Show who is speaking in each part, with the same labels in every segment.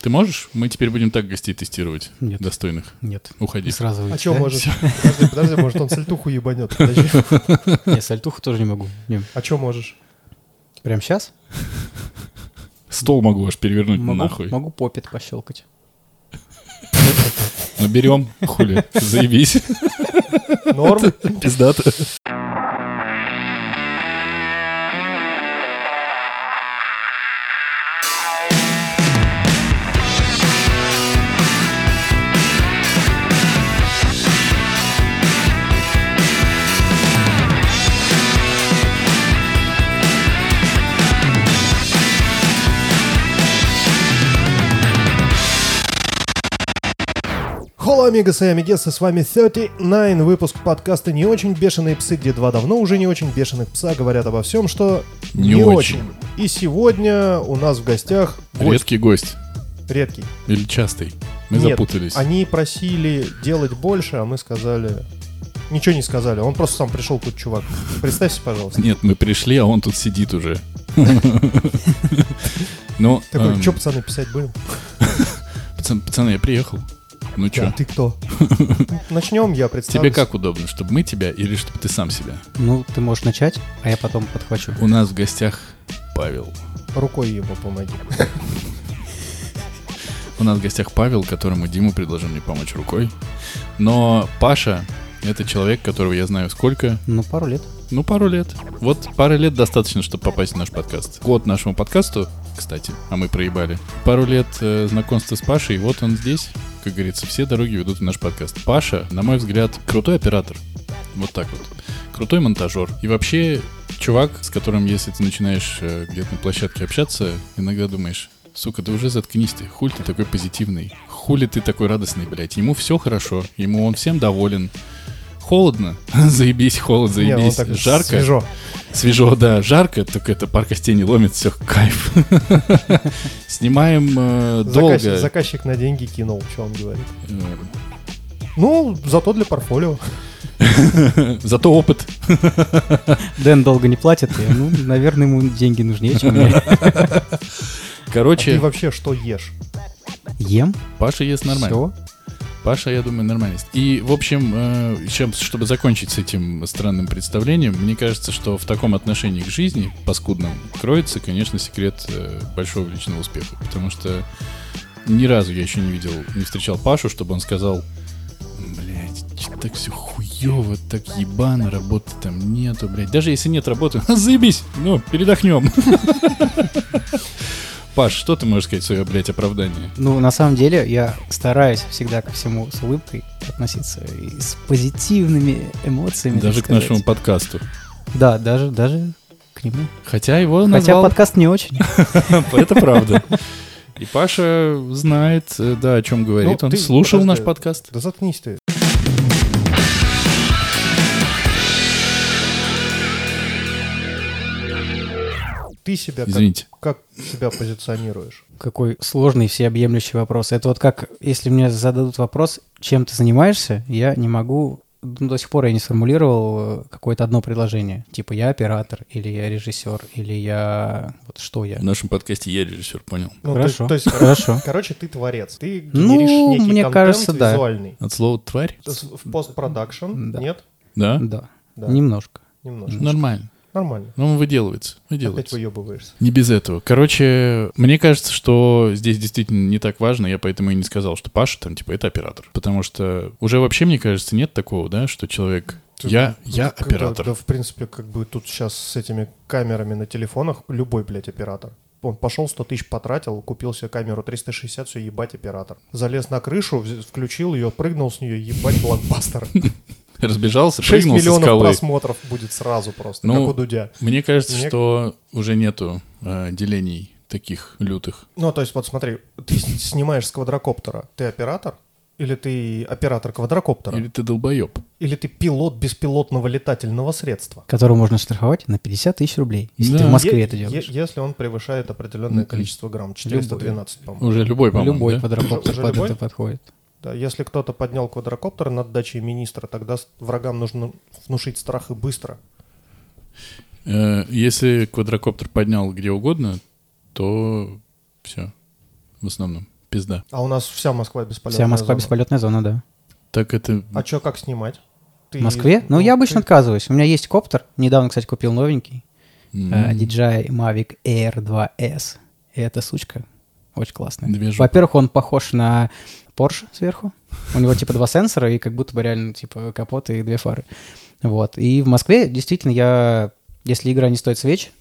Speaker 1: Ты можешь? Мы теперь будем так гостей тестировать.
Speaker 2: Нет.
Speaker 1: Достойных.
Speaker 2: Нет.
Speaker 1: Уходи.
Speaker 2: И сразу
Speaker 3: А
Speaker 2: выйти,
Speaker 3: что
Speaker 2: да?
Speaker 3: может? Подожди, подожди, может он сальтуху ебанет. Подожди.
Speaker 2: Не, сальтуху тоже не могу. Не,
Speaker 3: А что можешь?
Speaker 2: Прям сейчас?
Speaker 1: Стол могу аж перевернуть
Speaker 2: Могу,
Speaker 1: нахуй.
Speaker 2: могу попит пощелкать.
Speaker 1: Ну берем, хули, заебись.
Speaker 3: Норм?
Speaker 1: Пиздато.
Speaker 3: Холо, амигос и амигесы, с вами 39, выпуск подкаста «Не очень бешеные псы», где два давно уже не очень бешеных пса говорят обо всем, что
Speaker 1: Не очень.
Speaker 3: И сегодня у нас в гостях гость
Speaker 1: Редкий гость.
Speaker 3: редкий.
Speaker 1: Или частый. Мы
Speaker 3: Нет,
Speaker 1: запутались.
Speaker 3: они просили делать больше, а мы сказали... Ничего не сказали, он просто сам пришел тут, чувак. Представься, пожалуйста.
Speaker 1: Нет, мы пришли, а он тут сидит уже. Ну,
Speaker 3: Такой,
Speaker 1: эм,
Speaker 3: что, пацаны, писать будем?
Speaker 1: пацан- пацаны, я приехал. Ну
Speaker 3: Да,
Speaker 1: чё,
Speaker 3: ты кто? Начнем, я
Speaker 1: тебе
Speaker 3: представлюсь.
Speaker 1: как удобно, чтобы мы тебя или чтобы ты сам себя?
Speaker 2: Ну, ты можешь начать, а я потом подхвачу.
Speaker 1: У нас в гостях Павел.
Speaker 3: Рукой ему помоги.
Speaker 1: У нас в гостях Павел, которому Дима предложил мне помочь рукой. Но Паша — это человек, которого я знаю сколько?
Speaker 2: Ну, пару лет.
Speaker 1: Ну, пару лет. Вот пары лет достаточно, чтобы попасть в наш подкаст. Год нашему подкасту, кстати, а мы проебали. Пару лет э, знакомства с Пашей, и вот он здесь. Как говорится, все дороги ведут в наш подкаст. Паша, на мой взгляд, крутой оператор. Вот так вот. Крутой монтажер. И вообще, чувак, с которым, если ты начинаешь э, где-то на площадке общаться, иногда думаешь, сука, да уже заткнись ты, хуль ты такой позитивный, хули ты такой радостный, блядь. Ему все хорошо, ему он всем доволен. Холодно, заебись, холод,
Speaker 3: Не, он
Speaker 1: заебись.
Speaker 3: так
Speaker 1: Жарко,
Speaker 3: Свежо.
Speaker 1: Свежо, да, жарко, только это пар костей не ломит, все, кайф. Снимаем э,
Speaker 3: Заказчик,
Speaker 1: долго.
Speaker 3: заказчик на деньги кинул, что он говорит.
Speaker 1: Э,
Speaker 3: Ну, зато для портфолио.
Speaker 1: Зато опыт.
Speaker 2: Дэн долго не платит, и, ну, наверное, ему деньги нужнее, чем мне.
Speaker 3: А Ты
Speaker 1: Короче,
Speaker 3: вообще что ешь?
Speaker 2: Ем?
Speaker 1: Паша ест нормально.
Speaker 2: Всё.
Speaker 1: Паша, я думаю, нормалист. И, в общем, э, чем- чтобы закончить с этим странным представлением, мне кажется, что в таком отношении к жизни, паскудном, кроется, конечно, секрет э, большого личного успеха. Потому что ни разу я еще не видел, не встречал Пашу, чтобы он сказал, блядь, чё так все хуево, так ебано, работы там нету, блядь. Даже если нет работы, заебись, ну, передохнем. Паш, что ты можешь сказать в свое, блядь, оправдание?
Speaker 2: Ну, на самом деле, я стараюсь всегда ко всему с улыбкой относиться и с позитивными эмоциями. так
Speaker 1: Даже к
Speaker 2: сказать.
Speaker 1: нашему подкасту.
Speaker 2: Да, даже, даже к нему.
Speaker 1: Хотя его
Speaker 2: Хотя
Speaker 1: назвал...
Speaker 2: подкаст не очень.
Speaker 1: Это правда. И Паша знает, э, да, о чем говорит.
Speaker 3: Ну,
Speaker 1: Он
Speaker 3: ты-
Speaker 1: слушал наш
Speaker 3: подожди.
Speaker 1: подкаст.
Speaker 3: Да заткнись ты. Ты себя как,
Speaker 1: Извините.
Speaker 3: как себя позиционируешь?
Speaker 2: Какой сложный всеобъемлющий вопрос. Это вот как, если мне зададут вопрос, чем ты занимаешься, я не могу... ну, до сих пор я не сформулировал э, какое-то одно предложение. Типа я оператор, или я режиссер, или я... Вот что я?
Speaker 1: В нашем подкасте я режиссер, понял.
Speaker 3: Ну, то-
Speaker 2: Хорошо,
Speaker 3: То, есть, короче,
Speaker 2: хорошо.
Speaker 3: короче, ты творец. Ты
Speaker 2: Ну,
Speaker 3: генеришь некий
Speaker 2: мне
Speaker 3: контент
Speaker 2: кажется, да.
Speaker 3: визуальный.
Speaker 1: От слова «тварь»?
Speaker 3: То есть В постпродакшн?
Speaker 2: Да.
Speaker 3: Нет?
Speaker 1: Да?
Speaker 2: Да,
Speaker 3: Да.
Speaker 2: немножко.
Speaker 3: Немножко.
Speaker 1: Нормально.
Speaker 3: Нормально.
Speaker 1: Но он выделывается.
Speaker 3: Опять
Speaker 1: Выделывается.
Speaker 3: выебываешься.
Speaker 1: Не без этого. Короче, мне кажется, что здесь действительно не так важно, я поэтому и не сказал, что Паша там, типа, это оператор. Потому что уже вообще, мне кажется, нет такого, да, что человек... Я, я
Speaker 3: Когда-
Speaker 1: оператор.
Speaker 3: Да, в принципе, как бы тут сейчас с этими камерами на телефонах любой, блядь, оператор. Он пошел 100 тысяч потратил, купил себе камеру 360, все, ебать, оператор. Залез на крышу, вз- включил ее, прыгнул с нее, ебать, блокбастер.
Speaker 1: Разбежался,
Speaker 3: 6
Speaker 1: прыгнул со
Speaker 3: миллионов
Speaker 1: скалы.
Speaker 3: просмотров будет сразу просто,
Speaker 1: Ну,
Speaker 3: как у Дудя.
Speaker 1: Мне кажется,
Speaker 3: Мне-
Speaker 1: что уже нету э, делений таких лютых.
Speaker 3: Ну, то есть, вот смотри, ты с- снимаешь с квадрокоптера, ты оператор? Или ты оператор квадрокоптера?
Speaker 1: Или ты долбоеб?
Speaker 3: Или ты пилот беспилотного летательного средства?
Speaker 2: Которого можно штрафовать на 50 тысяч рублей, если
Speaker 1: Да.
Speaker 2: ты в Москве
Speaker 3: Е-
Speaker 2: это
Speaker 3: е-
Speaker 2: делаешь.
Speaker 3: Если он превышает определенное количество грамм, 412, по-моему.
Speaker 1: Уже М-м. любой, по-моему,
Speaker 2: Любой
Speaker 1: да?
Speaker 2: квадрокоптер
Speaker 3: Уже
Speaker 2: под
Speaker 3: любой?
Speaker 2: это подходит.
Speaker 3: Да, если кто-то поднял квадрокоптер над дачей министра, тогда с- врагам нужно внушить страх и быстро.
Speaker 1: Э, Если квадрокоптер поднял где угодно, то все. В основном. пизда.
Speaker 3: А у нас вся Москва бесполезная.
Speaker 2: Вся Москва
Speaker 3: зона.
Speaker 2: бесполетная зона, да.
Speaker 1: Так это...
Speaker 3: А что, как снимать? Ты-
Speaker 2: В Москве? Ну, я обычно
Speaker 3: ты-
Speaker 2: отказываюсь. У меня есть коптер. Недавно, кстати, купил новенький.
Speaker 1: м,
Speaker 2: Э, DJI Mavic Air 2S. И эта сучка очень классная.
Speaker 1: Две жопы.
Speaker 2: Во-первых, он похож на Porsche сверху. У него типа два сенсора и как будто бы реально типа капот и две фары. Вот. И в Москве действительно я... Если игра не стоит свеч,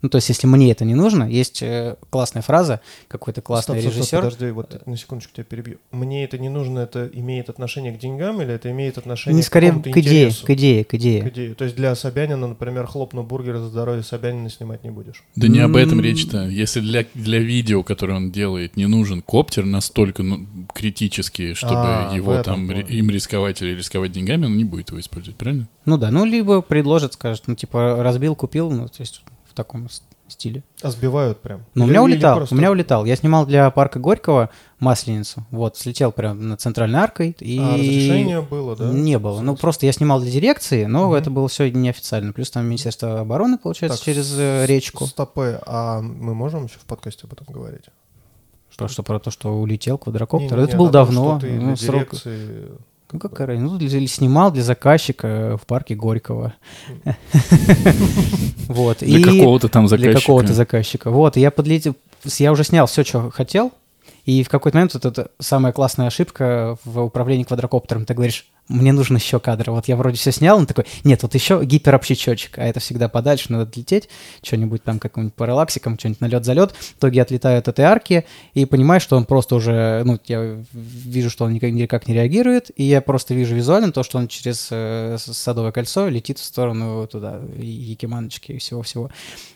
Speaker 2: ну, то есть, если мне это не нужно, есть э, классная фраза, какой-то классный Э.
Speaker 3: Стоп, стоп, стоп,
Speaker 2: режиссер.
Speaker 3: подожди, вот на секундочку тебя перебью. Мне это не нужно, это имеет отношение к деньгам или это имеет отношение
Speaker 2: не скорее
Speaker 3: какому-то
Speaker 2: к идее,
Speaker 3: интересу?
Speaker 2: к идее, к идее.
Speaker 3: К идее. То есть для Собянина, например, хлопну бургер за здоровье Собянина снимать не будешь.
Speaker 1: Да не об этом
Speaker 2: м.
Speaker 1: речь-то. Если для, для видео, которое он делает, не нужен коптер настолько ну, критический, чтобы
Speaker 3: А, в
Speaker 1: его
Speaker 3: этом
Speaker 1: там ри-
Speaker 3: плане.
Speaker 1: им рисковать или рисковать деньгами, он не будет его использовать, правильно?
Speaker 2: Ну да, ну либо предложат, скажут, ну типа разбил, купил, ну то есть в таком с- стиле.
Speaker 3: А сбивают прям.
Speaker 2: Ну, у
Speaker 3: Или-
Speaker 2: меня
Speaker 3: или
Speaker 2: улетал,
Speaker 3: просто-
Speaker 2: у меня улетал. Я снимал для парка Горького Масленицу, вот, слетел прям над центральной аркой и...
Speaker 3: А разрешение было, да?
Speaker 2: Не было. Ну, просто я снимал для дирекции, но это было все неофициально. Плюс там Министерство обороны, получается,
Speaker 3: Так,
Speaker 2: через э, речку.
Speaker 3: Стопы, а мы можем еще в подкасте об этом говорить?
Speaker 2: Что, что про то, что улетел квадрокоптер.
Speaker 3: Не-не-не,
Speaker 2: это было
Speaker 3: о том,
Speaker 2: давно.
Speaker 3: что ты
Speaker 2: ну,
Speaker 3: для
Speaker 2: срок-
Speaker 3: дирекции-
Speaker 2: Ну, какая разница? Ну, для- снимал для заказчика в парке Горького. Вот.
Speaker 1: Для
Speaker 2: и-
Speaker 1: какого-то там заказчика.
Speaker 2: Для какого-то заказчика. Вот, и я подлетел, с- я уже снял все, что хотел, и в какой-то момент вот эта самая классная ошибка в управлении квадрокоптером. Ты говоришь, мне нужен еще кадр. Вот я вроде все снял, он такой, нет, вот еще гиперобщечочек, а это всегда подальше, надо отлететь, что-нибудь там каким-нибудь параллаксиком, что-нибудь налет-залет. В итоге я отлетаю от этой арки и понимаю, что он просто уже, ну, я вижу, что он никак, никак не реагирует, и я просто вижу визуально то, что он через э, с- Садовое кольцо летит в сторону туда, и- Якиманочки и всего-всего.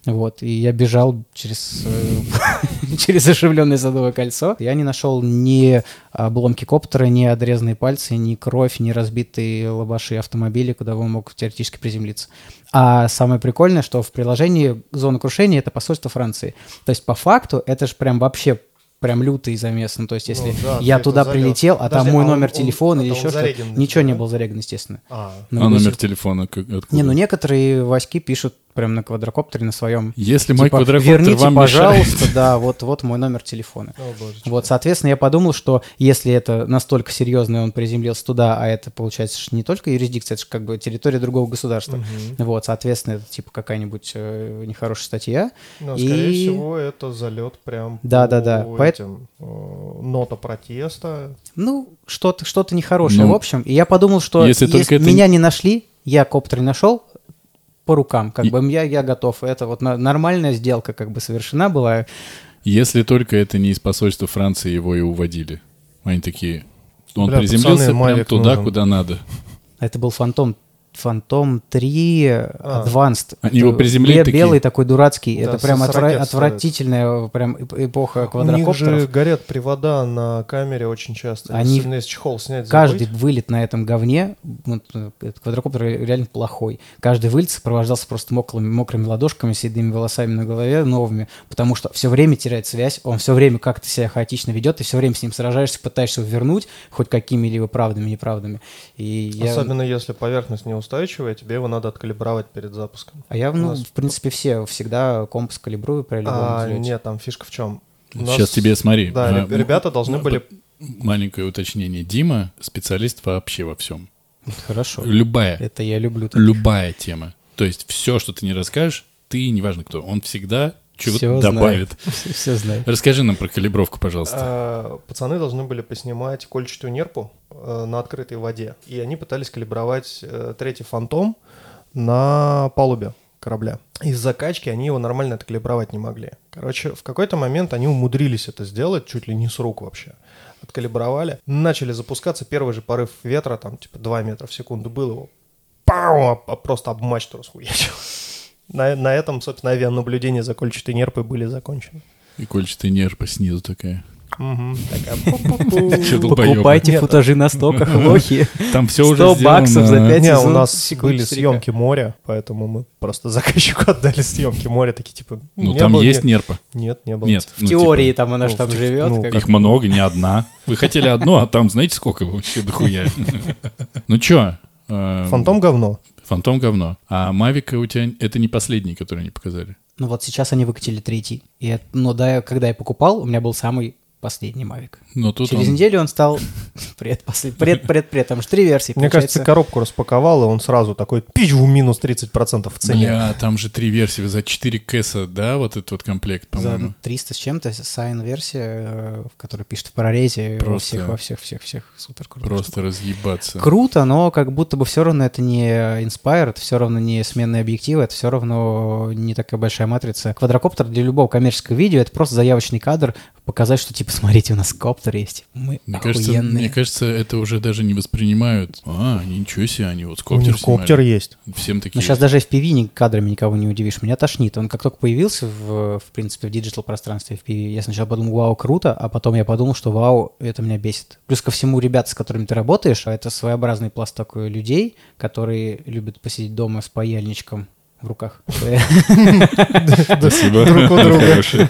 Speaker 2: Вот, и я бежал через, э, через оживленное садовое кольцо. Я не нашел ни обломки коптера, ни отрезанные пальцы, ни кровь, ни разбитые лобаши автомобиля, куда бы он мог теоретически приземлиться. А самое прикольное, что в приложении «Зона крушения» — это посольство Франции. То есть по факту это же прям вообще прям лютый замес. Ну, то есть если
Speaker 3: Ну да,
Speaker 2: я
Speaker 3: ты
Speaker 2: туда
Speaker 3: это залез.
Speaker 2: прилетел, а там
Speaker 3: Подожди,
Speaker 2: мой
Speaker 3: а он-
Speaker 2: номер
Speaker 3: он-
Speaker 2: телефона или
Speaker 3: это он
Speaker 2: еще что-то,
Speaker 3: зарегенный,
Speaker 2: ничего не
Speaker 3: да?
Speaker 2: был зареган, естественно.
Speaker 3: А,
Speaker 2: Ну,
Speaker 1: а
Speaker 2: то есть-
Speaker 1: номер телефона как, откуда?
Speaker 2: Не, ну некоторые Васьки пишут прям на квадрокоптере на своем
Speaker 1: Если мой
Speaker 2: Типа,
Speaker 1: квадрокоптер
Speaker 2: верните,
Speaker 1: вам
Speaker 2: пожалуйста,
Speaker 1: мешает,
Speaker 2: да, вот, вот мой номер телефона.
Speaker 3: о божечки.
Speaker 2: Вот, соответственно, я подумал, что если это настолько серьезно, и он приземлился туда, а это, получается, ж не только юрисдикция, это же как бы территория другого государства.
Speaker 3: Мгм.
Speaker 2: Вот, соответственно, это типа какая-нибудь э, нехорошая статья.
Speaker 1: Ну,
Speaker 3: Но,
Speaker 2: И-
Speaker 3: скорее всего, это залет прям
Speaker 2: Да, да, да.
Speaker 3: по
Speaker 2: Поэт-
Speaker 3: этим, э, нота протеста.
Speaker 2: Ну, что-то что нехорошее,
Speaker 1: Ну,
Speaker 2: в общем. И я подумал, что
Speaker 1: если
Speaker 2: если,
Speaker 1: только это
Speaker 2: меня не нашли, я коптер не нашел, по рукам, как
Speaker 1: И-
Speaker 2: бы я, я готов. Это вот на- нормальная сделка как бы совершена была.
Speaker 1: если только это не из посольства Франции его и уводили. Они такие... Он
Speaker 3: Бля,
Speaker 1: приземлился
Speaker 3: пацаны,
Speaker 1: прям
Speaker 3: Мавик
Speaker 1: туда,
Speaker 3: нужен.
Speaker 1: куда надо.
Speaker 2: Это был Фантом. Фантом 3
Speaker 3: А.
Speaker 2: Advanced.
Speaker 1: Они
Speaker 2: Это
Speaker 1: его приземлили
Speaker 2: бе-
Speaker 1: такие.
Speaker 2: Белый такой дурацкий.
Speaker 3: Да,
Speaker 2: это
Speaker 3: с-
Speaker 2: прям
Speaker 3: с
Speaker 2: отвра-
Speaker 3: ракет
Speaker 2: отвратительная прям эп- эпоха
Speaker 3: У них же
Speaker 2: квадрокоптеров.
Speaker 3: горят привода на камере очень часто.
Speaker 2: Они-
Speaker 3: Особенно если чехол снять,
Speaker 2: Каждый
Speaker 3: забыть.
Speaker 2: вылет на этом говне, вот, э, этот квадрокоптер реально плохой. Каждый вылет сопровождался просто моклыми, мокрыми ладошками, седыми волосами на голове, новыми, потому что все время теряет связь, он все время как-то себя хаотично ведет, ты все время с ним сражаешься, пытаешься вернуть хоть какими-либо правдами, неправдами. И я...
Speaker 3: Особенно если поверхность неустойчивая, тебе его надо откалибровать перед запуском.
Speaker 2: А я,
Speaker 3: У
Speaker 2: ну,
Speaker 3: нас-
Speaker 2: в принципе, все всегда компас калибрую при любом
Speaker 3: А,
Speaker 2: взлете.
Speaker 3: нет, там фишка в чем? У нас-
Speaker 1: Сейчас тебе смотри.
Speaker 3: Да,
Speaker 1: а,
Speaker 3: реб- ребята должны
Speaker 1: ну,
Speaker 3: были...
Speaker 1: Маленькое уточнение. Дима специалист вообще во всем.
Speaker 2: Это Хорошо.
Speaker 1: Любая.
Speaker 2: Это я люблю. так.
Speaker 1: любая тема. То есть все, что ты не расскажешь, ты, неважно кто, он всегда чего-то
Speaker 2: Всё
Speaker 1: добавит.
Speaker 2: Все, все знаю.
Speaker 1: Расскажи нам про калибровку, пожалуйста.
Speaker 3: э, Пацаны должны были поснимать кольчатую нерпу э, на открытой воде. И они пытались калибровать э, третий фантом на палубе корабля. Из закачки они его нормально откалибровать не могли. Короче, в какой-то момент они умудрились это сделать, чуть ли не с рук вообще. Откалибровали. Начали запускаться. Первый же порыв ветра, там типа 2 метра в секунду был его. Пау! А- а Просто об мачту расхуячил. На, на этом, собственно, авианаблюдения за кольчатой нерпой были закончены.
Speaker 1: И кольчатая нерпа снизу такая.
Speaker 3: Мгм. Такая пу-пу-пу.
Speaker 1: Чё долбоёбы?
Speaker 2: Покупайте
Speaker 3: Нет.
Speaker 2: футажи на стоках, лохи.
Speaker 1: Там все
Speaker 2: 100
Speaker 1: уже сделано.
Speaker 2: баксов за пять.
Speaker 3: Не, у
Speaker 2: сезон,
Speaker 3: нас
Speaker 2: секунд
Speaker 3: были
Speaker 2: старика.
Speaker 3: съемки моря, поэтому мы просто заказчику отдали съемки моря, такие типа...
Speaker 1: Ну,
Speaker 3: не
Speaker 1: там
Speaker 3: было,
Speaker 1: есть
Speaker 3: не-
Speaker 1: нерпа.
Speaker 3: Нет, не было.
Speaker 1: Нет.
Speaker 2: В
Speaker 1: ну,
Speaker 2: теории
Speaker 1: типа,
Speaker 2: там она же
Speaker 3: ну,
Speaker 2: там
Speaker 3: в-
Speaker 2: живет.
Speaker 3: ну,
Speaker 2: как-
Speaker 1: Их много, не одна. Вы хотели одну, а там знаете сколько вообще дохуя? Ну чё? э,
Speaker 3: Фантом говно.
Speaker 1: Фантом говно. А Мавика у тебя... Это не последний, который они показали.
Speaker 2: Ну вот сейчас они выкатили третий. И, это- ну да, я- когда я покупал, у меня был самый последний Мавик.
Speaker 1: Но тут
Speaker 2: Через
Speaker 1: он-
Speaker 2: неделю он стал предпослед... пред, пред, пред, там же три версии,
Speaker 3: Мне
Speaker 2: получается.
Speaker 3: кажется, коробку распаковал, и он сразу такой пич в минус 30% в цене.
Speaker 1: Бля, там же три версии за 4 кэса, да, вот этот вот комплект, по-моему.
Speaker 2: за 300 с чем-то сайн-версия, э, в которой пишет в прорете во
Speaker 1: Просто-
Speaker 2: всех, во всех, всех, всех супер круто.
Speaker 1: Просто разъебаться.
Speaker 2: Круто, но как будто бы все равно это не Inspire, это все равно не сменные объективы, это все равно не такая большая матрица. Квадрокоптер для любого коммерческого видео это просто заявочный кадр, показать, что типа смотрите, у нас коптер есть, мы
Speaker 1: Мне кажется,
Speaker 2: охуенные.
Speaker 1: мне кажется, это уже даже не воспринимают. А, ничего себе, они вот с
Speaker 3: У
Speaker 1: коптер
Speaker 3: них Ну,
Speaker 1: снимали.
Speaker 3: коптер есть.
Speaker 1: Всем такие.
Speaker 2: Но сейчас даже FPV ни- кадрами никого не удивишь. Меня тошнит. Он как только появился, в, в принципе, в диджитал пространстве FPV, я сначала подумал, вау, круто, а потом я подумал, что вау, это меня бесит. Плюс ко всему, ребята, с которыми ты работаешь, а это своеобразный пласт такой людей, которые любят посидеть дома с паяльничком в руках.
Speaker 1: Спасибо.
Speaker 3: друг у друга.
Speaker 1: Хороший.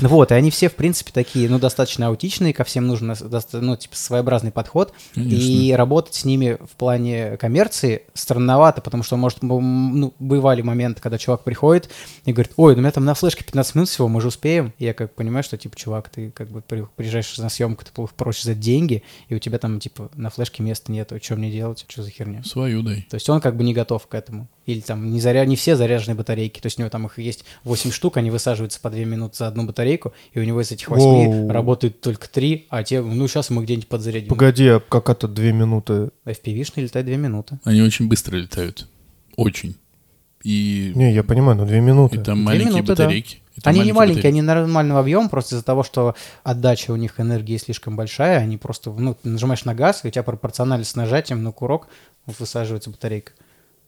Speaker 2: Вот, и они все, в принципе, такие, ну, достаточно аутичные, ко всем нужен, доста- ну, типа, своеобразный подход. И
Speaker 1: Конечно.
Speaker 2: работать с ними в плане коммерции странновато, потому что, может, м, ну, бывали моменты, когда чувак приходит и говорит, ой, ну, у меня там на флешке 15 минут всего, мы же успеем. И я как понимаю, что, типа, чувак, ты как бы при- приезжаешь на съемку, ты пл- просишь за деньги, и у тебя там, типа, на флешке места нету, что мне делать, что за херня?
Speaker 1: Свою дай.
Speaker 2: То есть он как бы не готов к этому. Или там не, заря... не все заряженные батарейки. То есть у него там их есть 8 штук, они высаживаются по 2 минуты за одну батарейку, и у него из этих 8
Speaker 3: Воу.
Speaker 2: работают только 3, а те, ну сейчас мы где-нибудь подзарядим.
Speaker 3: Погоди, а как это две минуты?
Speaker 2: FPV-шный летает 2 минуты.
Speaker 1: Они очень быстро летают. Очень. И,
Speaker 3: Не, я понимаю, но две минуты.
Speaker 1: и там
Speaker 2: Две
Speaker 1: маленькие
Speaker 2: минуты, да.
Speaker 1: батарейки. И там
Speaker 2: Они не маленькие,
Speaker 1: батарейки.
Speaker 2: они нормального объема, просто из-за того, что отдача у них энергии слишком большая, они просто, ну, ты нажимаешь на газ, и у тебя пропорционально с нажатием на курок высаживается батарейка.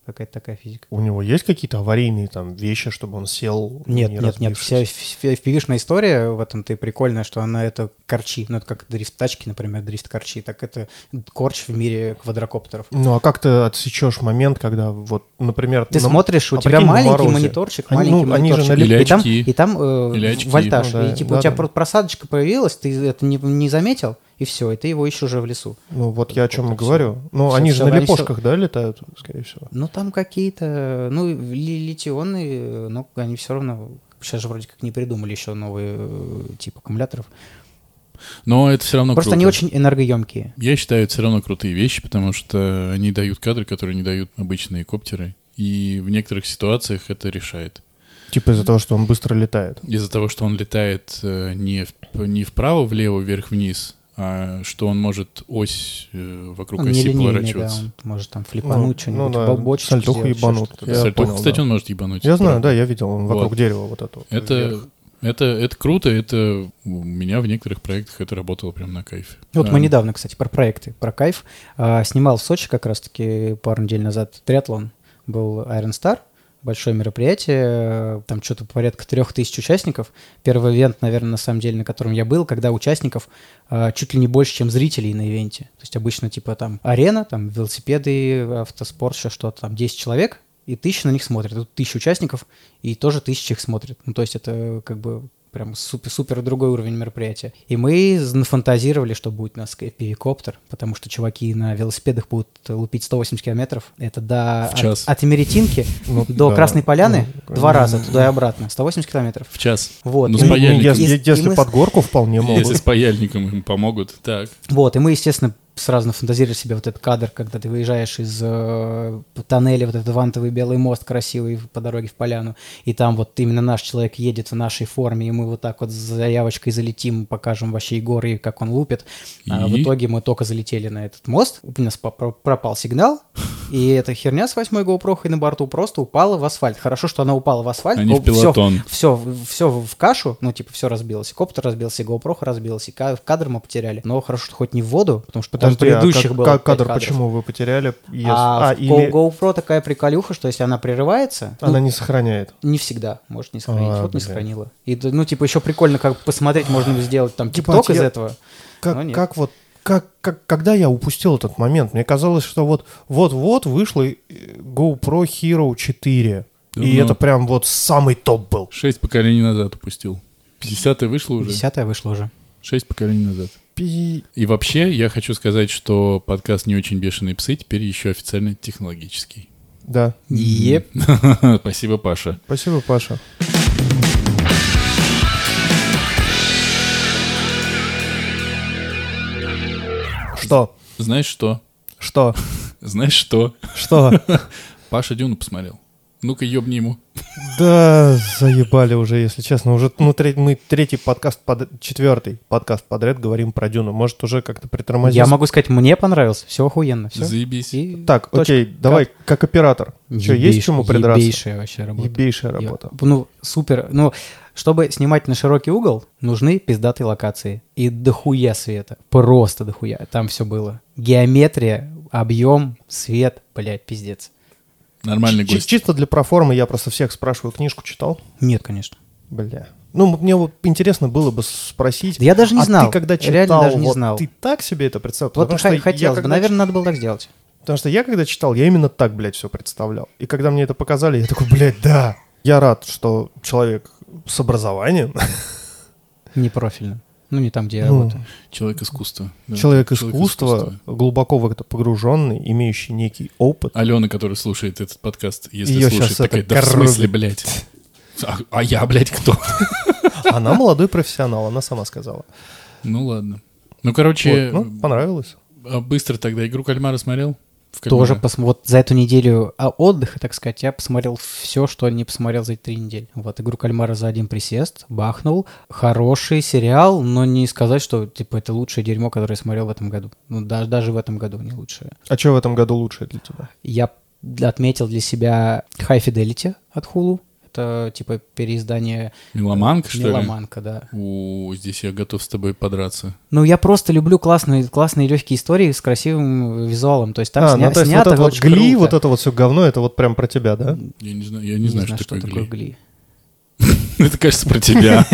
Speaker 2: Какая-то такая физика.
Speaker 3: У него есть какие-то аварийные там вещи, чтобы он сел?
Speaker 2: Нет,
Speaker 3: не
Speaker 2: нет, нет,
Speaker 3: разбившись?
Speaker 2: вся fpv история в этом-то и прикольная, что она это корчи, ну это как дрифт тачки, например, дрифт корчи, так это корч в мире квадрокоптеров.
Speaker 3: Ну а как ты отсечешь момент, когда вот, например...
Speaker 2: Ты
Speaker 3: на-
Speaker 2: смотришь, у
Speaker 3: а
Speaker 2: тебя
Speaker 3: прикинь, на
Speaker 2: маленький
Speaker 3: морозе.
Speaker 2: мониторчик,
Speaker 3: Они-
Speaker 2: маленький
Speaker 3: ну, они же
Speaker 2: мониторчик.
Speaker 1: налип- Или
Speaker 2: и там,
Speaker 1: очки.
Speaker 2: и там э,
Speaker 1: Или очки.
Speaker 2: вольтаж,
Speaker 3: Ну да,
Speaker 2: и типа
Speaker 3: да,
Speaker 2: у тебя
Speaker 3: да.
Speaker 2: про- просадочка появилась, ты это не, не заметил, и все, и ты его ищешь уже в лесу.
Speaker 3: Ну вот я о чем и
Speaker 2: Всё,
Speaker 3: говорю. Ну
Speaker 2: всё,
Speaker 3: они
Speaker 2: всё
Speaker 3: же на
Speaker 2: нарисо-
Speaker 3: лепошках, да, летают, скорее всего?
Speaker 2: Ну там какие-то, ну ли- литионы, ну они все равно, сейчас же вроде как не придумали еще новые э, тип аккумуляторов.
Speaker 1: Но это все равно
Speaker 2: Просто
Speaker 1: Ну, круто.
Speaker 2: они очень энергоемкие.
Speaker 1: Я считаю, это все равно крутые вещи, потому что они дают кадры, которые не дают обычные коптеры. И в некоторых ситуациях это решает.
Speaker 3: Типа из-за того, что он быстро летает.
Speaker 1: Из-за того, что он летает э, не, в- не вправо, влево, вверх-вниз, а что он может ось э, вокруг
Speaker 2: Он
Speaker 1: оси
Speaker 2: Ну, нелинейный,
Speaker 1: поворачиваться.
Speaker 2: да, он может там флипануть
Speaker 3: Ну,
Speaker 2: что-нибудь,
Speaker 3: ну да,
Speaker 2: бобочечки
Speaker 3: сальтуху
Speaker 2: сделать, ещё
Speaker 3: ебанут.
Speaker 2: что-то.
Speaker 3: Я
Speaker 1: Сальтуху,
Speaker 3: понял,
Speaker 1: кстати,
Speaker 3: да.
Speaker 1: он может ебануть.
Speaker 3: Я знаю,
Speaker 1: вправо.
Speaker 3: да, я видел, он вокруг
Speaker 1: Вот.
Speaker 3: дерева вот это. вот
Speaker 1: Это,
Speaker 3: вверх.
Speaker 1: это, это круто, это у меня в некоторых проектах это работало прям на кайф.
Speaker 2: Ну, Вот мы
Speaker 1: А,
Speaker 2: недавно, кстати, про проекты, про кайф. а, снимал в Сочи как раз-таки пару недель назад триатлон. Был Iron Star, большое мероприятие, э, там что-то порядка трех тысяч участников. Первый ивент, наверное, на самом деле, на котором я был, когда участников а, чуть ли не больше, чем зрителей на ивенте. То есть обычно типа там арена, там велосипеды, автоспорт, еще что-то, там 10 человек, и тысяча на них смотрит. Тут тысяча участников, и тоже тысяча их смотрит. Ну, то есть это как бы прям супер-супер другой уровень мероприятия. И мы нафантазировали, что будет у нас FPV-коптер, потому что чуваки на велосипедах будут лупить 180 километров. Это до,
Speaker 1: В час.
Speaker 2: От, от Емеретинки
Speaker 3: Ну,
Speaker 2: до
Speaker 3: да.
Speaker 2: Красной Поляны
Speaker 3: Ну,
Speaker 2: два раза туда и обратно. 180 километров.
Speaker 1: В час.
Speaker 2: Вот.
Speaker 1: Ну,
Speaker 2: И
Speaker 1: с
Speaker 2: мы-
Speaker 3: Ну,
Speaker 1: паяльником.
Speaker 2: И-
Speaker 3: Если,
Speaker 2: и
Speaker 3: если
Speaker 2: мы-
Speaker 3: под горку вполне могут.
Speaker 1: Если с паяльником им помогут, так.
Speaker 2: Вот, и мы, естественно, сразу нафантазировали себе вот этот кадр, когда ты выезжаешь из э, тоннеля, вот этот вантовый белый мост красивый по дороге в поляну, и там вот именно наш человек едет в нашей форме, и мы вот так вот с заявочкой залетим, покажем вообще и горы, и как он лупит. А в
Speaker 1: И?
Speaker 2: итоге мы только залетели на этот мост, у нас попро- пропал сигнал, и эта херня с восьмой GoPro и на борту просто упала в асфальт. Хорошо, что она упала в асфальт.
Speaker 1: Они в пилотон.
Speaker 2: Все, все в кашу, ну, типа, все разбилось. И коптер разбился, и GoPro разбился, и ка- кадр мы потеряли. Но хорошо, что хоть не в воду, потому что там
Speaker 3: Подожди, а
Speaker 2: предыдущих
Speaker 3: как-
Speaker 2: было
Speaker 3: как
Speaker 2: пять
Speaker 3: кадр
Speaker 2: кадров.
Speaker 3: почему вы потеряли? если-
Speaker 2: А,
Speaker 3: а,
Speaker 2: в
Speaker 3: или
Speaker 2: Go- GoPro такая приколюха, что если она прерывается, ну,
Speaker 3: она не сохраняет?
Speaker 2: не всегда может не сохранить.
Speaker 3: А,
Speaker 2: вот не
Speaker 3: блин.
Speaker 2: сохранила. И, да, ну, типа, еще прикольно, как посмотреть, можно сделать там
Speaker 3: Ебать,
Speaker 2: тикток из
Speaker 3: Типа, я-
Speaker 2: этого. Но
Speaker 3: Как,
Speaker 2: Ну, нет.
Speaker 3: как вот как, как, когда я упустил этот момент, мне казалось, что вот вот-вот вышла э, GoPro Hero 4. И
Speaker 1: Давно.
Speaker 3: это прям вот самый топ был.
Speaker 1: Шесть поколений назад упустил. 50 вышло уже.
Speaker 2: Десятая вышла уже.
Speaker 1: Шесть поколений назад.
Speaker 3: Пи-
Speaker 1: И вообще, я хочу сказать, что подкаст «Не очень бешеные псы» теперь еще официально технологический.
Speaker 3: Да.
Speaker 2: Еп.
Speaker 1: Спасибо, Паша.
Speaker 3: Спасибо, Паша. Что?
Speaker 1: Знаешь что?
Speaker 3: Что?
Speaker 1: Знаешь что?
Speaker 3: Что?
Speaker 1: Паша Дюну посмотрел. Ну-ка, ёбни ему.
Speaker 3: Да, заебали уже, если честно. Уже ну, тре- мы третий подкаст, под... четвертый подкаст подряд говорим про Дюну. Может, уже как-то притормозить.
Speaker 2: Я могу сказать, мне понравился, все охуенно, все.
Speaker 1: Заебись.
Speaker 3: Так, окей, давай, как оператор. Че, есть чему придраться?
Speaker 2: Ебейшая вообще работа.
Speaker 3: Ебейшая
Speaker 2: Я-
Speaker 3: работа.
Speaker 2: ну, супер. Ну, чтобы снимать на широкий угол, нужны пиздатые локации. И дохуя света. Просто дохуя. Там все было. Геометрия, объем, свет, блядь, пиздец.
Speaker 1: Нормальный
Speaker 3: Чи-
Speaker 1: гость.
Speaker 3: Чисто для проформы я просто всех спрашиваю, книжку читал?
Speaker 2: Нет, конечно.
Speaker 3: Бля. Ну, мне вот интересно было бы спросить.
Speaker 2: Да я даже не
Speaker 3: а
Speaker 2: знал.
Speaker 3: ты когда читал,
Speaker 2: Реально даже не
Speaker 3: вот
Speaker 2: знал.
Speaker 3: ты так себе это представил?
Speaker 2: Вот ха-
Speaker 3: Потому что я
Speaker 2: хотелось бы.
Speaker 3: когда
Speaker 2: Наверное, надо было так сделать.
Speaker 3: Потому что я когда читал, я именно так, блядь, все представлял. И когда мне это показали, я такой, блядь, да. Я рад, что человек с образованием,
Speaker 2: Не профильно. Ну, не там, где я
Speaker 3: Ну,
Speaker 2: работаю.
Speaker 1: Человек искусства.
Speaker 2: Ну,
Speaker 1: да.
Speaker 3: человек искусства, глубоко в это погруженный, имеющий некий опыт.
Speaker 1: Алена, которая слушает этот подкаст, если
Speaker 3: Её
Speaker 1: слушает,
Speaker 3: щас
Speaker 1: такая,
Speaker 3: это
Speaker 1: да в
Speaker 3: коробит».
Speaker 1: смысле, блядь? А, а я, блядь, кто?
Speaker 3: Она молодой профессионал, она сама сказала.
Speaker 1: Ну ладно. Ну, короче,
Speaker 3: Вот, ну, понравилось.
Speaker 1: а быстро тогда игру кальмара смотрел? В «Кальмара»?
Speaker 2: Тоже пос- вот за эту неделю а, отдыха, так сказать, я посмотрел все, что не посмотрел за эти три недели. Вот игру кальмара за один присест, бахнул. Хороший сериал, но не сказать, что типа это лучшее дерьмо, которое я смотрел в этом году. Ну, да- даже в этом году не лучшее.
Speaker 3: А что в этом году лучше для тебя?
Speaker 2: Я д- отметил для себя High Fidelity от Hulu. Это типа переиздание
Speaker 1: Меломанка, что ли?
Speaker 2: Меломанка, да.
Speaker 1: У, здесь я готов с тобой подраться.
Speaker 2: Ну, я просто люблю классные, классные легкие истории с красивым э, визуалом. То есть там
Speaker 3: а,
Speaker 2: сня-
Speaker 3: ну то есть
Speaker 2: снято
Speaker 3: вот это вот
Speaker 2: очень
Speaker 3: гли,
Speaker 2: круто.
Speaker 3: вот это вот все говно, это вот прям про тебя, да?
Speaker 1: Я не знаю, я не знаю, что,
Speaker 3: типа,
Speaker 1: такое гли.
Speaker 2: гли.
Speaker 1: Это, кажется, про тебя.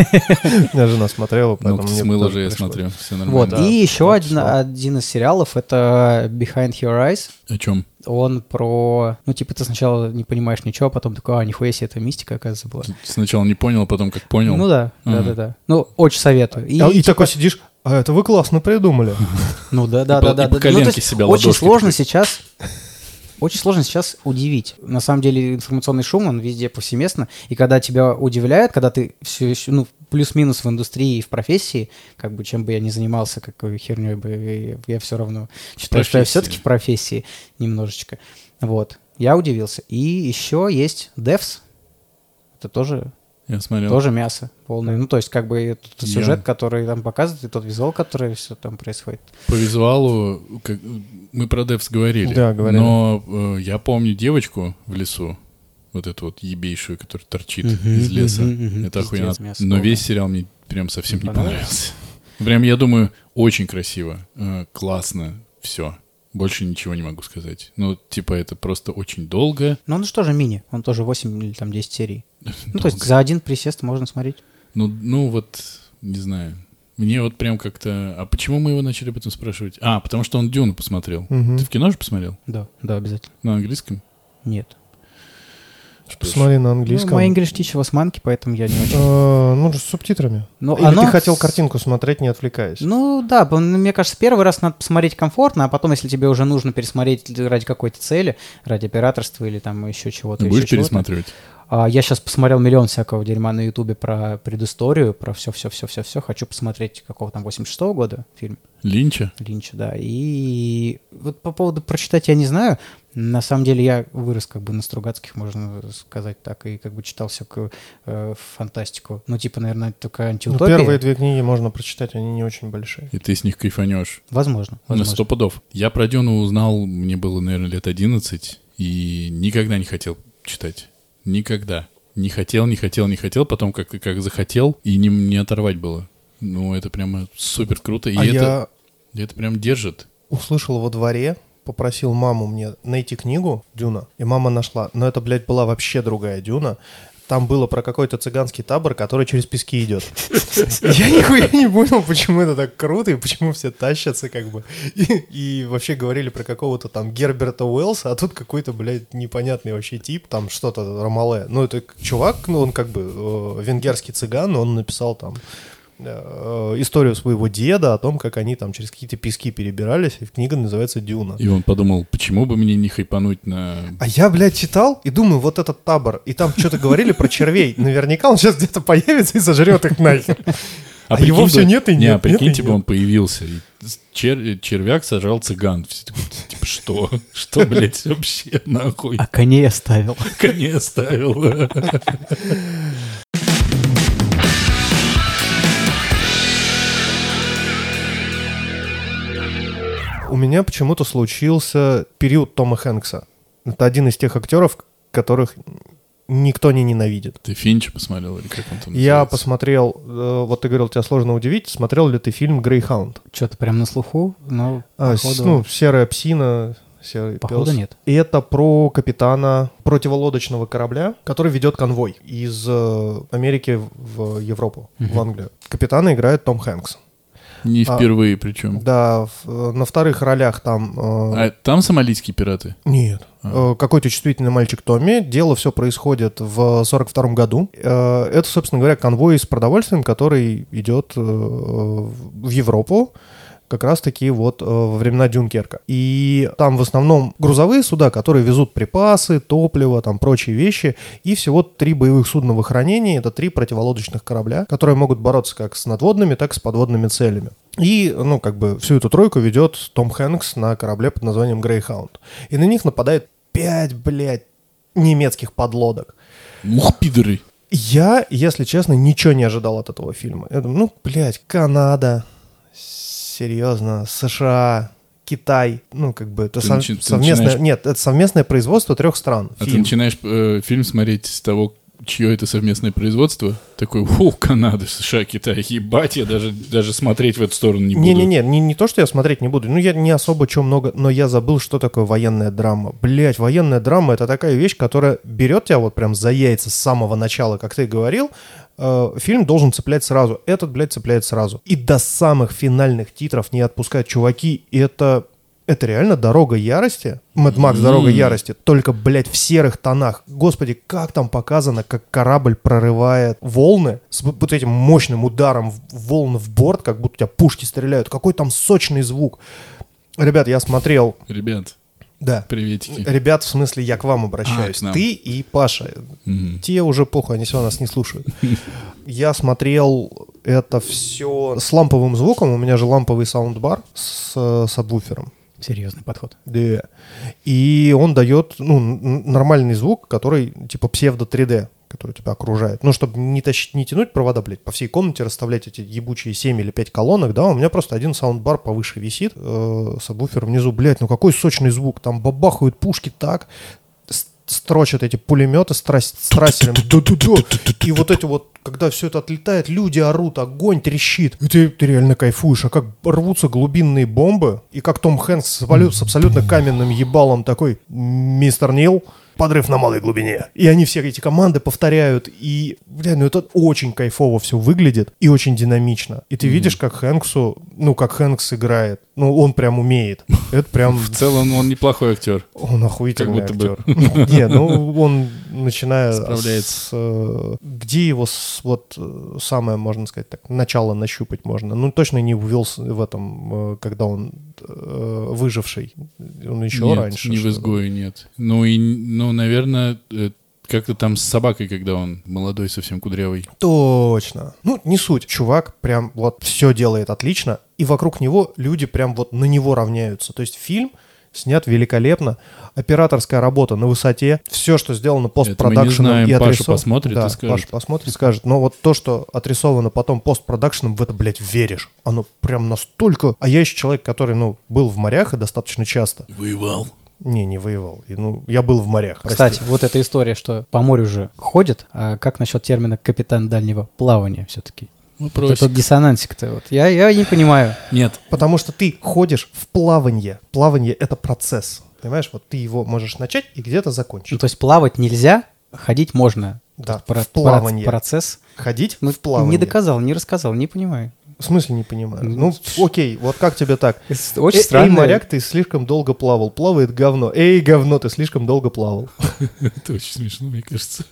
Speaker 3: Меня жена смотрела,
Speaker 1: Ну,
Speaker 3: поэтому мне
Speaker 1: смыло
Speaker 3: тоже
Speaker 1: же я
Speaker 3: пришлось.
Speaker 1: смотрю. Все
Speaker 2: Вот,
Speaker 1: нормально.
Speaker 3: Да,
Speaker 2: и еще
Speaker 3: вот
Speaker 2: один,
Speaker 3: что.
Speaker 2: один из сериалов это Behind Your Eyes.
Speaker 1: О чем?
Speaker 2: Он про. Ну, типа, ты сначала не понимаешь ничего, а потом такой, а, нихуя себе, это мистика, оказывается, была.
Speaker 1: Сначала не понял, потом как понял.
Speaker 2: Ну да,
Speaker 1: Ага.
Speaker 2: да, да, да. Ну, очень советую. И,
Speaker 3: А, И, такой сидишь, а это вы классно придумали.
Speaker 2: Ну да, да,
Speaker 1: по-
Speaker 2: да,
Speaker 1: и по
Speaker 2: да. да. Ну, то
Speaker 1: коленке
Speaker 2: есть
Speaker 1: себя
Speaker 2: Очень
Speaker 1: ладошкой
Speaker 2: сложно
Speaker 1: такой.
Speaker 2: сейчас. Очень сложно сейчас удивить. На самом деле информационный шум, он везде повсеместно. И когда тебя удивляет, когда ты все еще, ну, плюс-минус в индустрии и в профессии, как бы чем бы я ни занимался, какой херней бы, я все равно считаю, что я
Speaker 1: Профессии.
Speaker 2: все-таки в профессии немножечко. Вот. Я удивился. И еще есть Devs. Это тоже,
Speaker 1: Я смотрел.
Speaker 2: тоже мясо полное. Ну, то есть, как бы тот
Speaker 1: Я-
Speaker 2: сюжет, который там показывает, и тот визуал, который все там происходит.
Speaker 1: По визуалу как- мы про Девс говорили.
Speaker 3: Да, говорили.
Speaker 1: Но э, я помню девочку в лесу, вот эту вот ебейшую, которая торчит
Speaker 2: Мгм,
Speaker 1: из леса.
Speaker 2: мгм, мгм.
Speaker 1: Это
Speaker 2: Пиздец,
Speaker 1: охуенно.
Speaker 2: мясо
Speaker 1: Но
Speaker 2: полное.
Speaker 1: весь сериал мне прям совсем
Speaker 2: Не
Speaker 1: не
Speaker 2: понравилось?
Speaker 1: понравился. Прям, я думаю, очень красиво, э, классно, все. Больше ничего не могу сказать. Ну, типа, это просто очень долго.
Speaker 2: Ну, он же тоже мини, он тоже 8 или там 10 серий. Ну, то есть
Speaker 1: Долго.
Speaker 2: за один присест можно смотреть.
Speaker 1: Ну, ну вот, не знаю. Мне вот прям как-то... А почему мы его начали об этом спрашивать? А, потому что он Дюну посмотрел.
Speaker 3: Мгм.
Speaker 1: Ты в кино же посмотрел?
Speaker 2: Да, да, обязательно.
Speaker 1: На английском? Типа,
Speaker 2: Нет.
Speaker 1: Что ж.
Speaker 3: Посмотри на
Speaker 2: Ну,
Speaker 3: английском.
Speaker 2: мой English teacher was monkey, поэтому я не очень...
Speaker 3: Э, Ну, же с субтитрами.
Speaker 2: Ну,
Speaker 3: Или
Speaker 2: оно-
Speaker 3: ты хотел картинку смотреть, не отвлекаясь?
Speaker 2: Ну да, бо- ну, мне кажется, первый раз надо посмотреть комфортно, а потом, если тебе уже нужно пересмотреть л- ради какой-то цели, ради операторства или там еще чего-то.
Speaker 1: Ты
Speaker 2: еще
Speaker 1: будешь
Speaker 2: чего-то.
Speaker 1: пересматривать?
Speaker 2: А, я сейчас посмотрел миллион всякого дерьма на Ютубе про предысторию, про все-все-все-все-все. Хочу посмотреть какого там 86-го года фильм.
Speaker 1: Линча?
Speaker 2: Линча, да. И вот по поводу прочитать я не знаю. На самом деле я вырос как бы на Стругацких, можно сказать так, и как бы читал всякую э, фантастику. Ну, типа, наверное, только
Speaker 3: Ну,
Speaker 2: антиутопия.
Speaker 3: первые две книги можно прочитать, они не очень большие.
Speaker 1: И ты с них кайфанешь.
Speaker 2: Возможно,
Speaker 1: На
Speaker 2: возможно.
Speaker 1: сто пудов. Я про Дюну узнал, мне было, наверное, лет 11, и никогда не хотел читать. Никогда. Не хотел, не хотел, не хотел, потом как, как захотел, и не, не оторвать было. Ну, это прямо супер круто. И
Speaker 3: а
Speaker 1: это,
Speaker 3: я
Speaker 1: это прям держит.
Speaker 3: услышал во дворе, попросил маму мне найти книгу «Дюна», и мама нашла. Но это, блядь, была вообще другая «Дюна». Там было про какой-то цыганский табор, который через пески идет. Я нихуя не понял, почему это так круто и почему все тащатся как бы. И, и вообще говорили про какого-то там Герберта Уэллса, а тут какой-то, блядь, непонятный вообще тип, там что-то Ромале. Ну, это чувак, ну, он как бы э, венгерский цыган, но он написал там э, историю своего деда о том, как они там через какие-то пески перебирались, и книга называется «Дюна».
Speaker 1: И он подумал, почему бы мне не хайпануть на...
Speaker 3: А я, блядь, читал и думаю, вот этот табор, и там что-то говорили про червей. Наверняка он сейчас где-то появится и сожрет их нахер. А его
Speaker 1: прикинь
Speaker 3: все
Speaker 1: бы-
Speaker 3: нет и
Speaker 1: не, а
Speaker 3: нет, нет и
Speaker 1: прикинь, типа
Speaker 3: нет.
Speaker 1: он появился. и чер- червяк сажал цыган. Все такие, типа, что? Что, блядь, вообще нахуй?
Speaker 2: А коней оставил.
Speaker 1: Конец ставил.
Speaker 3: У меня почему-то случился период Тома Хэнкса. Это один из тех актеров, которых никто не ненавидит.
Speaker 1: Ты Финч посмотрел или как он там
Speaker 3: Я
Speaker 1: называется?
Speaker 3: посмотрел, э, вот ты говорил, тебя сложно удивить, смотрел ли ты фильм «Грейхаунд»?
Speaker 2: Что-то прям на слуху, но
Speaker 3: А, с-
Speaker 2: походу,
Speaker 3: ну, «Серая псина», «Серый
Speaker 2: походу
Speaker 3: пес».
Speaker 2: нет.
Speaker 3: И это про капитана противолодочного корабля, который ведет конвой из э, Америки в Европу, в Англию. Капитана играет Том Хэнкс.
Speaker 1: Не
Speaker 3: а-
Speaker 1: впервые причем.
Speaker 3: Да, в- э, на вторых ролях там... э,
Speaker 1: А там сомалийские пираты?
Speaker 3: Нет. Э, Какой-то чувствительный мальчик Томми. Дело все происходит в 42 году. Э, Это, собственно говоря, конвой с продовольствием, который идет э, в Европу как раз-таки вот э, во времена Дюнкерка. И там в основном грузовые суда, которые везут припасы, топливо, там прочие вещи, и всего три боевых судновых ранений, это три противолодочных корабля, которые могут бороться как с надводными, так и с подводными целями. И, ну, как бы всю эту тройку ведет Том Хэнкс на корабле под названием Грейхаунд. И на них нападает пять, блядь, немецких подлодок.
Speaker 1: Ух, пидоры.
Speaker 3: Я, если честно, ничего не ожидал от этого фильма. Я думаю, ну, блядь, Канада, серьезно, США, Китай, ну, как бы, это
Speaker 1: Ты
Speaker 3: сов-
Speaker 1: начи- ты
Speaker 3: совместное...
Speaker 1: начинаешь-
Speaker 3: Нет, это совместное производство трех стран.
Speaker 1: А ты
Speaker 3: Фильм.
Speaker 1: начинаешь э, фильм смотреть с того, чье это совместное производство. Такой, фу, Канада, США, Китай, ебать, я даже, даже смотреть в эту сторону не буду.
Speaker 3: Не-не-не, не, не то, что я смотреть не буду. Ну, я не особо чего много, но я забыл, что такое военная драма. Блять, военная драма — это такая вещь, которая берет тебя вот прям за яйца с самого начала, как ты говорил. Э, Фильм должен цеплять сразу. Этот, блядь, цепляет сразу. И до самых финальных титров не отпускают чуваки. И это... Это реально «Дорога ярости». Мэд Макс «Дорога ярости». Только, блядь, в серых тонах. Господи, как там показано, как корабль прорывает волны с вот вот этим мощным ударом в- волн в борт, как будто у тебя пушки стреляют. Какой там сочный звук. Ребят, я смотрел...
Speaker 1: Ребят,
Speaker 3: Да.
Speaker 1: приветики.
Speaker 3: Ребят, в смысле, я к вам обращаюсь.
Speaker 1: А, к нам.
Speaker 3: Ты и Паша.
Speaker 1: Мгм.
Speaker 3: Те уже похуй, они все нас не слушают. Я смотрел это все с ламповым звуком. У меня же ламповый саундбар с э, сабвуфером.
Speaker 2: Серьезный подход.
Speaker 3: Да. И он дает ну, н- нормальный звук, который типа псевдо 3D, который тебя окружает. Ну, чтобы не, тащить, не тянуть провода, блядь, по всей комнате расставлять эти ебучие 7 или 5 колонок, да, у меня просто один саундбар повыше висит, э, сабвуфер внизу, блядь, ну какой сочный звук, там бабахают пушки так, с- строчат эти пулеметы с, трас- с трассером. И вот эти вот, когда все это отлетает, люди орут, огонь трещит. И ты, ты реально кайфуешь. А как рвутся глубинные бомбы, и как Том Хэнкс с, аболю- с абсолютно каменным ебалом такой «Мистер Нил, подрыв на малой глубине». И они все эти команды повторяют. И, бля, ну это очень кайфово все выглядит и очень динамично. И ты видишь, как Хэнксу, ну, как Хэнкс играет. Ну, он прям умеет. Это прям...
Speaker 1: В целом он неплохой актер.
Speaker 3: Он охуительный
Speaker 1: Как будто
Speaker 3: актер. Не, ну он начиная
Speaker 1: Справляется.
Speaker 3: с... э, Где его с- вот э, самое, можно сказать так, начало нащупать можно? Ну точно не увел в этом, э, когда он э, выживший. Он еще
Speaker 1: Нет,
Speaker 3: раньше.
Speaker 1: не в
Speaker 3: что-то.
Speaker 1: изгое, нет. Ну, и, ну наверное, э, как-то там с собакой, когда он молодой, совсем кудрявый.
Speaker 3: Точно. Ну, не суть. Чувак прям вот все делает отлично, и вокруг него люди прям вот на него равняются. То есть фильм снят великолепно, операторская работа на высоте, все, что сделано постпродакшеном
Speaker 1: знаем.
Speaker 3: и
Speaker 1: Паша
Speaker 3: отрисов-
Speaker 1: посмотрит и
Speaker 3: да,
Speaker 1: скажет.
Speaker 3: Паша посмотрит и скажет. Но вот то, что отрисовано потом постпродакшеном, в это, блядь, веришь. Оно прям настолько... А я еще человек, который, ну, был в морях и достаточно часто.
Speaker 1: Воевал.
Speaker 3: Не, не воевал. И, ну, я был в морях. прости.
Speaker 2: Кстати, вот эта история, что по морю же ходит, а как насчет термина капитан дальнего плавания все-таки? Вот
Speaker 1: Вопрос.
Speaker 2: этот диссонансик-то вот. Я, я не понимаю.
Speaker 1: Нет.
Speaker 3: Потому что ты ходишь в плаванье. Плавание — это процесс. Понимаешь, вот ты его можешь начать и где-то
Speaker 2: Ну,
Speaker 3: закончить.
Speaker 2: то есть плавать нельзя, ходить можно.
Speaker 3: Да,
Speaker 2: Ну, Про-
Speaker 3: в плаванье.
Speaker 2: про- процесс.
Speaker 3: Ходить
Speaker 2: Ну,
Speaker 3: в плаванье.
Speaker 2: Не доказал, не рассказал, не понимаю.
Speaker 3: В смысле не понимаю?
Speaker 2: Ну,
Speaker 3: Ну, окей, вот как тебе так?
Speaker 2: Это
Speaker 3: Э-
Speaker 2: Очень
Speaker 3: Эй,
Speaker 2: странно.
Speaker 3: моряк, ты слишком долго плавал. Плавает говно. Эй, говно, ты слишком долго плавал.
Speaker 1: Это очень смешно, мне кажется.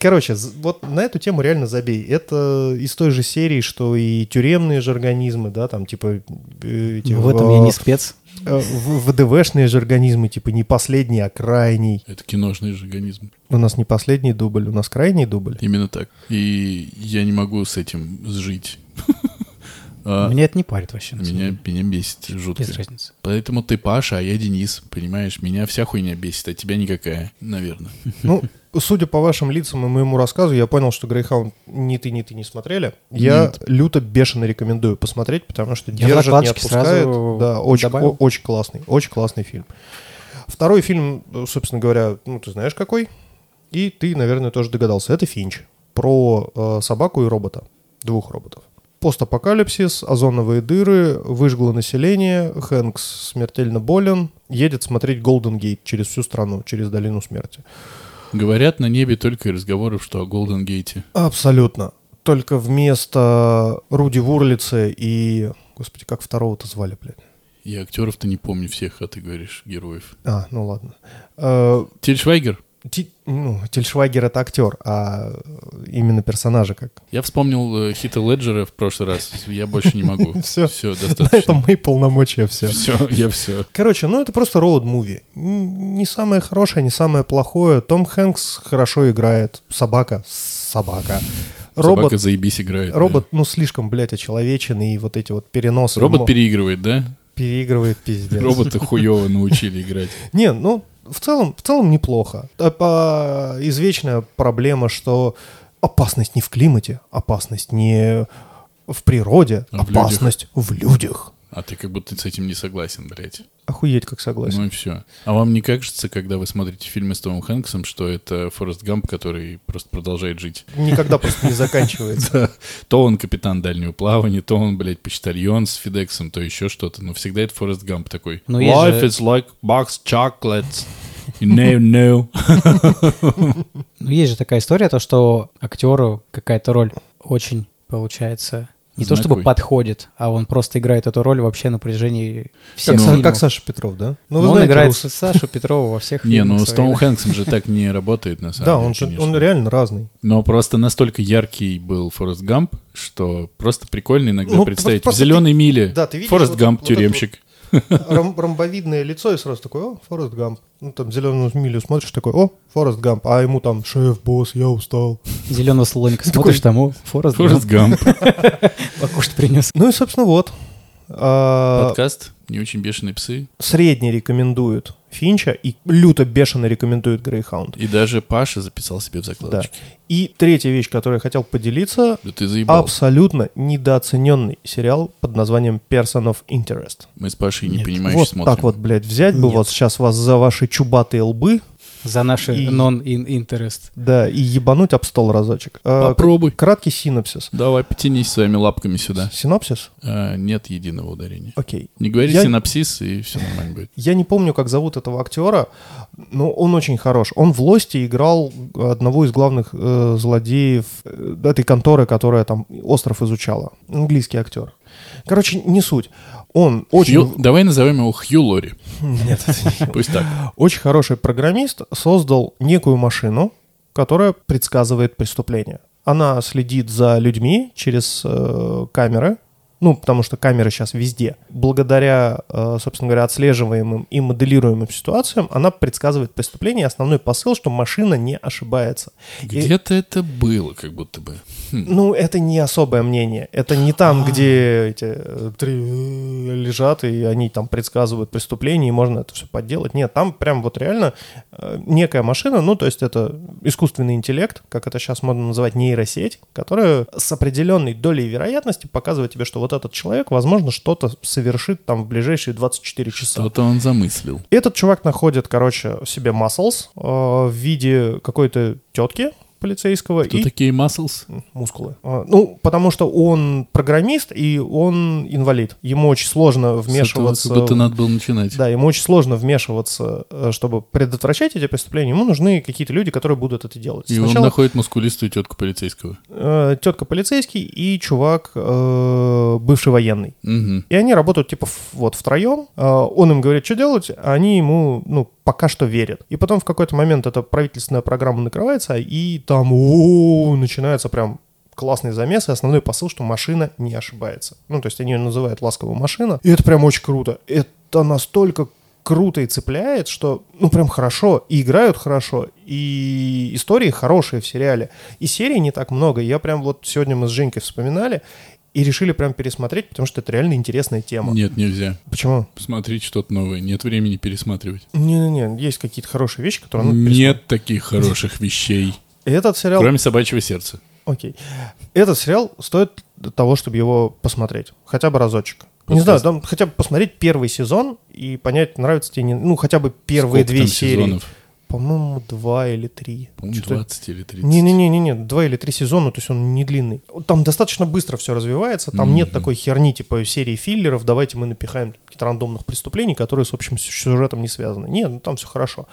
Speaker 3: Короче, з- вот на эту тему реально забей. Это из той же серии, что и тюремные же организмы, да, там типа... э, эти,
Speaker 2: Ну, В этом я не
Speaker 3: э,
Speaker 2: спец.
Speaker 3: э, в- ВДВшные же организмы, типа не последний, а крайний.
Speaker 1: Это киношный же организм.
Speaker 3: У нас не последний дубль, у нас крайний дубль.
Speaker 1: Именно так. И я не могу с этим сжить. А,
Speaker 2: Меня это не парит вообще. на самом
Speaker 1: Меня
Speaker 2: деле.
Speaker 1: меня бесит жутко.
Speaker 2: Без разницы.
Speaker 1: Поэтому ты Паша, а я Денис, понимаешь? Меня вся хуйня бесит, а тебя никакая, наверное.
Speaker 3: Ну, судя по вашим лицам и моему рассказу, я понял, что Грейхаунд ни ты, ни ты не смотрели. Я
Speaker 1: Нет.
Speaker 3: люто бешено рекомендую посмотреть, потому что
Speaker 2: Я в
Speaker 3: держит, не
Speaker 2: закладочке
Speaker 3: отпускает.
Speaker 2: сразу
Speaker 3: Да, очень,
Speaker 2: добавил.
Speaker 3: о- очень классный, очень классный фильм. Второй фильм, э, собственно говоря, ну ты знаешь какой, и ты, наверное, тоже догадался. Это Финч про э, собаку и робота, двух роботов. Постапокалипсис, озоновые дыры, выжгло население, Хэнкс смертельно болен, едет смотреть Голден Гейт через всю страну, через долину смерти.
Speaker 1: Говорят на небе только и разговоров, что о Голден Гейте.
Speaker 3: Абсолютно. Только вместо Руди Вурлица и... Господи, как второго-то звали, блядь?
Speaker 1: Я актеров-то не помню всех, а ты говоришь героев.
Speaker 3: А, ну ладно. Э,
Speaker 1: Тиль Швайгер?
Speaker 3: Ти- ну, Тильшвайгер — это актер, а именно персонажа как.
Speaker 1: Я вспомнил э, Хита Леджера в прошлый раз. Я больше не могу.
Speaker 3: Всё.
Speaker 1: Все,
Speaker 3: На этом
Speaker 1: достаточно.
Speaker 3: мои полномочия все.
Speaker 1: Все, я все.
Speaker 3: Короче, ну это просто роуд-муви. М, Не самое хорошее, не самое плохое. Том Хэнкс хорошо играет. Собака — собака. Робот,
Speaker 1: Собака заебись играет. да.
Speaker 3: робот ну, слишком, блядь, очеловеченный, и вот эти вот переносы.
Speaker 1: Робот
Speaker 3: мо-
Speaker 1: переигрывает, да?
Speaker 3: переигрывает, пиздец.
Speaker 1: Робота хуево научили играть.
Speaker 3: Не, ну, в целом, в целом неплохо. А по- Извечная проблема, что опасность не в климате, опасность не в природе,
Speaker 1: А в людях.
Speaker 3: опасность в людях.
Speaker 1: А ты как будто с этим не согласен, блядь.
Speaker 3: Охуеть, как согласен.
Speaker 1: Ну и все. А вам не кажется, когда вы смотрите фильмы с Томом Хэнксом, что это Форест Гамп, который просто продолжает жить?
Speaker 3: Никогда просто не заканчивается.
Speaker 1: Да. То он капитан дальнего плавания, то он, блядь, почтальон с Фидексом, то еще что-то. Но всегда это Форест Гамп такой.
Speaker 2: Ну, есть
Speaker 1: Life
Speaker 2: же-
Speaker 1: is like box chocolates. You never know.
Speaker 2: Ну, есть же такая история, то, что актеру какая-то роль очень получается... Не то чтобы
Speaker 1: Знаковый.
Speaker 2: подходит, а он просто играет эту роль вообще на протяжении всех
Speaker 3: Как,
Speaker 1: ну,
Speaker 3: Са-
Speaker 2: фильмов.
Speaker 3: как Саша Петров, да? Ну,
Speaker 2: он играет с- Сашу Петрова во всех
Speaker 1: Не, ну
Speaker 2: фильмах
Speaker 1: с
Speaker 2: своих,
Speaker 1: Томом
Speaker 2: да.
Speaker 1: Хэнксом же так не работает, на самом
Speaker 3: Да,
Speaker 1: деле,
Speaker 3: он, же,
Speaker 1: конечно.
Speaker 3: он реально разный.
Speaker 1: Но просто настолько яркий был Форест Гамп, что просто прикольно иногда
Speaker 3: Ну,
Speaker 1: представить. В
Speaker 3: просто ты-
Speaker 1: зеленой миле
Speaker 3: да, ты видишь
Speaker 1: Форест
Speaker 3: вот-
Speaker 1: Гамп
Speaker 3: вот это
Speaker 1: тюремщик.
Speaker 3: Ром- ромбовидное лицо, и сразу такой, о, Форест Гамп. Ну, там зеленую милю смотришь, такой, о, Форест Гамп. А ему там, шеф, босс, я устал.
Speaker 2: Зеленого слоника смотришь, тому Форест
Speaker 1: Форест
Speaker 2: Гамп
Speaker 1: Гамп.
Speaker 2: покушать принес.
Speaker 3: Ну и, собственно, вот. А,
Speaker 1: Подкаст «Не очень бешеные псы».
Speaker 3: средне рекомендуют Финча и люто бешено рекомендуют Грейхаунд.
Speaker 1: И даже Паша записал себе в
Speaker 3: Да.
Speaker 1: закладочке.
Speaker 3: И третья вещь, которую я хотел поделиться,
Speaker 1: Да, ты заебал.
Speaker 3: абсолютно недооцененный сериал под названием Person of Interest.
Speaker 1: Мы с Пашей не
Speaker 2: Нет,
Speaker 1: понимаешь,
Speaker 3: вот
Speaker 1: смотрим.
Speaker 3: так вот, блядь, взять бы
Speaker 2: Нет.
Speaker 3: вот сейчас вас за ваши чубатые лбы,
Speaker 2: За наши
Speaker 3: И-
Speaker 2: non-interest.
Speaker 3: да, и ебануть об стол разочек. А,
Speaker 1: Попробуй.
Speaker 3: к- краткий синопсис.
Speaker 1: Давай, потянись своими лапками сюда.
Speaker 3: Синопсис?
Speaker 1: А, нет единого ударения.
Speaker 3: Окей.
Speaker 1: Не говори
Speaker 3: Я-
Speaker 1: синапсис, и все нормально будет.
Speaker 3: Я не помню, как зовут этого актера, но он очень хорош. Он в «Лости» играл одного из главных э, злодеев э, этой конторы, которая там остров изучала. Английский актер. Короче, не суть. Он очень...
Speaker 1: Хью- Давай назовем его Хью Лори.
Speaker 3: Нет,
Speaker 1: Пусть так.
Speaker 3: очень хороший программист создал некую машину, которая предсказывает преступление. Она следит за людьми через э, камеры, ну, потому что камеры сейчас везде. Благодаря, э, собственно говоря, отслеживаемым и моделируемым ситуациям, она предсказывает преступление. Основной посыл, что машина не ошибается. И-
Speaker 1: Где-то это было, как будто бы. Хм.
Speaker 3: ну, это не особое мнение. Это не там, где эти э, три э, лежат, и они там предсказывают преступление, и можно это все подделать. Нет, там прям вот реально э, некая машина, ну, то есть это искусственный интеллект, как это сейчас модно называть, нейросеть, которая с определенной долей вероятности показывает тебе, что вот этот человек, возможно, что-то совершит там в ближайшие 24 часа.
Speaker 1: Что-то он замыслил.
Speaker 3: Этот чувак находит, короче, в себе muscles э, в виде какой-то тетки полицейского.
Speaker 1: Кто
Speaker 3: и
Speaker 1: такие Маслс?
Speaker 3: мускулы. А, Ну, потому что он программист и он инвалид. Ему очень сложно вмешиваться.
Speaker 1: Как будто надо было начинать.
Speaker 3: Да, ему очень сложно вмешиваться, э, чтобы предотвращать эти преступления. Ему нужны какие-то люди, которые будут это делать. э,
Speaker 1: И он находит мускулистую тетку полицейского.
Speaker 3: тетка полицейский и чувак э, бывший военный.
Speaker 1: Мгм.
Speaker 3: И они работают типа в- вот втроем. Э, Он им говорит, что делать, а они ему, ну, пока что верят. И потом в какой-то момент эта правительственная программа накрывается, и там о, начинается прям классный замес и основной посыл, что машина не ошибается. Ну, то есть они ее называют ласково машина. И это прям очень круто. Это настолько круто и цепляет, что, ну, прям хорошо, и играют хорошо, и истории хорошие в сериале, и серий не так много. Я прям вот сегодня мы с Женькой вспоминали, и решили прям пересмотреть, потому что это реально интересная тема.
Speaker 1: Нет, нельзя.
Speaker 3: Почему?
Speaker 1: Смотреть что-то новое. Нет времени пересматривать.
Speaker 3: Не-не-не, есть какие-то хорошие вещи,
Speaker 1: Ну,
Speaker 3: которые надо пересмотреть.
Speaker 1: Нет таких хороших вещей.
Speaker 3: Этот сериал...
Speaker 1: Кроме собачьего сердца.
Speaker 3: Окей. Этот сериал стоит того, чтобы его посмотреть. Хотя бы разочек. Не
Speaker 1: Подкаст.
Speaker 3: знаю, там хотя бы посмотреть первый сезон и понять, нравится тебе не... Ну, хотя бы первые
Speaker 1: Сколько
Speaker 3: две
Speaker 1: там
Speaker 3: серии.
Speaker 1: сезонов?
Speaker 3: По-моему, два или три.
Speaker 1: По-моему,
Speaker 3: Что-то-
Speaker 1: 20 или 30.
Speaker 3: Не-не-не-не, два или три сезона, то есть он не длинный. Там достаточно быстро все развивается, там нет такой херни, типа серии филлеров, давайте мы напихаем каких-то рандомных преступлений, которые с общим сю- сюжетом не связаны. Нет, ну там все хорошо.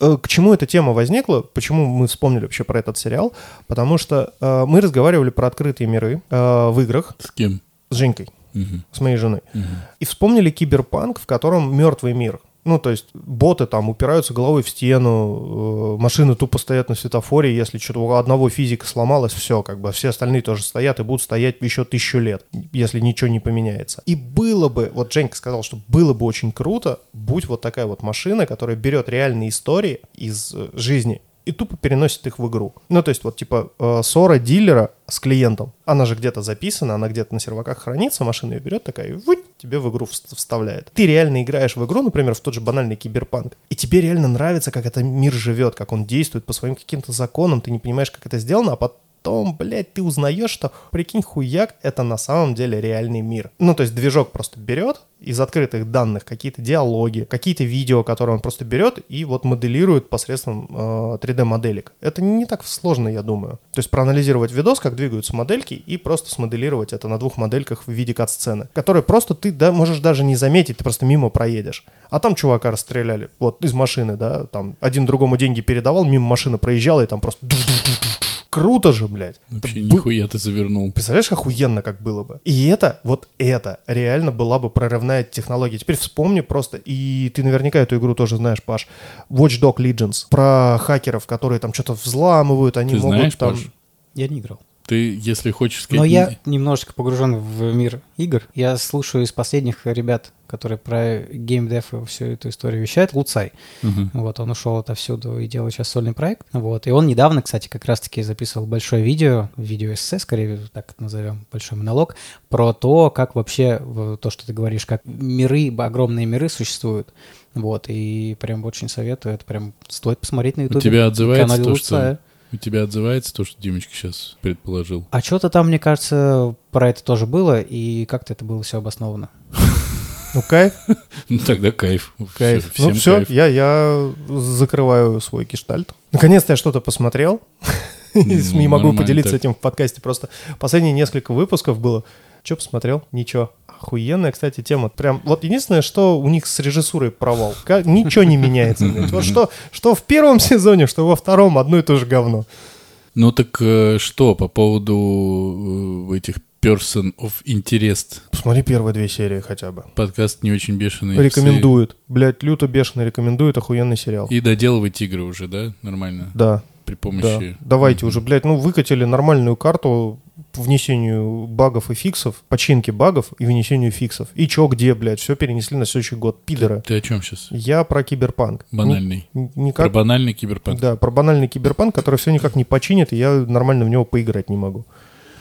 Speaker 3: Э, К чему эта тема возникла, почему мы вспомнили вообще про этот сериал? Потому что э, мы разговаривали про открытые миры э, в играх
Speaker 1: С кем?
Speaker 3: с Женькой,
Speaker 1: Мгм,
Speaker 3: с моей женой.
Speaker 1: мгм.
Speaker 3: И вспомнили киберпанк, в котором мертвый мир. Ну, то есть боты там упираются головой в стену, э, машины тупо стоят на светофоре, если что-то у одного физика сломалось, все, как бы а все остальные тоже стоят и будут стоять еще тысячу лет, если ничего не поменяется. И было бы, вот Женька сказал, что было бы очень круто, будь вот такая вот машина, которая берет реальные истории из э, жизни и тупо переносит их в игру. Ну, то есть, вот, типа, э, ссора дилера с клиентом. Она же где-то записана, она где-то на серваках хранится, машина ее берет такая, и выть, тебе в игру вс- вставляет. Ты реально играешь в игру, например, в тот же банальный киберпанк, и тебе реально нравится, как этот мир живет, как он действует по своим каким-то законам, ты не понимаешь, как это сделано, а потом потом, блядь, ты узнаешь, что, прикинь, хуяк, это на самом деле реальный мир. Ну, то есть движок просто берет из открытых данных какие-то диалоги, какие-то видео, которые он просто берет и вот моделирует посредством э, 3D-моделек. Это не так сложно, я думаю. То есть проанализировать видос, как двигаются модельки, и просто смоделировать это на двух модельках в виде кат-сцены, которые просто ты да, можешь даже не заметить, ты просто мимо проедешь. А там чувака расстреляли, вот, из машины, да, там один другому деньги передавал, мимо машина проезжала, и там просто Круто же, блядь.
Speaker 1: Вообще
Speaker 3: Это бы-
Speaker 1: нихуя ты завернул.
Speaker 3: Представляешь, охуенно как было бы. И это, вот это, реально была бы прорывная технология. Теперь вспомни просто, и ты наверняка эту игру тоже знаешь, Паш, Watch Dog Legends, про хакеров, которые там что-то взламывают, они
Speaker 1: Ты
Speaker 3: могут
Speaker 1: знаешь,
Speaker 3: там...
Speaker 1: Паш?
Speaker 2: Я не играл.
Speaker 1: Ты, если хочешь сказать...
Speaker 2: Но я
Speaker 1: не-
Speaker 2: немножечко погружен в мир игр. Я слушаю из последних ребят, которые про геймдев и всю эту историю вещают, Луцай.
Speaker 1: Мгм.
Speaker 2: Вот, он ушел отовсюду и делает сейчас сольный проект. Вот, и он недавно, кстати, как раз-таки записывал большое видео, видео эссе, скорее так это назовем, большой монолог, про то, как вообще, в- то, что ты говоришь, как миры, б- огромные миры существуют. Вот, и прям очень советую, это прям стоит посмотреть на
Speaker 1: У
Speaker 2: ютубе.
Speaker 1: тебя отзывается
Speaker 2: канале
Speaker 1: то, что...
Speaker 2: Луцая.
Speaker 1: У тебя отзывается то, что Димочка сейчас предположил.
Speaker 2: А что-то там, мне кажется, про это тоже было, и как-то это было все обосновано.
Speaker 3: Ну, кайф,
Speaker 1: Ну тогда кайф.
Speaker 3: кайф.
Speaker 1: Всё,
Speaker 3: ну,
Speaker 1: всем
Speaker 3: все,
Speaker 1: кайф.
Speaker 3: Я, я закрываю свой киштальт. Наконец-то я что-то посмотрел. Не могу
Speaker 1: нормально
Speaker 3: поделиться
Speaker 1: так.
Speaker 3: этим в подкасте. Просто последние несколько выпусков было. Че посмотрел? Ничего. Охуенная, кстати, тема. Прям вот единственное, что у них с режиссурой провал. Как, ничего не меняется. блядь. Вот что, что в первом сезоне, что во втором одно и то же говно.
Speaker 1: Ну так э, что по поводу э, этих person of interest?
Speaker 3: Посмотри первые две серии хотя бы.
Speaker 1: Подкаст не очень бешеный.
Speaker 3: Рекомендуют. Блять, люто бешено рекомендуют охуенный сериал.
Speaker 1: И доделывать игры уже, да? Нормально.
Speaker 3: Да.
Speaker 1: При
Speaker 3: Да.
Speaker 1: помощи...
Speaker 3: Давайте уже, блядь, ну выкатили нормальную карту по внесению багов и фиксов, починке багов и внесению фиксов. И чё, где, блядь, все перенесли на следующий год, пидоры.
Speaker 1: Ты о чем
Speaker 2: Ну,
Speaker 1: сейчас?
Speaker 3: Я про киберпанк.
Speaker 1: Банальный.
Speaker 3: Н-
Speaker 1: Про
Speaker 3: Никак,
Speaker 1: банальный киберпанк.
Speaker 3: да, про банальный киберпанк, который все никак не починит, и я нормально в него поиграть не могу.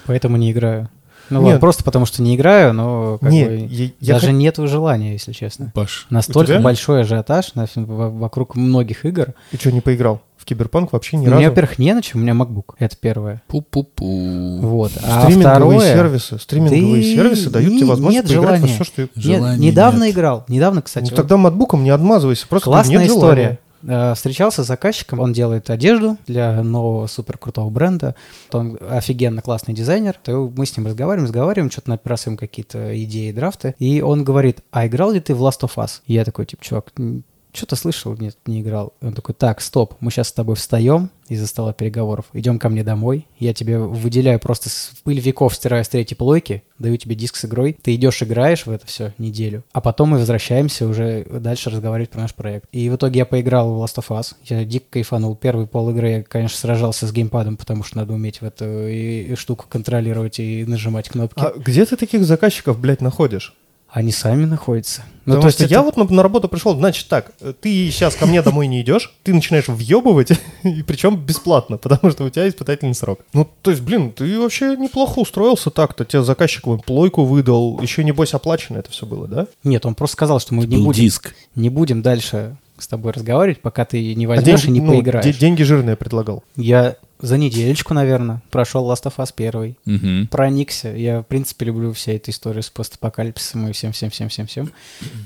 Speaker 2: Поэтому не играю. Ну
Speaker 3: Нет.
Speaker 2: ладно, просто потому что не играю, но как
Speaker 3: Не,
Speaker 2: бы
Speaker 3: я- я
Speaker 2: даже
Speaker 3: хот-
Speaker 2: нету желания, если честно.
Speaker 1: Паш,
Speaker 3: У
Speaker 2: Настолько
Speaker 3: тебя?
Speaker 2: большой ажиотаж на- во- вокруг многих игр.
Speaker 3: Ты что, не поиграл? В киберпанк вообще ни
Speaker 2: у меня,
Speaker 3: разу.
Speaker 2: во-первых, не на чем, у меня MacBook. Это первое.
Speaker 1: пу-пу-пу.
Speaker 2: Вот. А
Speaker 3: стриминговые
Speaker 2: второе...
Speaker 3: сервисы, стриминговые
Speaker 2: Ты-
Speaker 3: сервисы дают тебе
Speaker 2: не-
Speaker 3: возможность
Speaker 2: нет
Speaker 3: поиграть во
Speaker 2: желания.
Speaker 3: все, что... ты-
Speaker 2: Нет,
Speaker 1: Желания
Speaker 2: недавно
Speaker 1: нет.
Speaker 2: играл, недавно, кстати.
Speaker 3: Ну,
Speaker 2: вот.
Speaker 3: тогда матбуком не отмазывайся, просто
Speaker 2: Классная
Speaker 3: нет желания.
Speaker 2: история. Э, Встречался с заказчиком, он делает одежду для нового супер крутого бренда. Он офигенно классный дизайнер. То мы с ним разговариваем, разговариваем, что-то набрасываем какие-то идеи, драфты. И он говорит, а играл ли ты в Last of Us? И я такой, типа, чувак, м, что-то слышал, нет, не играл. И он такой, так, стоп, мы сейчас с тобой встаем из-за стола переговоров, идем ко мне домой, я тебе выделяю просто с пыль веков, стирая с третьей плойки, даю тебе диск с игрой, ты идешь, играешь в это все неделю, а потом мы возвращаемся уже дальше разговаривать про наш проект. И в итоге я поиграл в Last of Us, я дико кайфанул. Первый пол игры я, конечно, сражался с геймпадом, потому что надо уметь в эту и- и штуку контролировать и нажимать кнопки.
Speaker 3: А где ты таких заказчиков, блядь, находишь?
Speaker 2: Они сами находятся. Ну,
Speaker 3: Потому
Speaker 2: то есть
Speaker 3: что
Speaker 2: это-
Speaker 3: я вот на, на работу пришел, значит так, э, ты сейчас ко мне домой не идешь, ты начинаешь въебывать, и причем бесплатно, потому что у тебя испытательный срок. Ну, то есть, блин, ты вообще неплохо устроился так-то, тебе заказчик вон плойку выдал, еще небось оплачено это все было, да?
Speaker 2: Нет, он просто сказал, что мы не
Speaker 1: Был
Speaker 2: будем,
Speaker 1: диск.
Speaker 2: не будем дальше с тобой разговаривать, пока ты не
Speaker 3: А
Speaker 2: возьмешь и не
Speaker 3: ну,
Speaker 2: поиграешь.
Speaker 3: де- деньги жирные предлагал.
Speaker 2: Я за неделечку, наверное, прошел Last of Us 1.
Speaker 1: Мгм.
Speaker 2: Проникся. Я, в принципе, люблю вся эта история с постапокалипсисом и всем-всем-всем-всем-всем.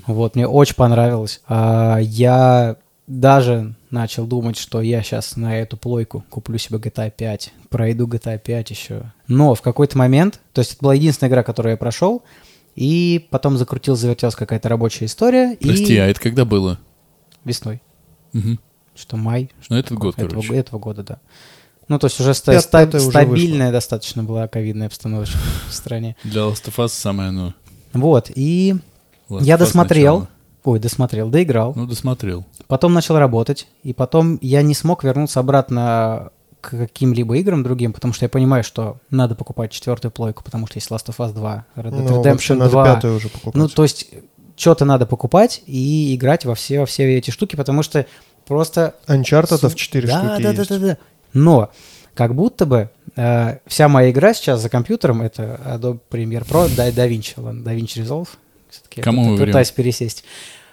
Speaker 2: Вот, мне очень понравилось. А, я даже начал думать, что я сейчас на эту плойку куплю себе GTA 5, пройду GTA 5 еще. Но в какой-то момент, то есть это была единственная игра, которую я прошел, и потом закрутил, завертелась какая-то рабочая история.
Speaker 1: Прости,
Speaker 2: и...
Speaker 1: а это когда было?
Speaker 2: Весной.
Speaker 1: Мгм.
Speaker 2: Что май,
Speaker 1: Ну, этот год,
Speaker 2: этого,
Speaker 1: короче.
Speaker 2: этого года, да. Ну, то есть уже ста-
Speaker 3: Пят-
Speaker 2: ста-
Speaker 3: пятая уже
Speaker 2: стабильная достаточно была ковидная обстановочка в стране.
Speaker 1: Для Last of Us самое оно.
Speaker 2: Вот, и
Speaker 1: Last
Speaker 2: я
Speaker 1: of Us
Speaker 2: досмотрел.
Speaker 1: начало.
Speaker 2: Ой, досмотрел, доиграл.
Speaker 1: Ну, досмотрел.
Speaker 2: Потом начал работать, и потом я не смог вернуться обратно к каким-либо играм другим, потому что я понимаю, что надо покупать четвертую плойку, потому что есть Last of Us 2, Red Dead
Speaker 3: Ну, вообще
Speaker 2: Redemption
Speaker 3: надо
Speaker 2: 2.
Speaker 3: пятую уже покупать.
Speaker 2: Ну, то есть что-то надо покупать и играть во все, во все эти штуки, потому что просто
Speaker 3: Uncharted в 4
Speaker 2: Ну, да,
Speaker 3: штуки
Speaker 2: да,
Speaker 3: есть.
Speaker 2: Да, да, да. Но как будто бы э, вся моя игра сейчас за компьютером это Adobe Premiere Pro, да, DaVinci, ладно, DaVinci Resolve. Все-таки
Speaker 1: Кому
Speaker 2: я
Speaker 1: мы
Speaker 2: тут
Speaker 1: врем?
Speaker 2: пытаюсь пересесть.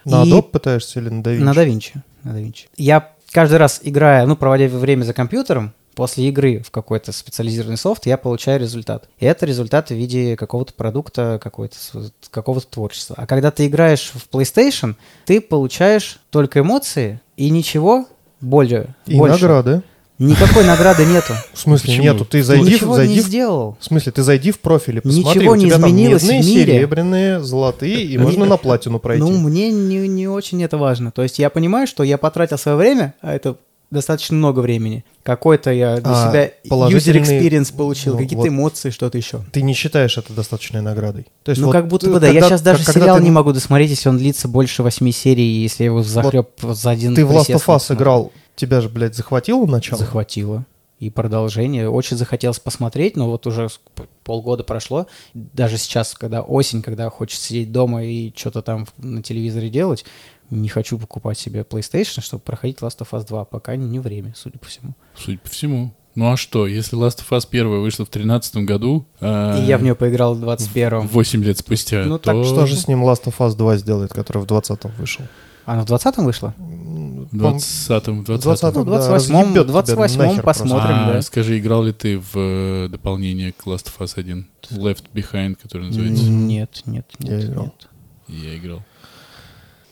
Speaker 3: На
Speaker 2: И-
Speaker 3: Adobe пытаешься или на DaVinci?
Speaker 2: На DaVinci. На DaVinci. Я каждый раз играя, ну, проводя время за компьютером, после игры в какой-то специализированный софт, я получаю результат. И это результат в виде какого-то продукта, какой-то, с- какого-то творчества. А когда ты играешь в PlayStation, ты получаешь только эмоции и ничего более.
Speaker 3: И
Speaker 2: больше.
Speaker 3: награды.
Speaker 2: Никакой награды нету.
Speaker 3: В смысле,
Speaker 1: Почему?
Speaker 3: нету, ты
Speaker 2: Ты
Speaker 3: зайди,
Speaker 2: ничего
Speaker 3: зайди
Speaker 2: не
Speaker 3: в
Speaker 2: сделал.
Speaker 3: В смысле, ты зайди в профиль и посмотри,
Speaker 2: Ничего
Speaker 3: у
Speaker 2: не
Speaker 3: тебя там
Speaker 2: изменилось в
Speaker 3: медные,
Speaker 2: мире.
Speaker 3: серебряные, золотые, и
Speaker 2: Ну,
Speaker 3: можно на платину пройти.
Speaker 2: Ну, мне не, не очень это важно. То есть я понимаю, что я потратил свое время, а это достаточно много времени. Какой-то я для
Speaker 3: А,
Speaker 2: себя user
Speaker 3: положительный-
Speaker 2: experience получил,
Speaker 3: ну,
Speaker 2: какие-то
Speaker 3: вот.
Speaker 2: эмоции, что-то еще.
Speaker 3: Ты не считаешь это достаточной наградой. То есть
Speaker 2: ну,
Speaker 3: вот
Speaker 2: как будто
Speaker 3: ты-
Speaker 2: бы да. я
Speaker 3: когда-
Speaker 2: сейчас даже
Speaker 3: когда
Speaker 2: сериал
Speaker 3: ты-
Speaker 2: не могу досмотреть, если он длится больше восьми серий, и если я его захлеб за один
Speaker 3: Ты в Last
Speaker 2: присест
Speaker 3: of Us
Speaker 2: смотрю.
Speaker 3: играл, тебя же, блядь, захватило начало?
Speaker 2: Захватило. И продолжение. Очень захотелось посмотреть, но вот уже с- п- полгода прошло. Даже сейчас, когда осень, когда хочется сидеть дома и что-то там в- на телевизоре делать, не хочу покупать себе PlayStation, чтобы проходить Last of Us 2. Пока не время, судя по всему.
Speaker 1: Судя по всему. Ну а что, если Last of Us 1 вышла в 2013 году, а,
Speaker 2: И я в нее поиграл в 21-м.
Speaker 1: 8 лет спустя,
Speaker 2: Ну,
Speaker 1: то...
Speaker 2: так
Speaker 3: Что же с ним Last of Us 2 сделает, который в 20-м вышел?
Speaker 2: Она в 20-м вышла?
Speaker 1: В 20-м, в 20-м.
Speaker 2: Ну,
Speaker 3: да,
Speaker 2: 28-м,
Speaker 3: разъебет тебя
Speaker 2: 28-м
Speaker 3: нахер
Speaker 2: посмотрим.
Speaker 3: просто.
Speaker 1: А,
Speaker 2: да.
Speaker 1: скажи, играл ли ты в э, дополнение к Last of Us 1? Left Behind, который называется.
Speaker 2: Нет, нет,
Speaker 3: Я
Speaker 2: нет,
Speaker 3: играл.
Speaker 2: нет.
Speaker 1: Я играл.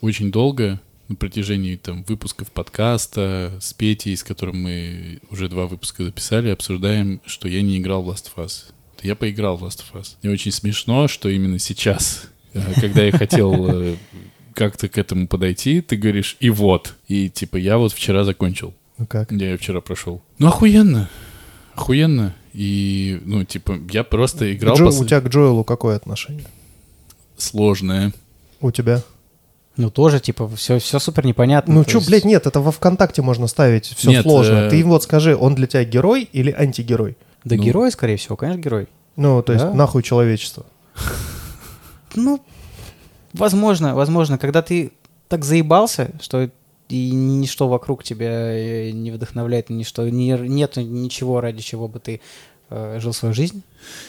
Speaker 1: Очень долго, на протяжении там выпусков подкаста с Петей, с которым мы уже два выпуска записали, обсуждаем, что я не играл в Last of Us. Я поиграл в Last of Us. И очень смешно, что именно сейчас, э, когда я хотел э, как-то к этому подойти, ты говоришь «и вот». И типа я вот вчера закончил.
Speaker 3: Ну как?
Speaker 1: Я ее вчера прошел. Ну, охуенно. Охуенно. И, ну, типа, я просто играл
Speaker 3: Джо-
Speaker 1: после-
Speaker 3: У тебя к Джоэлу какое отношение?
Speaker 1: сложное.
Speaker 3: У тебя?
Speaker 2: Ну, тоже, типа, все, все супер непонятно.
Speaker 3: Ну
Speaker 2: то
Speaker 3: чё,
Speaker 2: есть-
Speaker 3: блядь, нет, это во ВКонтакте можно ставить, все
Speaker 1: Нет,
Speaker 3: сложно.
Speaker 1: э,
Speaker 3: Ты вот скажи, он для тебя герой или антигерой?
Speaker 2: Да
Speaker 1: ну.
Speaker 2: герой, скорее всего, конечно, герой.
Speaker 3: Ну, то есть,
Speaker 2: Да.
Speaker 3: нахуй человечество.
Speaker 2: Ну, возможно, возможно, когда ты так заебался, что и ничто вокруг тебя э, не вдохновляет, ничто, не, нету ничего, ради чего бы ты э, жил свою жизнь,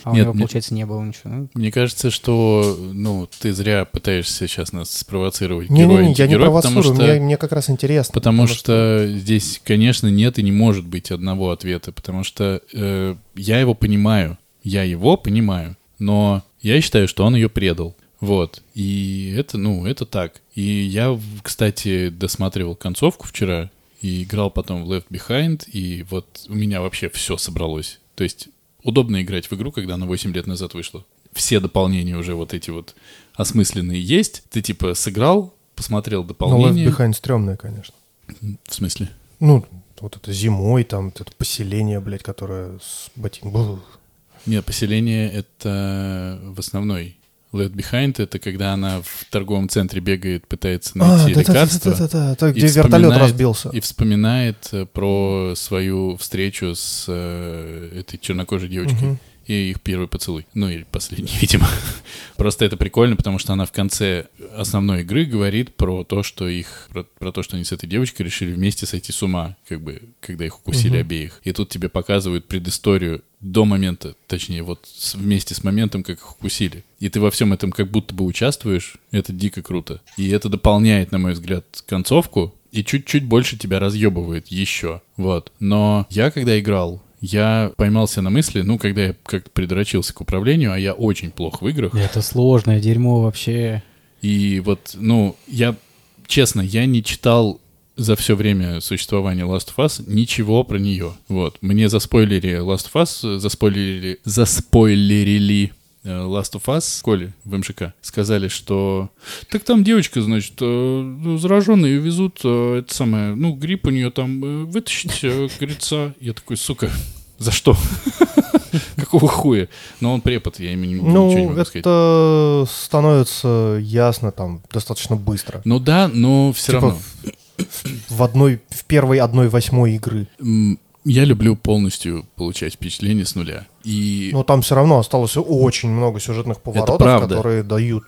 Speaker 2: а
Speaker 1: Нет,
Speaker 2: у него,
Speaker 1: мне-
Speaker 2: получается, не было ничего. Ну,
Speaker 1: Мне кажется, что, ну, ты зря пытаешься сейчас нас спровоцировать. герой,
Speaker 3: Не-не-не, я не
Speaker 1: антигерой,
Speaker 3: провоцирую,
Speaker 1: потому что,
Speaker 3: мне, мне как раз интересно.
Speaker 1: потому что здесь, конечно, нет и не может быть одного ответа, потому что э, я его понимаю, я его понимаю, но я считаю, что он ее предал. Вот. И это, ну, это так. И я, в- кстати, досматривал концовку вчера и играл потом в Left Behind, и вот у меня вообще все собралось. То есть удобно играть в игру, когда она 8 лет назад вышла. Все дополнения уже вот эти вот осмысленные есть. Ты типа сыграл, посмотрел
Speaker 3: Ну, Left
Speaker 1: дополнение.
Speaker 3: Behind стрёмное, конечно.
Speaker 1: в смысле?
Speaker 3: Ну, вот это зимой, там, вот это поселение, блядь, которое с ботинком. Бух.
Speaker 1: Нет, поселение это в основной. Left Behind это когда она в торговом центре бегает, пытается
Speaker 3: А,
Speaker 1: найти лекарство.
Speaker 3: да-да-да-да-да, так,
Speaker 1: и
Speaker 3: где вертолет
Speaker 1: вспоминает-
Speaker 3: разбился.
Speaker 1: И вспоминает э, про свою встречу с э, этой чернокожей девочкой.
Speaker 3: Мгм.
Speaker 1: И их первый поцелуй. Ну, или последний, видимо. Просто это прикольно, потому что она в конце основной игры говорит про то, что их... Про, про то, что они с этой девочкой решили вместе сойти с ума, как бы, когда их укусили обеих. И тут тебе показывают предысторию до момента, точнее, вот с- вместе с моментом, как их укусили. И ты во всем этом как будто бы участвуешь. Это дико круто. И это дополняет, на мой взгляд, концовку, и чуть-чуть больше тебя разъебывает еще. Вот. Но я, когда играл, я поймался на мысли, ну, когда я как-то придрочился к управлению, а я очень плох в играх.
Speaker 2: Это сложное дерьмо вообще.
Speaker 1: И вот, ну, я, честно, я не читал за все время существования Last of Us ничего про нее. Вот. Мне заспойлерили Last of Us, э, заспойлерили, заспойлерили э, Last of Us, Коле, в МЖК, сказали, что так там девочка, значит, э, зараженные везут, э, это самое, ну, грипп у нее там, э, вытащить, э, как говорится. Я такой, сука, за что? Какого хуя? Но он препод, я ему не- ничего не
Speaker 3: Ну,
Speaker 1: могу сказать.
Speaker 3: это становится ясно там достаточно быстро.
Speaker 1: Ну да, но все
Speaker 3: Типа
Speaker 1: равно.
Speaker 3: в- в одной, в первой одной восьмой игры.
Speaker 1: М, Я люблю полностью получать впечатление с нуля. И,
Speaker 3: Но там все равно осталось очень много сюжетных поворотов,
Speaker 1: правда.
Speaker 3: которые дают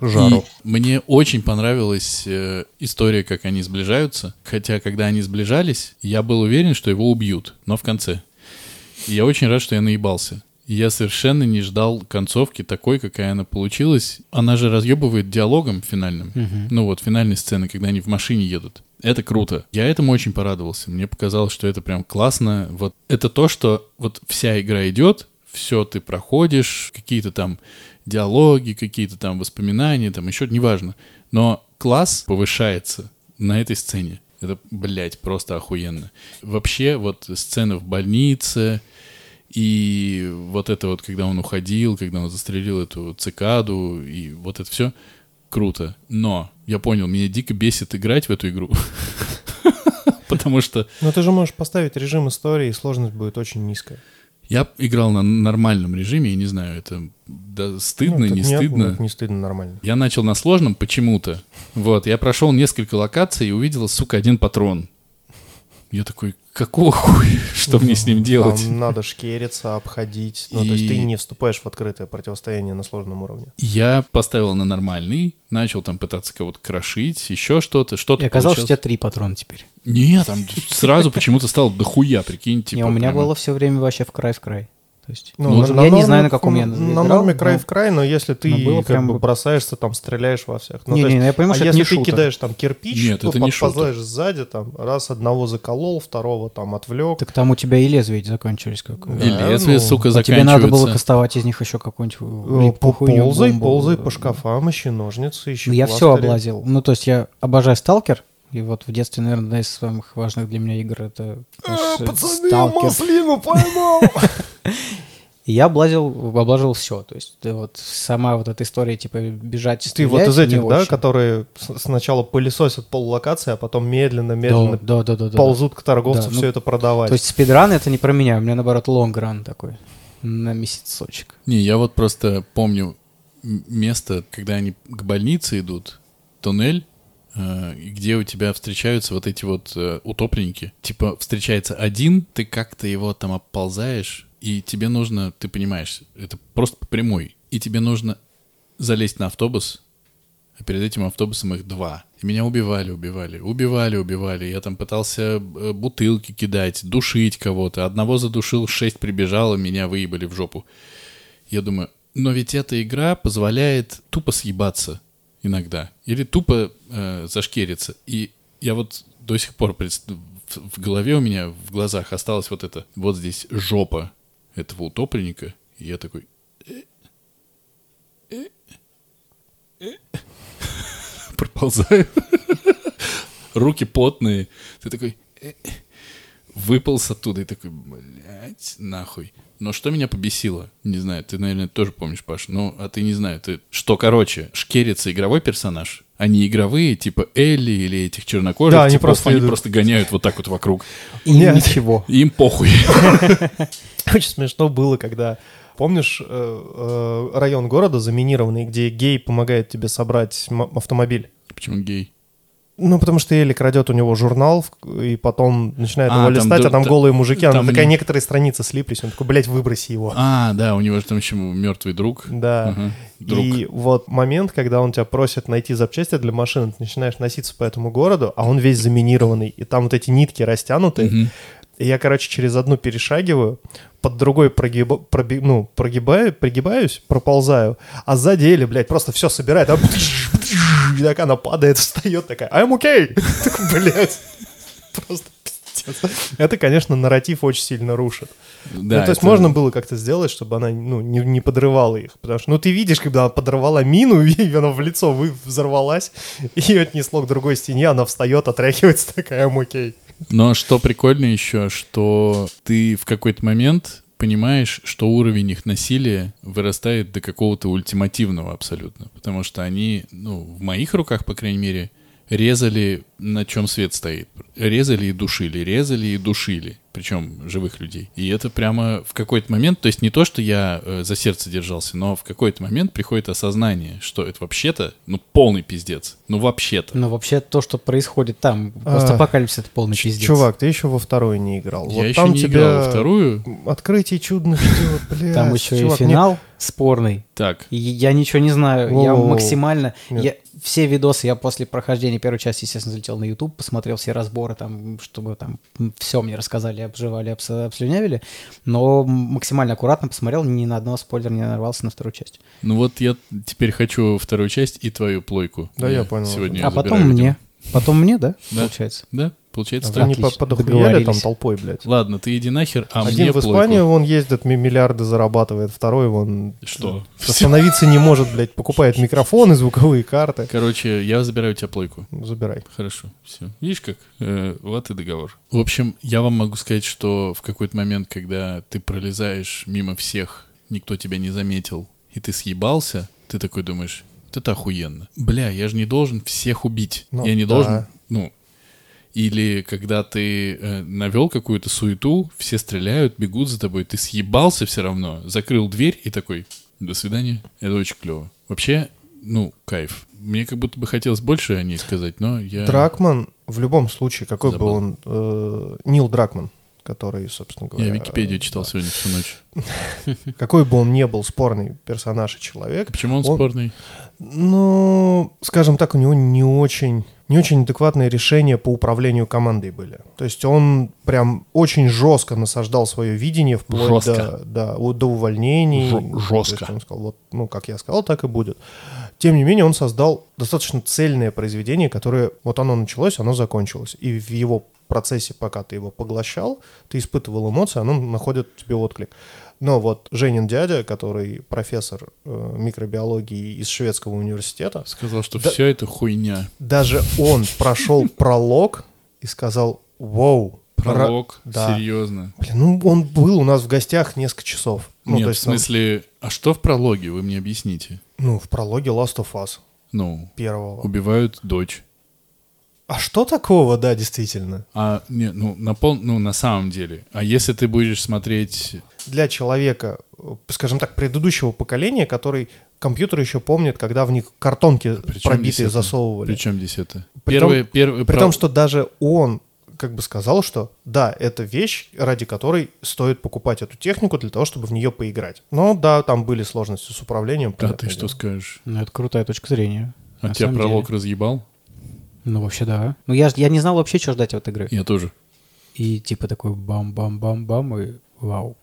Speaker 3: жару.
Speaker 1: и мне очень понравилась э, история, как они сближаются. Хотя, когда они сближались, я был уверен, что его убьют, но в конце. И я очень рад, что я наебался. И Я совершенно не ждал концовки такой, какая она получилась. Она же разъебывает диалогом финальным. Ну вот, финальной сцены, когда они в машине едут. Это круто. Я этому очень порадовался. Мне показалось, что это прям классно. Вот это то, что вот вся игра идет, все ты проходишь, какие-то там диалоги, какие-то там воспоминания, там еще, неважно. Но класс повышается на этой сцене. Это, блядь, просто охуенно. Вообще, вот сцена в больнице, и вот это вот, когда он уходил, когда он застрелил эту цикаду, и вот это все круто. Но я понял, меня дико бесит играть в эту игру. Потому что
Speaker 3: Но ты же можешь поставить режим истории, и сложность будет очень низкая.
Speaker 1: я играл на нормальном режиме, я не знаю, это да, стыдно,
Speaker 3: Ну, так
Speaker 1: не
Speaker 3: нет,
Speaker 1: стыдно.
Speaker 3: нет, Не стыдно, нормально.
Speaker 1: Я начал на сложном почему-то. Вот, я прошел несколько локаций и увидел, сука, один патрон. Я такой, какого хуя, что мне с ним делать?
Speaker 3: Там надо шкериться, обходить. Ну, то есть
Speaker 1: И-
Speaker 3: ты не вступаешь в открытое противостояние на сложном уровне.
Speaker 1: Я поставил на нормальный, начал там пытаться кого-то крошить, еще что-то, что-то
Speaker 2: И оказалось, что у тебя
Speaker 1: получалось.
Speaker 2: три патрона теперь.
Speaker 1: Нет, там сразу почему-то стало дохуя, прикинь, типа...
Speaker 2: Не, у меня
Speaker 1: прямо.
Speaker 2: было все время вообще в край в край. То есть,
Speaker 3: Ну,
Speaker 2: ну,
Speaker 3: на-
Speaker 2: я
Speaker 3: на
Speaker 2: не
Speaker 3: норме-
Speaker 2: знаю, на каком я
Speaker 3: на- На
Speaker 2: играл,
Speaker 3: норме
Speaker 2: но-
Speaker 3: край в край, но если ты
Speaker 2: но было
Speaker 3: как
Speaker 2: прям
Speaker 3: бы
Speaker 2: вот-
Speaker 3: бросаешься, там стреляешь во всех. Ну,
Speaker 2: Не,
Speaker 3: то есть,
Speaker 2: не, я понимаю,
Speaker 3: а
Speaker 2: что это
Speaker 3: если
Speaker 2: не
Speaker 3: ты
Speaker 2: шутер.
Speaker 3: кидаешь там кирпич,
Speaker 1: Нет,
Speaker 3: то
Speaker 1: это не шутер.
Speaker 3: подползаешь сзади, там раз одного заколол, второго там отвлек.
Speaker 2: Так там у тебя и лезвия эти закончились. Как...
Speaker 3: Да,
Speaker 1: И лезвие,
Speaker 3: ну,
Speaker 1: сука,
Speaker 2: А тебе
Speaker 1: заканчивается.
Speaker 2: надо было кастовать из них еще какую-нибудь
Speaker 3: Э,
Speaker 2: липкую хуйню,
Speaker 3: ползай,
Speaker 2: бомбу.
Speaker 3: ползай по шкафам, ищи ножницы, ищи
Speaker 2: Ну, я все
Speaker 3: пластыри.
Speaker 2: облазил. Ну, то есть я обожаю сталкер. И вот в детстве, наверное, одна из самых важных для меня игр это
Speaker 3: Э,
Speaker 2: конечно,
Speaker 3: Пацаны, я маслину поймал!
Speaker 2: И я облазил, облажил все. То есть ты вот сама вот эта история, типа, бежать и
Speaker 3: Ты вот из
Speaker 2: стрелять, не
Speaker 3: этих, да,
Speaker 2: очень.
Speaker 3: которые с- сначала пылесосят поллокации, а потом
Speaker 2: да,
Speaker 3: медленно-медленно
Speaker 2: да, да, да, да.
Speaker 3: ползут к торговцу
Speaker 2: Да, ну,
Speaker 3: все это продавать.
Speaker 2: То есть спидран это не про меня, у меня наоборот лонгран такой на месяцочек.
Speaker 1: Не, я вот просто помню м- место, когда они к больнице идут, туннель, э, где у тебя встречаются вот эти вот э, утопленники. Типа встречается один, ты как-то его там обползаешь, и тебе нужно, ты понимаешь, это просто по прямой, и тебе нужно залезть на автобус, а перед этим автобусом их два. И меня убивали, убивали, убивали, убивали. Я там пытался э, бутылки кидать, душить кого-то. Одного задушил, шесть прибежало, меня выебали в жопу. Я думаю, но ведь эта игра позволяет тупо съебаться иногда. Или тупо э, зашкериться. И я вот до сих пор предс- в, в голове у меня, в глазах осталась вот это, вот здесь жопа этого утопленника. И я такой... «Э, э, э». Проползаю. Руки потные. Ты такой... «Э, э». Выполз оттуда и такой, блядь, нахуй. Но что меня побесило? Не знаю, ты, наверное, тоже помнишь, Паш. Ну, а ты не знаю, ты... Что, короче, шкерится игровой персонаж, они игровые, типа Элли или этих чернокожих,
Speaker 3: Да, они
Speaker 1: типов,
Speaker 3: просто
Speaker 1: они
Speaker 3: идут.
Speaker 1: просто гоняют вот так вот вокруг.
Speaker 2: И
Speaker 3: Нет.
Speaker 2: ничего.
Speaker 1: И им похуй.
Speaker 3: Очень смешно было, когда, помнишь, э, э, район города заминированный, где гей помогает тебе собрать м- автомобиль?
Speaker 1: Почему гей?
Speaker 3: Ну, потому что Элли крадет у него журнал в- и потом начинает
Speaker 1: А,
Speaker 3: его
Speaker 1: там
Speaker 3: листать,
Speaker 1: ду-
Speaker 3: а там
Speaker 1: ду-
Speaker 3: голые мужики, она
Speaker 1: там
Speaker 3: такая,
Speaker 1: не-
Speaker 3: некоторые страницы слиплись, он такой, блядь, выброси его.
Speaker 1: А, да, у него же там еще мертвый друг.
Speaker 3: Да.
Speaker 1: Ага, Друг.
Speaker 3: И вот момент, когда он тебя просит найти запчасти для машины, ты начинаешь носиться по этому городу, а он весь заминированный, и там вот эти нитки растянуты.
Speaker 1: Мгм.
Speaker 3: И я, короче, через одну перешагиваю, под другой прогиба- проби- ну, прогибаю, пригибаюсь, проползаю, а сзади Эли, блядь, просто все собирает. а И так она падает, встает такая, I'm okay! Так, блядь, просто пиздец. Это, конечно, нарратив очень сильно рушит.
Speaker 1: Да,
Speaker 3: ну, то есть
Speaker 1: это-
Speaker 3: можно было как-то сделать, чтобы она ну, не, не подрывала их. Потому что, ну, ты видишь, когда она подорвала мину, и она в лицо вы- взорвалась, и ее отнесло к другой стене, она встает, отряхивается, такая, «I'm okay».
Speaker 1: Но Ну, а что прикольно еще, что ты в какой-то момент понимаешь, что уровень их насилия вырастает до какого-то ультимативного абсолютно. Потому что они, ну, в моих руках, по крайней мере, резали, на чем свет стоит. Резали и душили, резали и душили. Причем живых людей. И это прямо в какой-то момент, то есть не то, что я э, за сердце держался, но в какой-то момент приходит осознание, что это вообще-то, ну, полный пиздец. Ну, вообще-то.
Speaker 2: Но вообще то, что происходит там, просто
Speaker 3: А,
Speaker 2: апокалипсис это полный пиздец.
Speaker 3: Чувак, ты еще во второй не играл.
Speaker 1: Ну, Я
Speaker 3: вот
Speaker 1: еще
Speaker 3: там
Speaker 1: не
Speaker 3: тебя
Speaker 1: играл во вторую.
Speaker 3: Открытие чудных дел, блядь.
Speaker 2: Там еще и
Speaker 3: чувак, мне-
Speaker 2: финал спорный.
Speaker 1: Так,
Speaker 2: И Я ничего не знаю. Я
Speaker 3: Воу-воу-воу.
Speaker 2: максимально...
Speaker 3: Нет.
Speaker 2: я- все видосы я после прохождения первой части, естественно, залетел на YouTube, посмотрел все разборы, там, чтобы там все мне рассказали, обживали, обс- обслюнявили. Но максимально аккуратно посмотрел, ни на одного спойлера не нарвался на вторую часть.
Speaker 1: Ну вот я теперь хочу вторую часть и твою плойку.
Speaker 3: Да, я понял.
Speaker 1: Сегодня
Speaker 3: Не,
Speaker 2: а
Speaker 1: её
Speaker 2: потом
Speaker 1: забираю,
Speaker 2: мне. Потом мне, да,
Speaker 1: Да.
Speaker 2: получается?
Speaker 1: видимо. Да, получается
Speaker 3: Вы
Speaker 1: так.
Speaker 3: не по-
Speaker 2: Отлично,
Speaker 3: подохуяли там
Speaker 2: договорились.
Speaker 3: толпой, блядь.
Speaker 1: Ладно, ты иди нахер, а
Speaker 3: Один
Speaker 1: мне
Speaker 3: в
Speaker 1: плойку.
Speaker 3: Испанию вон ездит, ми- миллиарды зарабатывает, второй вон...
Speaker 1: Что?
Speaker 3: Остановиться не может, блядь, покупает микрофоны, звуковые карты.
Speaker 1: Короче, я забираю у тебя плойку.
Speaker 3: Забирай.
Speaker 1: Хорошо, все. Видишь как? Э, вот и договор. В общем, я вам могу сказать, что в какой-то момент, когда ты пролезаешь мимо всех, никто тебя не заметил, и ты съебался, ты такой думаешь, вот это охуенно. Бля, я же не должен всех убить.
Speaker 3: Ну,
Speaker 1: я не
Speaker 3: да.
Speaker 1: должен, ну... Или когда ты э, навел какую-то суету, все стреляют, бегут за тобой, ты съебался все равно, закрыл дверь и такой, до свидания. Это очень клево. Вообще, ну, кайф. Мне как будто бы хотелось больше о ней сказать, но я...
Speaker 3: Дракман в любом случае, какой
Speaker 1: Забыл.
Speaker 3: бы он... э, Нил Дракман, который, собственно говоря...
Speaker 1: Я Википедию читал сегодня всю ночь.
Speaker 3: Какой бы он ни был спорный персонаж и человек,
Speaker 1: Почему он,
Speaker 3: Он-
Speaker 1: спорный?
Speaker 3: Ну, скажем так, у него не очень, не очень адекватные решения по управлению командой были. То есть он прям очень жестко насаждал свое видение вплоть
Speaker 1: Жестко.
Speaker 3: до, да, у- до увольнений.
Speaker 1: Жё-
Speaker 3: То
Speaker 1: жестко.
Speaker 3: есть он сказал, вот, ну, как я сказал, так и будет. Тем не менее, он создал достаточно цельное произведение, которое вот оно началось, оно закончилось. И в его процессе, пока ты его поглощал, ты испытывал эмоции, оно находит тебе отклик. Но вот Женин дядя, который профессор э, микробиологии из шведского университета,
Speaker 1: Сказал, что
Speaker 3: Да-
Speaker 1: все это хуйня.
Speaker 3: даже он прошел пролог и сказал, вау. ра-
Speaker 1: Пролог,
Speaker 3: да.
Speaker 1: серьезно.
Speaker 3: Блин, ну он был у нас в гостях несколько часов. Ну,
Speaker 1: Нет,
Speaker 3: то
Speaker 1: в
Speaker 3: есть, он-
Speaker 1: смысле, а что в прологе, вы мне объясните?
Speaker 3: ну, в прологе Last of Us
Speaker 1: Ну,
Speaker 3: первого.
Speaker 1: убивают дочь.
Speaker 3: А что такого, да, действительно?
Speaker 1: А, не, ну, на пол, ну, на самом деле. А если ты будешь смотреть...
Speaker 3: для человека, э, скажем так, предыдущего поколения, который компьютер еще помнит, когда в них картонки
Speaker 1: Причем
Speaker 3: пробитые
Speaker 1: это?
Speaker 3: засовывали.
Speaker 1: При чем здесь это?
Speaker 3: При
Speaker 1: Первое,
Speaker 3: том-
Speaker 1: первое...
Speaker 3: При
Speaker 1: про-
Speaker 3: том, что даже он как бы сказал, что да, это вещь, ради которой стоит покупать эту технику для того, чтобы в нее поиграть. Но да, там были сложности с управлением.
Speaker 1: Да,
Speaker 3: понятное
Speaker 1: ты что
Speaker 3: дело.
Speaker 1: скажешь?
Speaker 2: Ну, это крутая точка зрения.
Speaker 1: А
Speaker 2: На
Speaker 1: тебя
Speaker 2: самом
Speaker 1: пролог
Speaker 2: деле.
Speaker 1: разъебал?
Speaker 2: Ну, вообще, да. Ну, я, ж- я не знал вообще, что ждать от игры.
Speaker 1: Я тоже.
Speaker 2: И типа такой бам-бам-бам-бам и вау.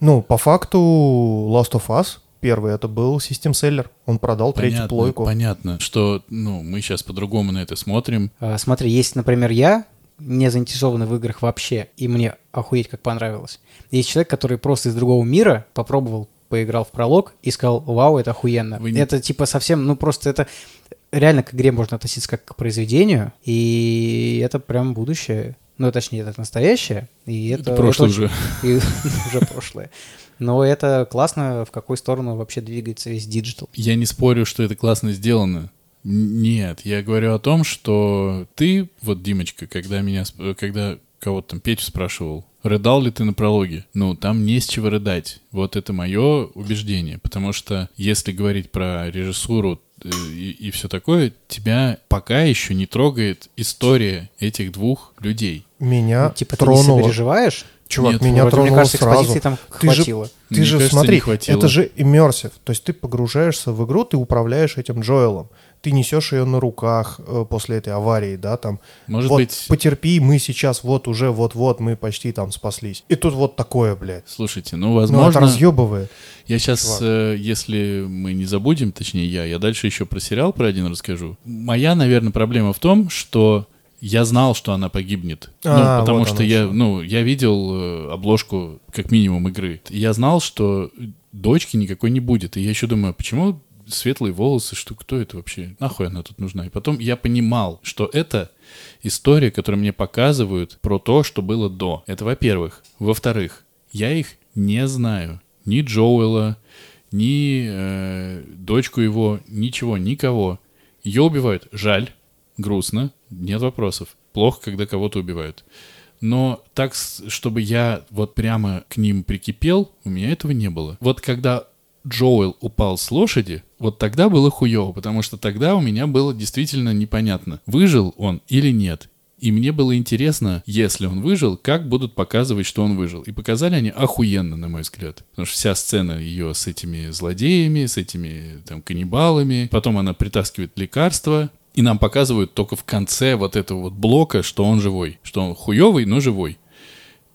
Speaker 3: Ну, по факту Last of Us первый это был систем-селлер. Он продал третью
Speaker 1: Понятно,
Speaker 3: плойку.
Speaker 1: понятно, что, ну, мы сейчас по-другому на это смотрим.
Speaker 2: А, Смотри, есть, например, я, не заинтересованы в играх вообще, и мне охуеть как понравилось. Есть человек, который просто из другого мира попробовал, поиграл в пролог и сказал, вау, это охуенно.
Speaker 1: Вы не-
Speaker 2: Это типа совсем, ну просто это реально к игре можно относиться как к произведению, и это прям будущее. Ну, точнее, это настоящее, и это...
Speaker 1: Это, прошлое
Speaker 2: очень-
Speaker 1: уже.
Speaker 2: и уже прошлое. Но это классно, в какую сторону вообще двигается весь диджитал.
Speaker 1: Я не спорю, что это классно сделано. Нет, я говорю о том, что ты, вот Димочка, когда меня, сп- когда кого-то там Петю спрашивал, рыдал ли ты на прологе? Ну, там не с чего рыдать. Вот это мое убеждение, потому что если говорить про режиссуру э, и, и все такое, тебя пока еще не трогает история этих двух людей.
Speaker 3: Меня
Speaker 2: Типа ты не
Speaker 3: тронуло.
Speaker 2: переживаешь?
Speaker 3: Чувак,
Speaker 1: Нет,
Speaker 2: Вроде,
Speaker 3: меня тронуло
Speaker 2: мне кажется,
Speaker 3: сразу.
Speaker 2: экспозиции там
Speaker 3: Ты же-
Speaker 2: хватило.
Speaker 3: Ты
Speaker 1: Мне
Speaker 3: же
Speaker 1: кажется,
Speaker 3: смотри,
Speaker 1: не хватило.
Speaker 3: это же иммерсив. То есть ты погружаешься в игру, ты управляешь этим Джоэлом. Ты несешь ее на руках э, после этой аварии, да, там.
Speaker 1: Может
Speaker 3: вот,
Speaker 1: быть-
Speaker 3: Потерпи, мы сейчас вот уже, вот-вот, мы почти там спаслись. И тут вот такое, блядь.
Speaker 1: Слушайте, ну,
Speaker 3: Ну, это
Speaker 1: возможно...
Speaker 3: разъебывает.
Speaker 1: Я сейчас,
Speaker 3: Чувак.
Speaker 1: если мы не забудем, точнее я, я дальше еще про сериал про один расскажу. Моя, наверное, проблема в том, что я знал, что она погибнет. Ну,
Speaker 3: А,
Speaker 1: потому
Speaker 3: вот
Speaker 1: что
Speaker 3: оно
Speaker 1: я,
Speaker 3: что.
Speaker 1: ну, я видел э, обложку как минимум игры. И Я знал, что дочки никакой не будет. И я еще думаю, а почему светлые волосы, что кто это вообще? Нахуй она тут нужна? И потом я понимал, что это история, которую мне показывают про то, что было до. Это во-первых. Во-вторых, я их не знаю. Ни Джоэла, ни э, дочку его, ничего, никого. Ее убивают. Жаль, грустно, нет вопросов. Плохо, когда кого-то убивают. Но так, с- чтобы я вот прямо к ним прикипел, у меня этого не было. Вот когда Джоэл упал с лошади, вот тогда было хуево, потому что тогда у меня было действительно непонятно, выжил он или нет. И мне было интересно, если он выжил, как будут показывать, что он выжил. И показали они охуенно, на мой взгляд. Потому что вся сцена ее с этими злодеями, с этими там каннибалами. Потом она притаскивает лекарства. И нам показывают только в конце вот этого вот блока, что он живой. Что он хуевый, но живой.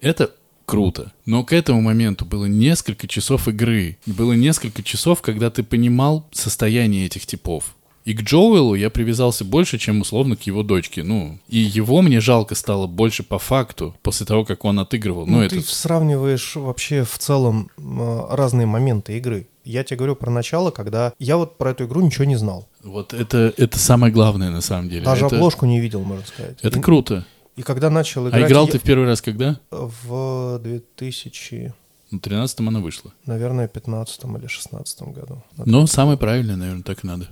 Speaker 1: Это круто. Но к этому моменту было несколько часов игры. Было несколько часов, когда ты понимал состояние этих типов. И к Джоэлу я привязался больше, чем условно к его дочке. Ну, и его мне жалко стало больше по факту, после того, как он отыгрывал. Ну,
Speaker 3: Ну,
Speaker 1: это...
Speaker 3: ты сравниваешь вообще в целом э, разные моменты игры. Я тебе говорю про начало, когда я вот про эту игру ничего не знал.
Speaker 1: Вот это, это самое главное на самом деле.
Speaker 3: Даже
Speaker 1: это,
Speaker 3: обложку не видел, можно сказать.
Speaker 1: это
Speaker 3: И-
Speaker 1: круто.
Speaker 3: И когда начал играть...
Speaker 1: А играл
Speaker 3: я-
Speaker 1: ты в первый раз когда?
Speaker 3: В 2000...
Speaker 1: В 13-м она вышла.
Speaker 3: наверное, 15 или 16 году.
Speaker 1: Но самое правильное, наверное, так и надо.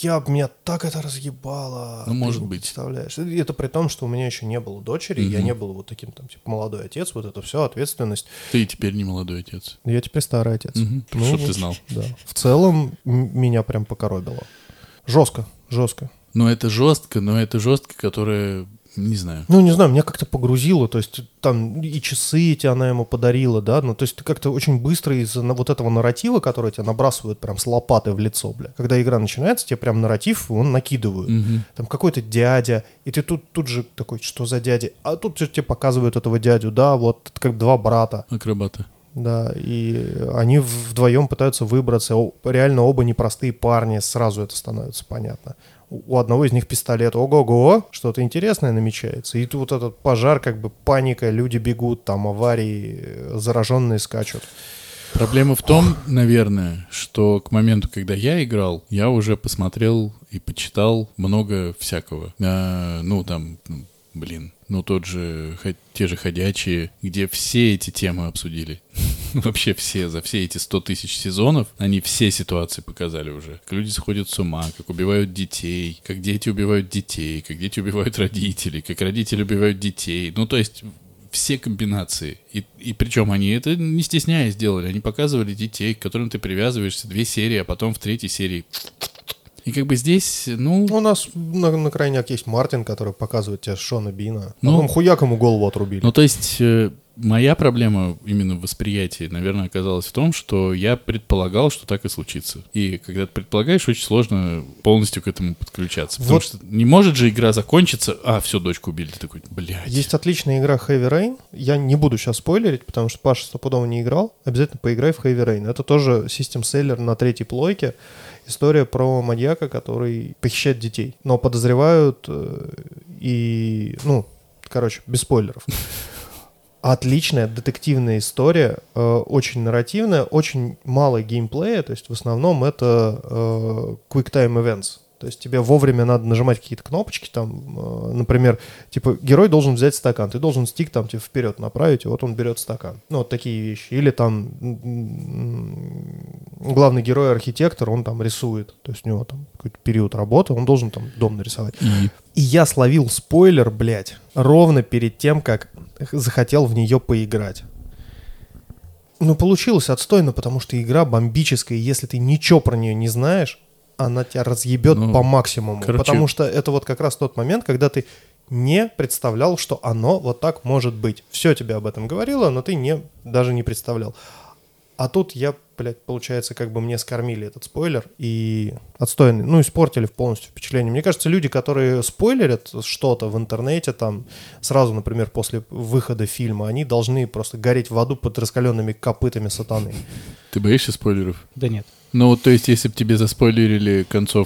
Speaker 3: Я б- меня так это разъебало.
Speaker 1: Ну,
Speaker 3: ты
Speaker 1: может
Speaker 3: не
Speaker 1: быть.
Speaker 3: Представляешь? И Это при том, что у меня еще не было дочери, я не был вот таким там, типа, молодой отец, вот это все, ответственность.
Speaker 1: Ты теперь не молодой отец.
Speaker 3: Я теперь старый отец.
Speaker 1: Мгм. Чтоб ты
Speaker 3: вот,
Speaker 1: знал.
Speaker 3: Да. В целом м- меня прям покоробило. Жестко, жестко.
Speaker 1: Но это жестко, но это жестко, которое... Не знаю.
Speaker 3: Ну, не знаю, меня как-то погрузило, то есть там и часы эти она ему подарила, да, ну, то есть ты как-то очень быстро из-за на- вот этого нарратива, который тебя набрасывают прям с лопаты в лицо, бля. Когда игра начинается, тебе прям нарратив, он накидывают.
Speaker 1: Мгм.
Speaker 3: Там какой-то дядя, и ты тут, тут же такой, что за дядя? А тут же тебе показывают этого дядю, да, вот это как два брата,
Speaker 1: Акробата.
Speaker 3: да, и они вдвоем пытаются выбраться, О, реально оба непростые парни, сразу это становится понятно. У у одного из них пистолет, ого-го, что-то интересное намечается. И тут вот этот пожар, как бы паника, люди бегут, там аварии, э, зараженные скачут.
Speaker 1: Проблема в том, наверное, что к моменту, когда я играл, я уже посмотрел и почитал много всякого. А, ну, там, ну, блин, ну, тот же, хо- те же «Ходячие», где все эти темы обсудили. Вообще все, за все эти 100 тысяч сезонов, они все ситуации показали уже. Как люди сходят с ума, как убивают детей, как дети убивают детей, как дети убивают родителей, как родители убивают детей. Ну, то есть все комбинации. И, и причем они это не стесняясь делали. Они показывали детей, к которым ты привязываешься две серии, а потом в третьей серии. И как бы здесь, ну...
Speaker 3: У нас на, на крайняк есть Мартин, который показывает тебе Шона Бина.
Speaker 1: Ну.
Speaker 3: Ну, хуяк ему голову отрубили.
Speaker 1: Ну, то есть, э, моя проблема именно в восприятии, наверное, оказалась в том, что я предполагал, что так и случится. И когда ты предполагаешь, очень сложно полностью к этому подключаться. Потому
Speaker 3: Вот.
Speaker 1: что не может же игра закончиться, а, все, дочку убили. Ты такой, блядь.
Speaker 3: Есть отличная игра Heavy Rain. Я не буду сейчас спойлерить, потому что Паша стопудово не играл. Обязательно поиграй в Heavy Rain. Это тоже систем селлер на третьей плойке. История про маньяка, который похищает детей. Но подозревают э, и... Ну, короче, без спойлеров. Отличная детективная история, э, очень нарративная, очень мало геймплея, то есть в основном это э, quick time events. То есть тебе вовремя надо нажимать какие-то кнопочки, там, э, например, типа герой должен взять стакан, ты должен стик там типа, тебе вперед направить, и вот он берет стакан. Ну, вот такие вещи. Или там м, м, главный герой архитектор, он там рисует, то есть у него там какой-то период работы, он должен там дом нарисовать.
Speaker 1: И
Speaker 3: И я словил спойлер, блядь, ровно перед тем, как захотел в нее поиграть. Ну, получилось отстойно, потому что игра бомбическая, и если ты ничего про нее не знаешь, она тебя разъебет
Speaker 1: Ну,
Speaker 3: по максимуму.
Speaker 1: короче-
Speaker 3: Потому что это вот как раз тот момент, когда ты не представлял, что оно вот так может быть. Все тебе об этом говорило, но ты не, даже не представлял. А тут я, блядь, получается, как бы мне скормили этот спойлер и отстойный, ну, испортили полностью впечатление. Мне кажется, люди, которые спойлерят что-то в интернете, там, сразу, например, после выхода фильма, они должны просто гореть в аду под раскаленными копытами сатаны.
Speaker 1: ты боишься спойлеров?
Speaker 2: Да нет.
Speaker 1: Ну, то есть, если бы тебе заспойлерили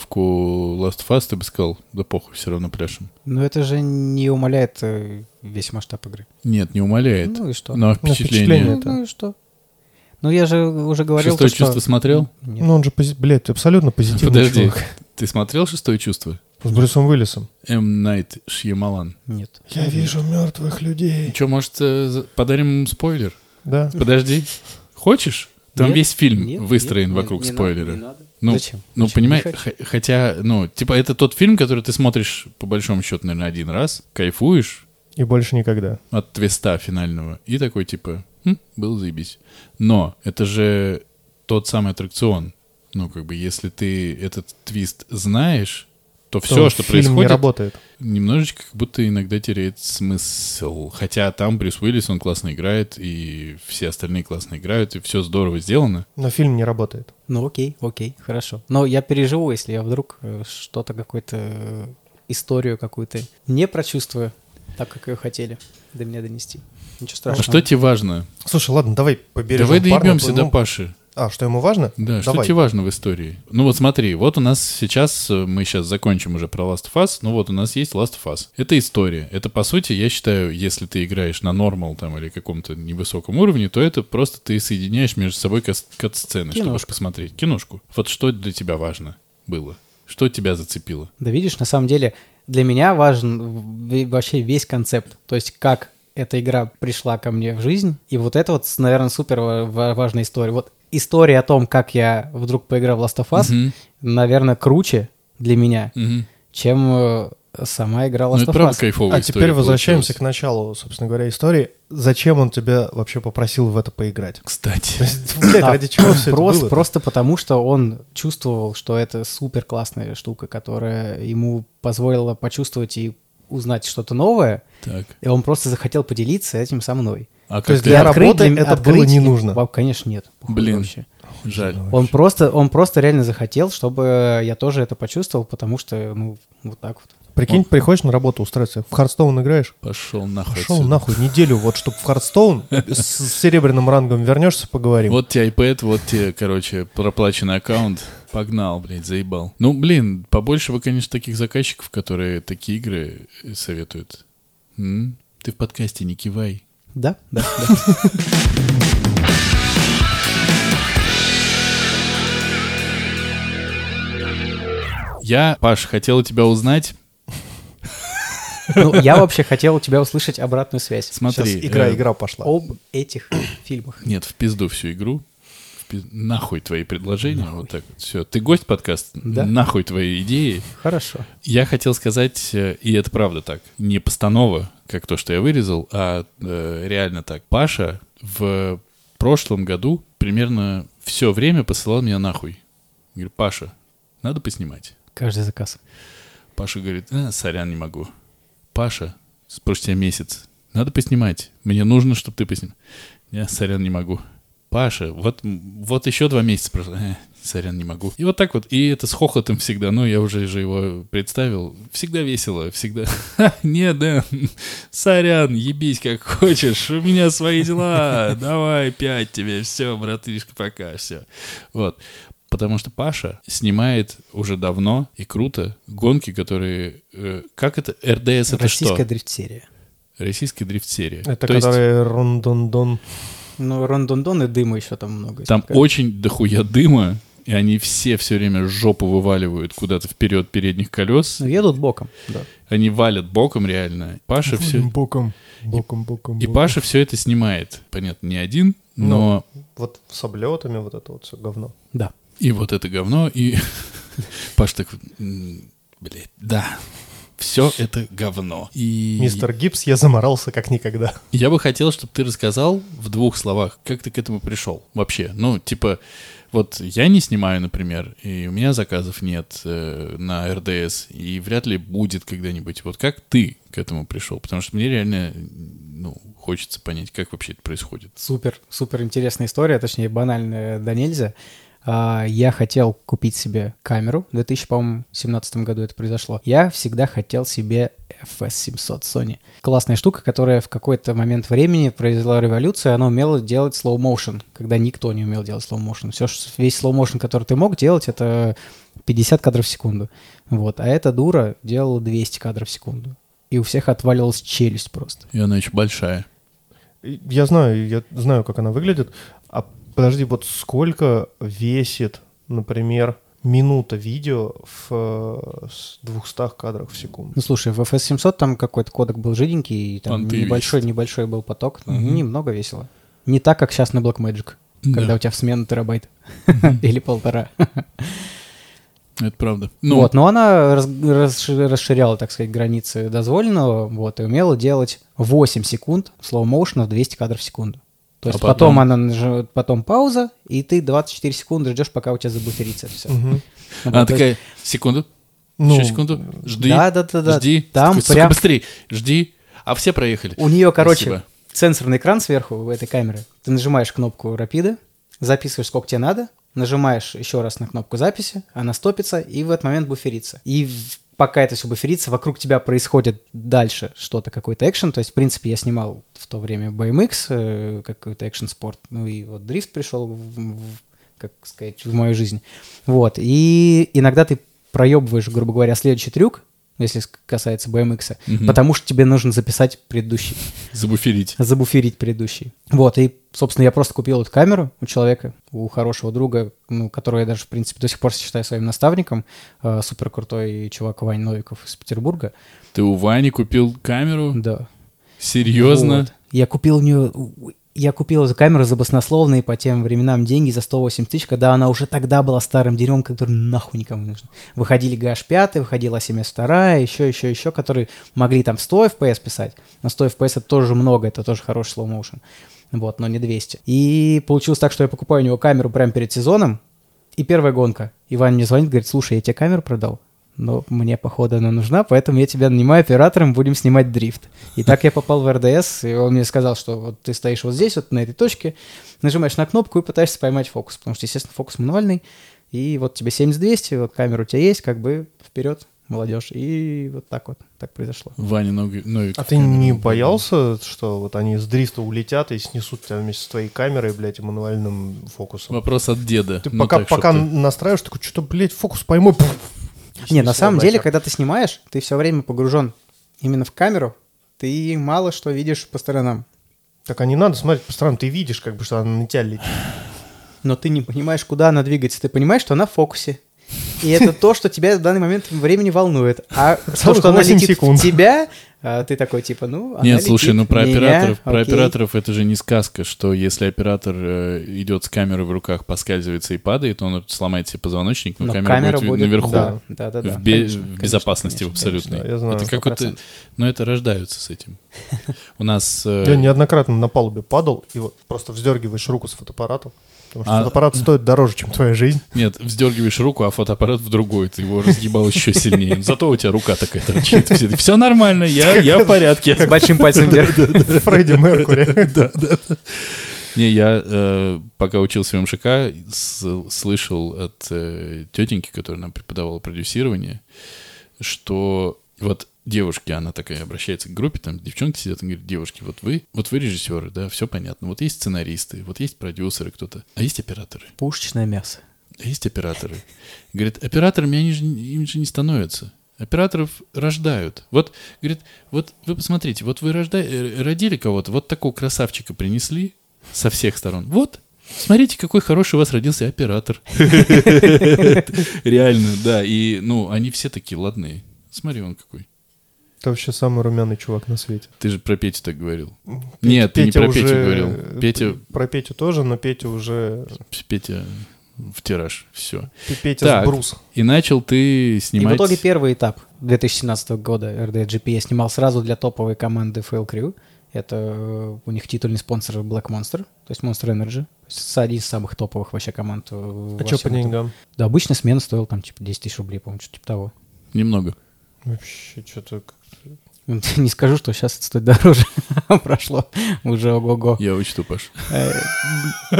Speaker 1: концовку Last of Us, ты бы сказал, да похуй, все равно пляшем.
Speaker 2: Но это же не умаляет э, весь масштаб игры.
Speaker 1: Нет, не умаляет.
Speaker 2: Ну и что?
Speaker 1: Но
Speaker 3: впечатление.
Speaker 1: впечатление.
Speaker 2: Ну, ну и что? Ну я же уже говорил,
Speaker 1: Шестое
Speaker 2: то, что...
Speaker 1: чувство смотрел?
Speaker 2: Нет.
Speaker 3: Ну, он же, пози- блядь, ты абсолютно позитивный
Speaker 1: Подожди,
Speaker 3: человек.
Speaker 1: ты смотрел шестое чувство?
Speaker 3: С Брюсом Уиллисом.
Speaker 1: М. Найт Шьямалан.
Speaker 2: Нет.
Speaker 3: Я вижу мертвых людей.
Speaker 1: Че, может, э, за- подарим ему спойлер?
Speaker 3: Да.
Speaker 1: Подожди. Хочешь? Там
Speaker 2: Нет,
Speaker 1: весь фильм
Speaker 2: нет,
Speaker 1: выстроен
Speaker 2: нет,
Speaker 1: вокруг спойлера. Ну,
Speaker 2: Зачем?
Speaker 1: ну
Speaker 2: Зачем?
Speaker 1: понимаешь,
Speaker 2: Не хочу.
Speaker 1: хотя, ну, типа, это тот фильм, который ты смотришь, по большому счету, наверное, один раз, кайфуешь
Speaker 3: И больше никогда.
Speaker 1: от твиста финального, и такой, типа, «Хм, был заебись. Но это же тот самый аттракцион. Ну, как бы, если ты этот твист знаешь, то все,
Speaker 3: Потому
Speaker 1: что
Speaker 3: фильм не
Speaker 1: происходит,
Speaker 3: работает.
Speaker 1: немножечко как будто иногда теряет смысл. Хотя там Брюс Уиллис, он классно играет, и все остальные классно играют, и все здорово сделано.
Speaker 3: Но фильм не работает.
Speaker 2: Ну окей, окей, хорошо. Но я переживу, если я вдруг э, что-то, какую-то э, историю какую-то не прочувствую так, как ее хотели до меня донести. Ничего
Speaker 1: А
Speaker 2: страшного.
Speaker 1: что тебе важно?
Speaker 3: Слушай, ладно, давай побережем
Speaker 1: Давай
Speaker 3: парня,
Speaker 1: доебемся
Speaker 3: потому-
Speaker 1: до Паши.
Speaker 3: А, что ему важно?
Speaker 1: Да, что
Speaker 3: Давай.
Speaker 1: тебе важно в истории? Ну вот смотри, вот у нас сейчас, э, мы сейчас закончим уже про Last of Us, ну вот у нас есть Last of Us. Это история. Это, по сути, я считаю, если ты играешь на нормал там или каком-то невысоком уровне, то это просто ты соединяешь между собой кат- кат-сцены, чтобы
Speaker 2: Киношка.
Speaker 1: посмотреть киношку. Вот что для тебя важно было? Что тебя зацепило?
Speaker 2: Да видишь, на самом деле для меня важен в- вообще весь концепт. То есть как эта игра пришла ко мне в жизнь. И вот это вот, наверное, супер ва- ва- важная история. Вот история о том, как я вдруг поиграл в Last of Us,
Speaker 1: Мгм.
Speaker 2: наверное, круче для меня,
Speaker 1: Мгм.
Speaker 2: чем э, сама игра
Speaker 1: Ну
Speaker 2: Last
Speaker 1: это
Speaker 2: of
Speaker 1: правда
Speaker 2: Us.
Speaker 1: кайфовая
Speaker 3: А
Speaker 1: история
Speaker 3: теперь возвращаемся
Speaker 1: получилась.
Speaker 3: к началу, собственно говоря, истории. Зачем он тебя вообще попросил в это поиграть? То
Speaker 1: Кстати,
Speaker 3: есть, Блядь,
Speaker 2: Да,
Speaker 3: ради чего все это
Speaker 2: просто,
Speaker 3: было?
Speaker 2: просто потому, что он чувствовал, что это супер классная штука, которая ему позволила почувствовать и узнать что-то новое,
Speaker 1: так.
Speaker 2: и он просто захотел поделиться этим со мной.
Speaker 1: А
Speaker 3: То
Speaker 1: как
Speaker 3: есть
Speaker 1: ты...
Speaker 3: для
Speaker 2: И открыть
Speaker 3: работы
Speaker 2: для-
Speaker 3: это было
Speaker 2: открыть
Speaker 3: не
Speaker 2: им-
Speaker 3: нужно?
Speaker 2: Вау, конечно, нет. Похуй
Speaker 1: Блин.
Speaker 2: вообще.
Speaker 1: Жаль.
Speaker 2: Он просто, он просто реально захотел, чтобы я тоже это почувствовал, потому что, ну, вот так вот.
Speaker 3: Прикинь, приходишь на работу устраиваться, в Хардстоун играешь?
Speaker 1: Пошел нахуй
Speaker 3: Пошел
Speaker 1: отсюда.
Speaker 3: нахуй неделю, вот чтобы в Хардстоун с с серебряным рангом вернешься, поговорим.
Speaker 1: Вот тебе iPad, вот тебе, короче, проплаченный аккаунт. Погнал, блядь, заебал. Ну, блин, побольше бы, конечно, таких заказчиков, которые такие игры э, советуют. М? Ты в подкасте не кивай.
Speaker 2: Да, да, да.
Speaker 1: Я, Паш, хотел тебя узнать.
Speaker 2: Ну, я вообще хотел у тебя услышать обратную связь
Speaker 1: Смотри.
Speaker 3: Сейчас игра,
Speaker 1: э,
Speaker 3: игра пошла.
Speaker 2: об этих фильмах.
Speaker 1: Нет, в пизду всю игру. В пиз- Нахуй твои предложения. Вот так вот. Все. Ты гость подкаста?
Speaker 2: Да.
Speaker 1: Нахуй твои идеи.
Speaker 2: Хорошо.
Speaker 1: Я хотел сказать, э, и это правда так, не постанова, как то, что я вырезал, а э, реально так. Паша в прошлом году примерно все время посылал меня нахуй. Говорю, Паша, надо поснимать.
Speaker 2: Каждый заказ.
Speaker 1: Паша говорит, «А, сорян, не могу. Паша, спрошу тебя месяц. Надо поснимать. Мне нужно, чтобы ты поснимал. Я, сорян, не могу. Паша, вот, м, вот еще два месяца прошло. «Э, сорян, не могу. И вот так вот. И это с хохотом всегда. Ну, я уже же его представил. Всегда весело, всегда. «Ха, не, да, сорян, ебись как хочешь. У меня свои дела. Давай, пять тебе. Все, братишка, пока, все. Вот. Потому что Паша снимает уже давно и круто гонки, которые... э, как это? РДС это
Speaker 2: Российская
Speaker 1: что?
Speaker 2: дрифт-серия.
Speaker 1: Российская дрифт-серия.
Speaker 3: Это
Speaker 1: То есть
Speaker 3: который рон-дон-дон.
Speaker 2: Ну, рондондон и дыма еще там много.
Speaker 1: там
Speaker 2: Как-
Speaker 1: очень дохуя дыма, и они все все время жопу вываливают куда-то вперед передних колес.
Speaker 2: Ну, едут боком, да.
Speaker 1: Они валят боком реально. Паша все...
Speaker 3: Боком, боком, боком.
Speaker 1: И
Speaker 3: боком. Ну.
Speaker 1: Паша все это снимает. Понятно, не один, но
Speaker 3: Вот с облетами вот это вот все говно.
Speaker 2: Да.
Speaker 1: и вот это говно, и Паш так, м, блядь, да, все это говно. И
Speaker 3: Мистер Гибс, я заморался как никогда.
Speaker 1: я бы хотел, чтобы ты рассказал в двух словах, как ты к этому пришел вообще. Ну, типа, вот я не снимаю, например, и у меня заказов нет э, на РДС, и вряд ли будет когда-нибудь. Вот как ты к этому пришел? Потому что мне реально, ну, хочется понять, как вообще это происходит.
Speaker 2: Супер, супер интересная история, точнее, банальная да нельзя. А, Я хотел купить себе камеру. В 2017 году это произошло. Я всегда хотел себе FS700 Sony. Классная штука, которая в какой-то момент времени произвела революцию. Она умела делать slow motion, когда никто не умел делать slow motion. Все, что- весь slow motion, который ты мог делать, это 50 кадров в секунду. Вот. А эта дура делала 200 кадров в секунду. И у всех отваливалась челюсть просто.
Speaker 1: И она еще большая.
Speaker 3: И Я знаю, я знаю, как она выглядит. А подожди, вот сколько весит, например, минута видео в э, с 200 кадрах в секунду?
Speaker 2: Ну слушай, в FS700 там какой-то кодек был жиденький, и там
Speaker 1: Он ты и
Speaker 2: небольшой,
Speaker 1: весит.
Speaker 2: небольшой был поток, но
Speaker 1: Мгм.
Speaker 2: немного весело. Не так, как сейчас на Blackmagic, когда у тебя в смену терабайт или полтора.
Speaker 1: Это правда. Ну,
Speaker 2: Вот, но она раз- расши- расширяла, так сказать, границы дозволенного, вот, и умела делать 8 секунд слоу-моушена в 200 кадров в секунду. То
Speaker 1: А
Speaker 2: есть
Speaker 1: потом-
Speaker 2: потом... она нажи- потом пауза, и ты 24 секунды ждешь, пока у тебя Ну, забуферится все.
Speaker 3: Мгм.
Speaker 1: она такая, секунду,
Speaker 3: Ну,
Speaker 1: еще секунду, жди,
Speaker 2: Да, да, да, да.
Speaker 1: жди,
Speaker 2: Там
Speaker 1: Такой, «Сука,
Speaker 2: прям
Speaker 1: быстрее, жди, а все проехали.
Speaker 2: У нее, короче,
Speaker 1: Спасибо.
Speaker 2: сенсорный экран сверху у этой камеры. Ты нажимаешь кнопку рапида, записываешь сколько тебе надо, нажимаешь еще раз на кнопку записи, она стопится и в этот момент буферится. И в- пока это все буферится, вокруг тебя происходит дальше что-то, какой-то экшен. То есть, в принципе, я снимал в то время BMX, э, какой-то экшен-спорт, ну и вот дрифт пришел, в- в- как сказать, в мою жизнь. Вот. И иногда ты проебываешь, грубо говоря, следующий трюк, если с- касается BMX,
Speaker 1: Мгм.
Speaker 2: потому что тебе нужно записать предыдущий
Speaker 1: Забуферить.
Speaker 2: забуферить предыдущий. Вот, и, собственно, я просто купил эту камеру у человека, у хорошего друга, ну, которого я даже, в принципе, до сих пор считаю своим наставником, супер крутой чувак Вань Новиков из Петербурга.
Speaker 1: Ты у Вани купил камеру?
Speaker 2: Да.
Speaker 1: Серьезно?
Speaker 2: Вот. Я купил у нее... Я купил эту камеру за баснословные по тем временам деньги за 108 тысяч, когда она уже тогда была старым дерьмом, который нахуй никому не нужен. Выходили GH5, выходила 72 еще, еще, еще, которые могли там 100 FPS писать. Но 100 FPS это тоже много, это тоже хороший slow motion. Вот, но не 200. И получилось так, что я покупаю у него камеру прямо перед сезоном, и первая гонка. Иван мне звонит, говорит, слушай, я тебе камеру продал, но мне, походу, она нужна, поэтому я тебя нанимаю оператором, будем снимать дрифт. И так я попал в РДС, и он мне сказал, что вот ты стоишь вот здесь, вот на этой точке, нажимаешь на кнопку и пытаешься поймать фокус, потому что, естественно, фокус мануальный, и вот тебе 70-200, вот камера у тебя есть, как бы вперед, молодежь. И вот так вот, так произошло.
Speaker 1: Ваня Нови- Новиков.
Speaker 3: А ты не боялся, что вот они с дрифта улетят и снесут тебя вместе с твоей камерой, блядь, и мануальным фокусом?
Speaker 1: Вопрос от деда.
Speaker 3: Ты
Speaker 1: Ну
Speaker 3: пока,
Speaker 1: так, чтоб
Speaker 3: пока
Speaker 1: ты-
Speaker 3: настраиваешь, такой, что-то, блядь, фокус пойму. пф, и
Speaker 2: Не, на
Speaker 3: снесло
Speaker 2: самом деле,
Speaker 3: нахер.
Speaker 2: когда ты снимаешь, ты все время погружен именно в камеру, ты мало что видишь по сторонам.
Speaker 3: Так, а не надо смотреть по сторонам, ты видишь, как бы, что она на тебя летит.
Speaker 2: но ты не понимаешь, куда она двигается. Ты понимаешь, что она в фокусе. И это то, что тебя в данный момент времени волнует. А то,
Speaker 3: Целых
Speaker 2: что она
Speaker 3: восемь
Speaker 2: летит
Speaker 3: секунд.
Speaker 2: в тебя, а ты такой типа, ну, она
Speaker 1: Нет, слушай,
Speaker 2: летит
Speaker 1: ну
Speaker 2: в
Speaker 1: про
Speaker 2: меня,
Speaker 1: операторов, про
Speaker 2: окей.
Speaker 1: операторов это же не сказка, что если оператор э, идет с камерой в руках, поскальзывается и падает, он сломает себе позвоночник, но,
Speaker 2: Но
Speaker 1: камера, будет, наверху.
Speaker 2: Да, да, да. да,
Speaker 1: в, бе-
Speaker 2: конечно,
Speaker 1: в
Speaker 2: конечно,
Speaker 1: безопасности в
Speaker 2: конечно,
Speaker 1: абсолютной.
Speaker 3: конечно, да, я знаю,
Speaker 1: это какой-то,
Speaker 2: 100%.
Speaker 1: но ну, это рождаются с этим. У нас э,
Speaker 3: Я неоднократно на палубе падал, и вот просто вздергиваешь руку с фотоаппаратом, потому что
Speaker 1: А-
Speaker 3: фотоаппарат стоит дороже, чем твоя жизнь.
Speaker 1: нет, вздергиваешь руку, а фотоаппарат в другой, ты его разгибал еще сильнее. Зато у тебя рука такая торчит. Все нормально, я я в порядке.
Speaker 2: С большим пальцем вверх.
Speaker 3: Фредди Меркури.
Speaker 1: Не, я э, пока учился в МШК, с- слышал от э, тетеньки, которая нам преподавала продюсирование, что вот девушки, она такая обращается к группе, там девчонки сидят, и говорит, девушки, вот вы, вот вы режиссеры, да, все понятно, вот есть сценаристы, вот есть продюсеры кто-то, а есть операторы,
Speaker 2: Пушечное мясо.
Speaker 1: а есть операторы. Говорит, операторами они же, им же не становятся. Операторов рождают. Вот, говорит, вот вы посмотрите, вот вы рожда- э, родили кого-то, вот такого красавчика принесли со всех сторон. Вот, смотрите, какой хороший у вас родился оператор. Реально, да. И, ну, они все такие ладные. Смотри, он какой.
Speaker 3: Ты вообще самый румяный чувак на свете.
Speaker 1: Ты же про Петю так говорил.
Speaker 3: Петя-
Speaker 1: Нет, ты не про
Speaker 3: уже-
Speaker 1: Петю говорил. Петя,
Speaker 3: Про Петю тоже, но Петя уже...
Speaker 1: Петя в тираж, все.
Speaker 3: П- Петя
Speaker 1: Так.
Speaker 3: с брус.
Speaker 1: И начал ты снимать...
Speaker 2: И в итоге первый этап 2017 года RDGP я снимал сразу для топовой команды FL Crew. Это э, у них титульный спонсор Black Monster, то есть Monster Energy. То есть Один из самых топовых вообще команд. э, во
Speaker 3: А что по
Speaker 2: всем этом.
Speaker 3: деньгам?
Speaker 2: Да, обычно смена стоила там типа 10 тысяч рублей, по-моему, что-то типа того.
Speaker 1: Немного.
Speaker 3: Вообще, что-то...
Speaker 2: Не скажу, что сейчас это стоит дороже. А Прошло уже ого-го.
Speaker 1: Я учту, Паш.
Speaker 2: Э,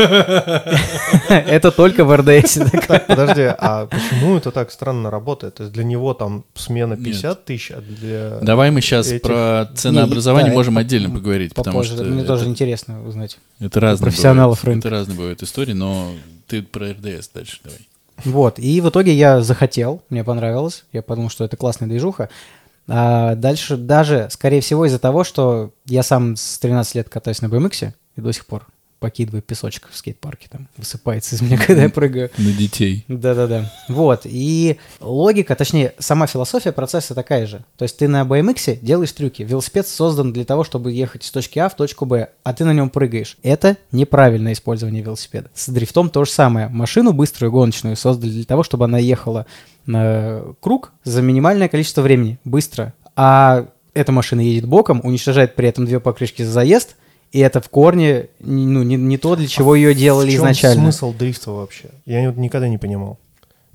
Speaker 2: Это только в РДС.
Speaker 3: Так, подожди, а почему это так странно работает? То есть для него там смена 50 тысяч, а для...
Speaker 1: Давай мы сейчас
Speaker 3: этих-
Speaker 1: про ценообразование
Speaker 2: да,
Speaker 1: можем
Speaker 2: это
Speaker 1: отдельно поговорить, потому
Speaker 2: Попозже.
Speaker 1: что
Speaker 2: Мне
Speaker 1: это,
Speaker 2: тоже интересно узнать.
Speaker 1: это разные
Speaker 2: профессионалов
Speaker 1: бывают,
Speaker 2: рынка.
Speaker 1: Это разные бывают истории, но ты про РДС дальше давай.
Speaker 2: Вот, и в итоге я захотел, мне понравилось, я подумал, что это классная движуха. А дальше даже, скорее всего, из-за того, что я сам с 13 лет катаюсь на BMX и до сих пор покидываю песочек в скейт-парке, там высыпается из меня, когда я прыгаю.
Speaker 1: На детей.
Speaker 2: Да-да-да. Вот, и логика, точнее, сама философия процесса такая же. То есть ты на BMX делаешь трюки. Велосипед создан для того, чтобы ехать с точки А в точку Б, а ты на нем прыгаешь. Это неправильное использование велосипеда. С дрифтом то же самое. Машину быструю, гоночную создали для того, чтобы она ехала на круг за минимальное количество времени, быстро. А эта машина едет боком, уничтожает при этом две покрышки за заезд, и это в корне ну, не, не то, для чего ее делали
Speaker 3: А В чём
Speaker 2: изначально.
Speaker 3: смысл дрифта вообще? Я его никогда не понимал.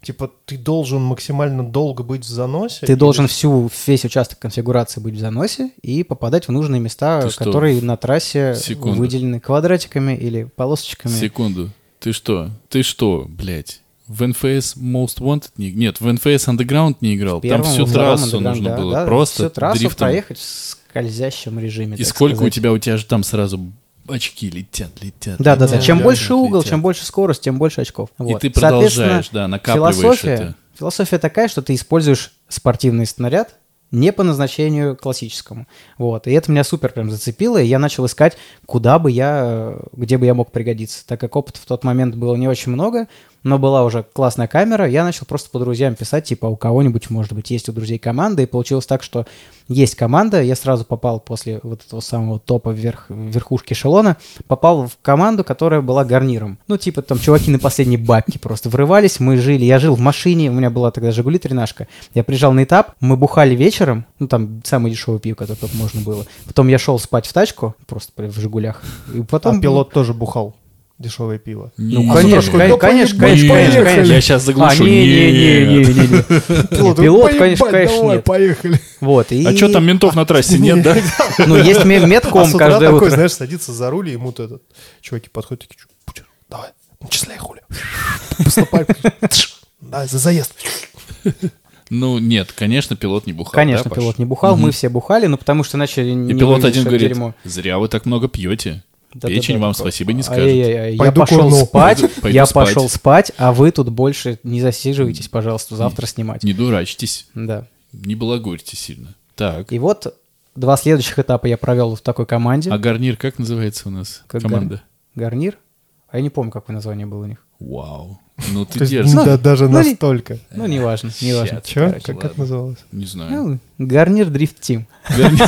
Speaker 3: Типа, ты должен максимально долго быть в заносе.
Speaker 2: Ты
Speaker 3: или-
Speaker 2: должен всю, весь участок конфигурации быть в заносе и попадать в нужные места,
Speaker 1: Ты что,
Speaker 2: которые на трассе
Speaker 1: секунду?
Speaker 2: выделены квадратиками или полосочками.
Speaker 1: Секунду. Ты что? Ты что, блядь? В NFS Most Wanted не... Нет, в NFS Underground не играл.
Speaker 2: В первом,
Speaker 1: Там всю
Speaker 2: во втором
Speaker 1: трассу
Speaker 2: underground,
Speaker 1: нужно
Speaker 2: да,
Speaker 1: было.
Speaker 2: да,
Speaker 1: Просто
Speaker 2: всю трассу
Speaker 1: дрифтом.
Speaker 2: проехать в скользящем режиме.
Speaker 1: И
Speaker 2: так
Speaker 1: сколько
Speaker 2: сказать.
Speaker 1: у тебя? У тебя же там сразу очки летят, летят.
Speaker 2: Да, да, да.
Speaker 1: летят,
Speaker 2: Чем
Speaker 1: летят,
Speaker 2: больше угол,
Speaker 1: летят.
Speaker 2: чем больше скорость, тем больше очков.
Speaker 1: И
Speaker 2: Вот.
Speaker 1: ты
Speaker 2: Соответственно,
Speaker 1: продолжаешь, да, накапливаешь
Speaker 2: философия,
Speaker 1: это.
Speaker 2: философия такая, что ты используешь спортивный снаряд не по назначению классическому. Вот. И это меня супер прям зацепило, и я начал искать, куда бы я, э, где бы я мог пригодиться. Так как опыта в тот момент было не очень много, но была уже классная камера, я начал просто по друзьям писать, типа, «А у кого-нибудь, может быть, есть у друзей команда, и получилось так, что есть команда, я сразу попал после вот этого самого топа вверх, верхушки эшелона, попал в команду, которая была гарниром. Ну, типа, там, чуваки на последней бабке просто врывались, мы жили, я жил в машине, у меня была тогда «Жигули» тринашка, я приезжал на этап, мы бухали вечером, ну, там, самое дешевое пиво, которое только можно было, потом я шел спать в тачку, просто блин, в «Жигулях», и потом...
Speaker 3: А пилот тоже бухал дешевое пиво.
Speaker 1: Ну,
Speaker 2: Ну, конечно, конечно,
Speaker 3: Нет. Да
Speaker 2: конечно,
Speaker 1: Нет,
Speaker 2: конечно, конечно, конечно.
Speaker 1: Я сейчас заглушу.
Speaker 2: А, не, не, не, не, не, не.
Speaker 3: Пилот,
Speaker 2: Пилот, конечно, конечно, нет.
Speaker 3: поехали.
Speaker 2: Вот, и...
Speaker 1: А что там ментов на трассе нет, да?
Speaker 2: Ну, есть ме-
Speaker 3: А
Speaker 2: медком
Speaker 3: с утра
Speaker 2: каждое
Speaker 3: такой,
Speaker 2: утро.
Speaker 3: знаешь, садится за руль, и ему то этот... Чуваки подходят, такие, «Чё, Путин, давай, начисляй хули. Поступай. Тш, Давай, за заезд.
Speaker 1: Ну, нет, конечно, пилот не бухал.
Speaker 2: Конечно,
Speaker 1: да, Паш?
Speaker 2: пилот не бухал, мы все бухали, ну, потому что иначе
Speaker 1: И
Speaker 2: не
Speaker 1: пилот
Speaker 2: вывезешь
Speaker 1: один
Speaker 2: это
Speaker 1: говорит,
Speaker 2: дерьмо.
Speaker 1: зря вы так много пьете.
Speaker 2: Да-да-да,
Speaker 1: Печень вам
Speaker 2: такой,
Speaker 1: спасибо не скажет.
Speaker 2: «Ай-яй-яй, Я
Speaker 3: Пойду
Speaker 2: пошел
Speaker 3: курну».
Speaker 2: спать,
Speaker 1: Пойду
Speaker 2: я
Speaker 1: спать.
Speaker 2: пошел спать, а вы тут больше не засиживайтесь, пожалуйста, завтра снимать.
Speaker 1: Не дурачьтесь,
Speaker 2: Да.
Speaker 1: не балагурьте сильно. Так,
Speaker 2: И вот два следующих этапа я провел в такой команде.
Speaker 1: а гарнир как называется у нас?
Speaker 2: Как
Speaker 1: Команда.
Speaker 2: Гарнир? А я не помню, какое название было у них.
Speaker 1: Вау. Ну
Speaker 3: То
Speaker 1: ты
Speaker 3: есть,
Speaker 1: дерзкий.
Speaker 3: да, даже
Speaker 2: ну,
Speaker 3: настолько.
Speaker 2: Ну, неважно, неважно.
Speaker 1: Щас,
Speaker 3: Че?
Speaker 1: короче,
Speaker 3: Как как
Speaker 1: ладно.
Speaker 3: называлось?
Speaker 1: Не знаю.
Speaker 2: Ну, Гарнир Дрифт Тим.
Speaker 1: Гарнир.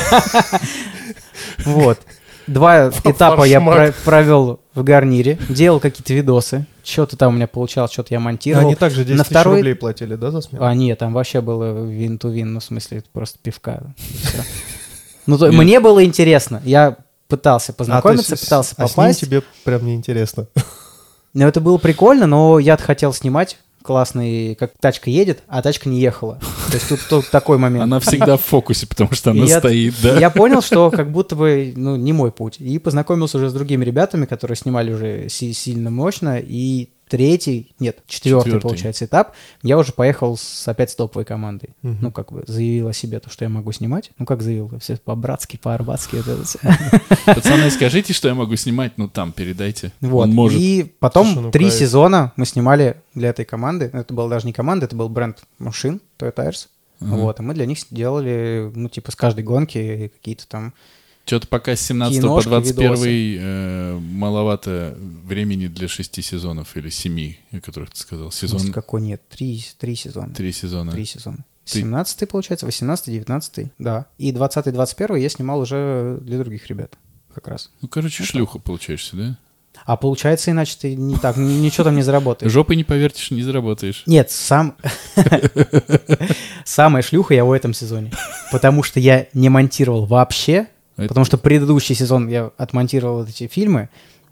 Speaker 2: Вот. Два этапа я
Speaker 3: форшмак.
Speaker 2: про- провел в гарнире, делал какие-то видосы. Что-то там у меня получалось, что-то я монтировал.
Speaker 3: Они также 10
Speaker 2: На
Speaker 3: тысяч
Speaker 2: второй
Speaker 3: рублей платили, да, за смену?
Speaker 2: А, нет, там вообще было вин-ту-вин, ну, в смысле, это просто пивка. и всё. Ну, то-
Speaker 1: Нет.
Speaker 2: мне было интересно. Я пытался
Speaker 3: А, то есть
Speaker 2: познакомиться,
Speaker 3: с-
Speaker 2: пытался
Speaker 3: а с ним
Speaker 2: попасть.
Speaker 3: тебе прям неинтересно.
Speaker 2: Но это было прикольно, но я хотел снимать классный, как тачка едет, а тачка не ехала. То есть тут, тут такой момент.
Speaker 1: Она всегда в фокусе, потому что она
Speaker 2: И я-
Speaker 1: стоит, да?
Speaker 2: Я понял, что как будто бы ну, не мой путь. И познакомился уже с другими ребятами, которые снимали уже си- сильно мощно. И третий, нет, четвертый,
Speaker 1: Четвертый.
Speaker 2: получается, этап, я уже поехал с, опять с топовой командой.
Speaker 3: Мгм.
Speaker 2: Ну, как бы заявил о себе то, что я могу снимать. Ну, как заявил, все по-братски, по-арбатски. это всё.
Speaker 1: Пацаны, скажите, что я могу снимать, ну там передайте.
Speaker 2: Вот.
Speaker 1: Он может.
Speaker 2: И потом
Speaker 3: Слушай, ну,
Speaker 2: три
Speaker 3: кайф.
Speaker 2: сезона мы снимали для этой команды. Это была даже не команда, это был бренд машин Toyota Tires.
Speaker 1: Мгм.
Speaker 2: Вот, а мы для них делали, ну, типа, с каждой гонки какие-то там
Speaker 1: Что-то пока с 17
Speaker 2: Киношки,
Speaker 1: по 21
Speaker 2: видосы.
Speaker 1: э, маловато времени для шести сезонов или семи, о которых ты сказал. Сезон,
Speaker 2: Какой нет? Три, три сезона.
Speaker 1: три сезона.
Speaker 2: Три сезона.
Speaker 1: Ты-
Speaker 2: 17 получается, 18 19 да. И 20 21 я снимал уже для других ребят как раз.
Speaker 1: Ну, короче, шлюха получаешься, да?
Speaker 2: А получается иначе ты не так, н- ничего там не заработаешь.
Speaker 1: Жопой не повертишь, не заработаешь.
Speaker 2: Нет, сам... Самая шлюха я в этом сезоне. Потому что я не монтировал вообще.
Speaker 1: Это-
Speaker 2: Потому что предыдущий сезон я отмонтировал вот эти фильмы,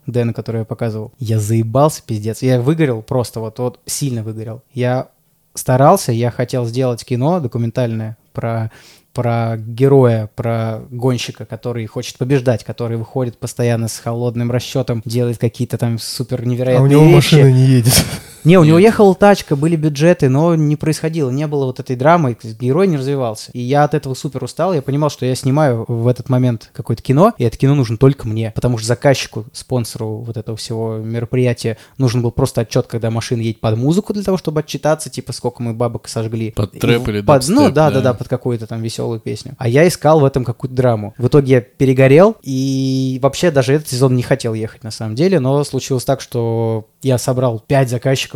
Speaker 2: Дэна, которые я показывал. Я заебался, пиздец. Я выгорел просто, вот, вот сильно выгорел. Я старался, я хотел сделать кино документальное про про героя, про гонщика, который хочет побеждать, который выходит постоянно с холодным расчетом, делает какие-то там супер
Speaker 3: А
Speaker 2: невероятные
Speaker 3: у него
Speaker 2: вещи.
Speaker 3: машина не едет.
Speaker 2: Не, у него
Speaker 1: Нет.
Speaker 2: ехала тачка, были бюджеты, но не происходило, не было вот этой драмы, герой не развивался. И я от этого супер устал, я понимал, что я снимаю в этот момент какое-то кино, и это кино нужно только мне, потому что заказчику, спонсору вот этого всего мероприятия нужен был просто отчет, когда машина едет под музыку для того, чтобы отчитаться, типа, сколько мы бабок сожгли.
Speaker 1: Под трэп или
Speaker 2: под, Ну
Speaker 1: дабстеп,
Speaker 2: да,
Speaker 1: да.
Speaker 2: да, да, под какую-то там веселую песню. А я искал в этом какую-то драму. В итоге я перегорел, и вообще даже этот сезон не хотел ехать на самом деле, но случилось так, что я собрал 5 заказчиков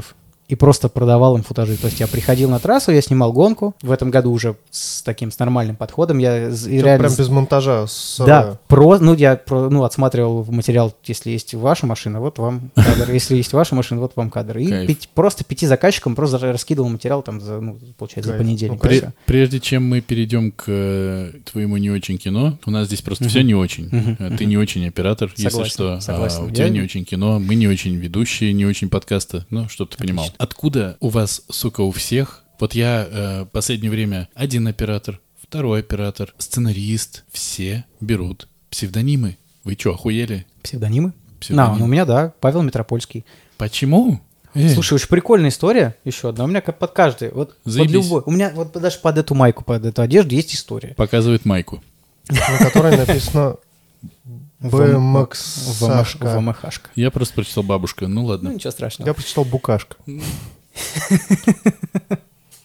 Speaker 2: и просто продавал им футажи. То есть я приходил на трассу, я снимал гонку. В этом году уже с таким, с нормальным подходом. Я з- и
Speaker 3: Чё,
Speaker 2: реально...
Speaker 3: Прям без монтажа. э, сырое.
Speaker 2: Да, про, ну я про, ну, отсматривал материал, если есть ваша машина, вот вам кадр, если есть ваша машина, вот вам кадр. И
Speaker 1: Кайф.
Speaker 2: пять- просто пяти заказчикам просто раскидывал материал там, за, ну, получается, за
Speaker 3: Кайф. Ну,
Speaker 2: понедельник.
Speaker 3: кайф.
Speaker 2: и
Speaker 1: Пре-
Speaker 2: всё.
Speaker 1: прежде чем мы перейдем к э, твоему не очень кино, у нас здесь просто все не очень.
Speaker 2: Мгм,
Speaker 1: Э, Ты не очень оператор, если
Speaker 2: Согласен,
Speaker 1: что. а
Speaker 2: согласен.
Speaker 1: у тебя
Speaker 2: Я-
Speaker 1: не очень кино, мы не очень ведущие, не очень подкаста. Ну, чтоб ты понимал. Откуда у вас, сука, у всех? Вот я э, последнее время один оператор, второй оператор, сценарист, все берут псевдонимы. Вы чё, охуели?
Speaker 2: Псевдонимы?
Speaker 1: Псевдоним.
Speaker 2: Да, ну, у меня, да, Павел Метропольский.
Speaker 1: Почему? Э,
Speaker 2: Слушай, очень прикольная история еще одна. У меня как под каждый. Вот под
Speaker 1: Заебись.
Speaker 2: любой. У меня вот даже под эту майку, под эту одежду есть история.
Speaker 1: Показывает майку.
Speaker 3: На которой написано
Speaker 2: ВМХ.
Speaker 3: БМХ.
Speaker 2: ВМХшка.
Speaker 1: Я просто прочитал бабушка. Ну
Speaker 2: Ну,
Speaker 1: ладно.
Speaker 2: ничего страшного.
Speaker 3: Я прочитал букашка.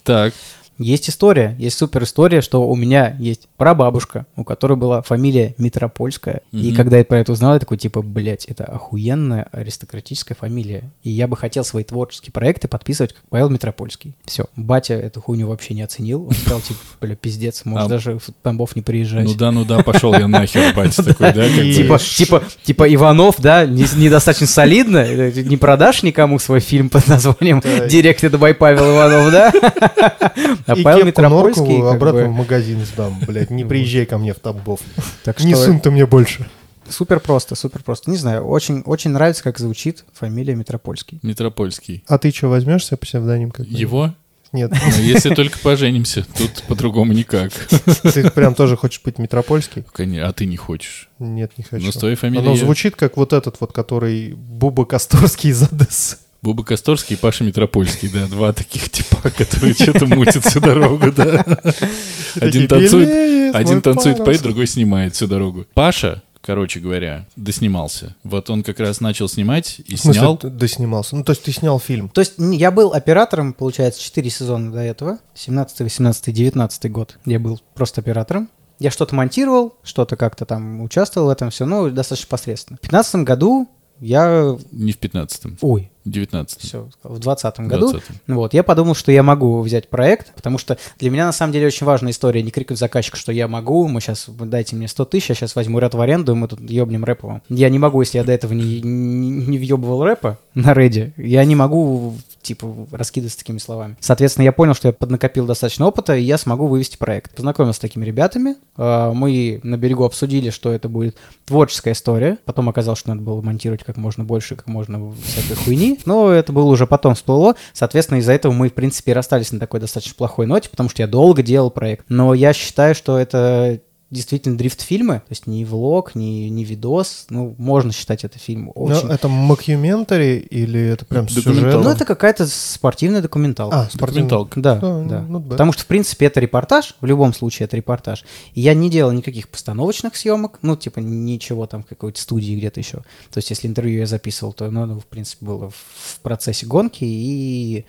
Speaker 1: Так.
Speaker 2: Есть история, есть супер история, что у меня есть прабабушка, у которой была фамилия Митропольская. И
Speaker 1: Мгм.
Speaker 2: когда я про это узнал, я такой, типа, блядь, это охуенная аристократическая фамилия. И я бы хотел свои творческие проекты подписывать как Павел Митропольский. Все. Батя эту хуйню вообще не оценил. Он сказал, типа, бля, пиздец, может
Speaker 1: А.
Speaker 2: даже в Тамбов не приезжать.
Speaker 1: Ну да, ну да, пошел я нахер, батя такой, да? как бы.
Speaker 3: И-
Speaker 2: Типа,
Speaker 3: Ш-
Speaker 2: типа, типа Иванов, да, не- недостаточно солидно, э, не продашь никому свой фильм под названием
Speaker 3: Да.
Speaker 2: «Директед бай Павел Иванов», да? А
Speaker 3: И
Speaker 2: Павел
Speaker 3: кепку
Speaker 2: Митропольский
Speaker 3: норковую
Speaker 2: как
Speaker 3: обратно в
Speaker 2: бы,
Speaker 3: магазин сдам, блядь. Не приезжай ко мне в Тамбов.
Speaker 2: Так
Speaker 3: Не
Speaker 2: что
Speaker 3: сунь ты мне больше.
Speaker 2: супер просто, супер просто. Не знаю, очень, очень нравится, как звучит фамилия Митропольский.
Speaker 1: Метропольский.
Speaker 3: А ты что, возьмешься псевдоним какой-нибудь?
Speaker 1: Его?
Speaker 3: Нет,
Speaker 1: Ну, Если только поженимся, тут по-другому никак.
Speaker 3: ты прям тоже хочешь быть метропольский?
Speaker 1: Конечно, А ты не хочешь.
Speaker 3: Нет, не хочу.
Speaker 1: Но Ну, с твоей
Speaker 3: Оно
Speaker 1: фамилией
Speaker 3: звучит как вот этот вот, который Буба Касторский из Одессы.
Speaker 1: Буба Косторский и Паша Метропольский, да, два таких типа, которые что-то мутят всю дорогу, да. Один
Speaker 3: Такие,
Speaker 1: танцует,
Speaker 3: «Белеет мой
Speaker 1: один танцует
Speaker 3: парус».
Speaker 1: поет, другой снимает всю дорогу. Паша, короче говоря, доснимался. Вот он как раз начал снимать и
Speaker 3: В смысле,
Speaker 1: снял.
Speaker 3: ты доснимался? Ну, то есть ты снял фильм.
Speaker 2: То есть н- я был оператором, получается, 4 сезона до этого. 17, 18, 19 год я был просто оператором. Я что-то монтировал, что-то как-то там участвовал в этом все, ну, достаточно посредственно. В 15 году я...
Speaker 1: Не в 15-м,
Speaker 2: Ой,
Speaker 1: в 19-м.
Speaker 2: все, в 2020 году.
Speaker 1: 20-м.
Speaker 2: Вот, я подумал, что я могу взять проект, потому что для меня на самом деле очень важная история, не крикнуть заказчику, что я могу, мы сейчас, дайте мне 100 тысяч, я сейчас возьму рэп в аренду, и мы тут ебнем рэповым. Я не могу, если я до этого не, не, не въебывал рэпа на рейде, я не могу типа, раскидываться такими словами. Соответственно, я понял, что я поднакопил достаточно опыта, и я смогу вывести проект. Познакомился с такими ребятами, э, мы на берегу обсудили, что это будет творческая история, потом оказалось, что надо было монтировать как можно больше, как можно всякой хуйни, но это было уже потом всплыло, соответственно, из-за этого мы, в принципе, и расстались на такой достаточно плохой ноте, потому что я долго делал проект, но я считаю, что это действительно дрифт-фильмы, то есть не влог, не, не видос, ну, можно считать это фильм
Speaker 3: Ну,
Speaker 2: очень...
Speaker 3: это мокюментари или это прям
Speaker 1: Документалка.
Speaker 3: сюжет?
Speaker 2: Ну, это какая-то спортивная документалка.
Speaker 3: А, спортивный.
Speaker 1: Документалка.
Speaker 2: Да,
Speaker 3: Да,
Speaker 2: да.
Speaker 3: ну, да.
Speaker 2: Потому что, в принципе, это репортаж, в любом случае это репортаж. И я не делал никаких постановочных съемок, ну, типа, ничего там в какой-то студии где-то еще. То есть, если интервью я записывал, то ну, оно, в принципе, было в в процессе гонки и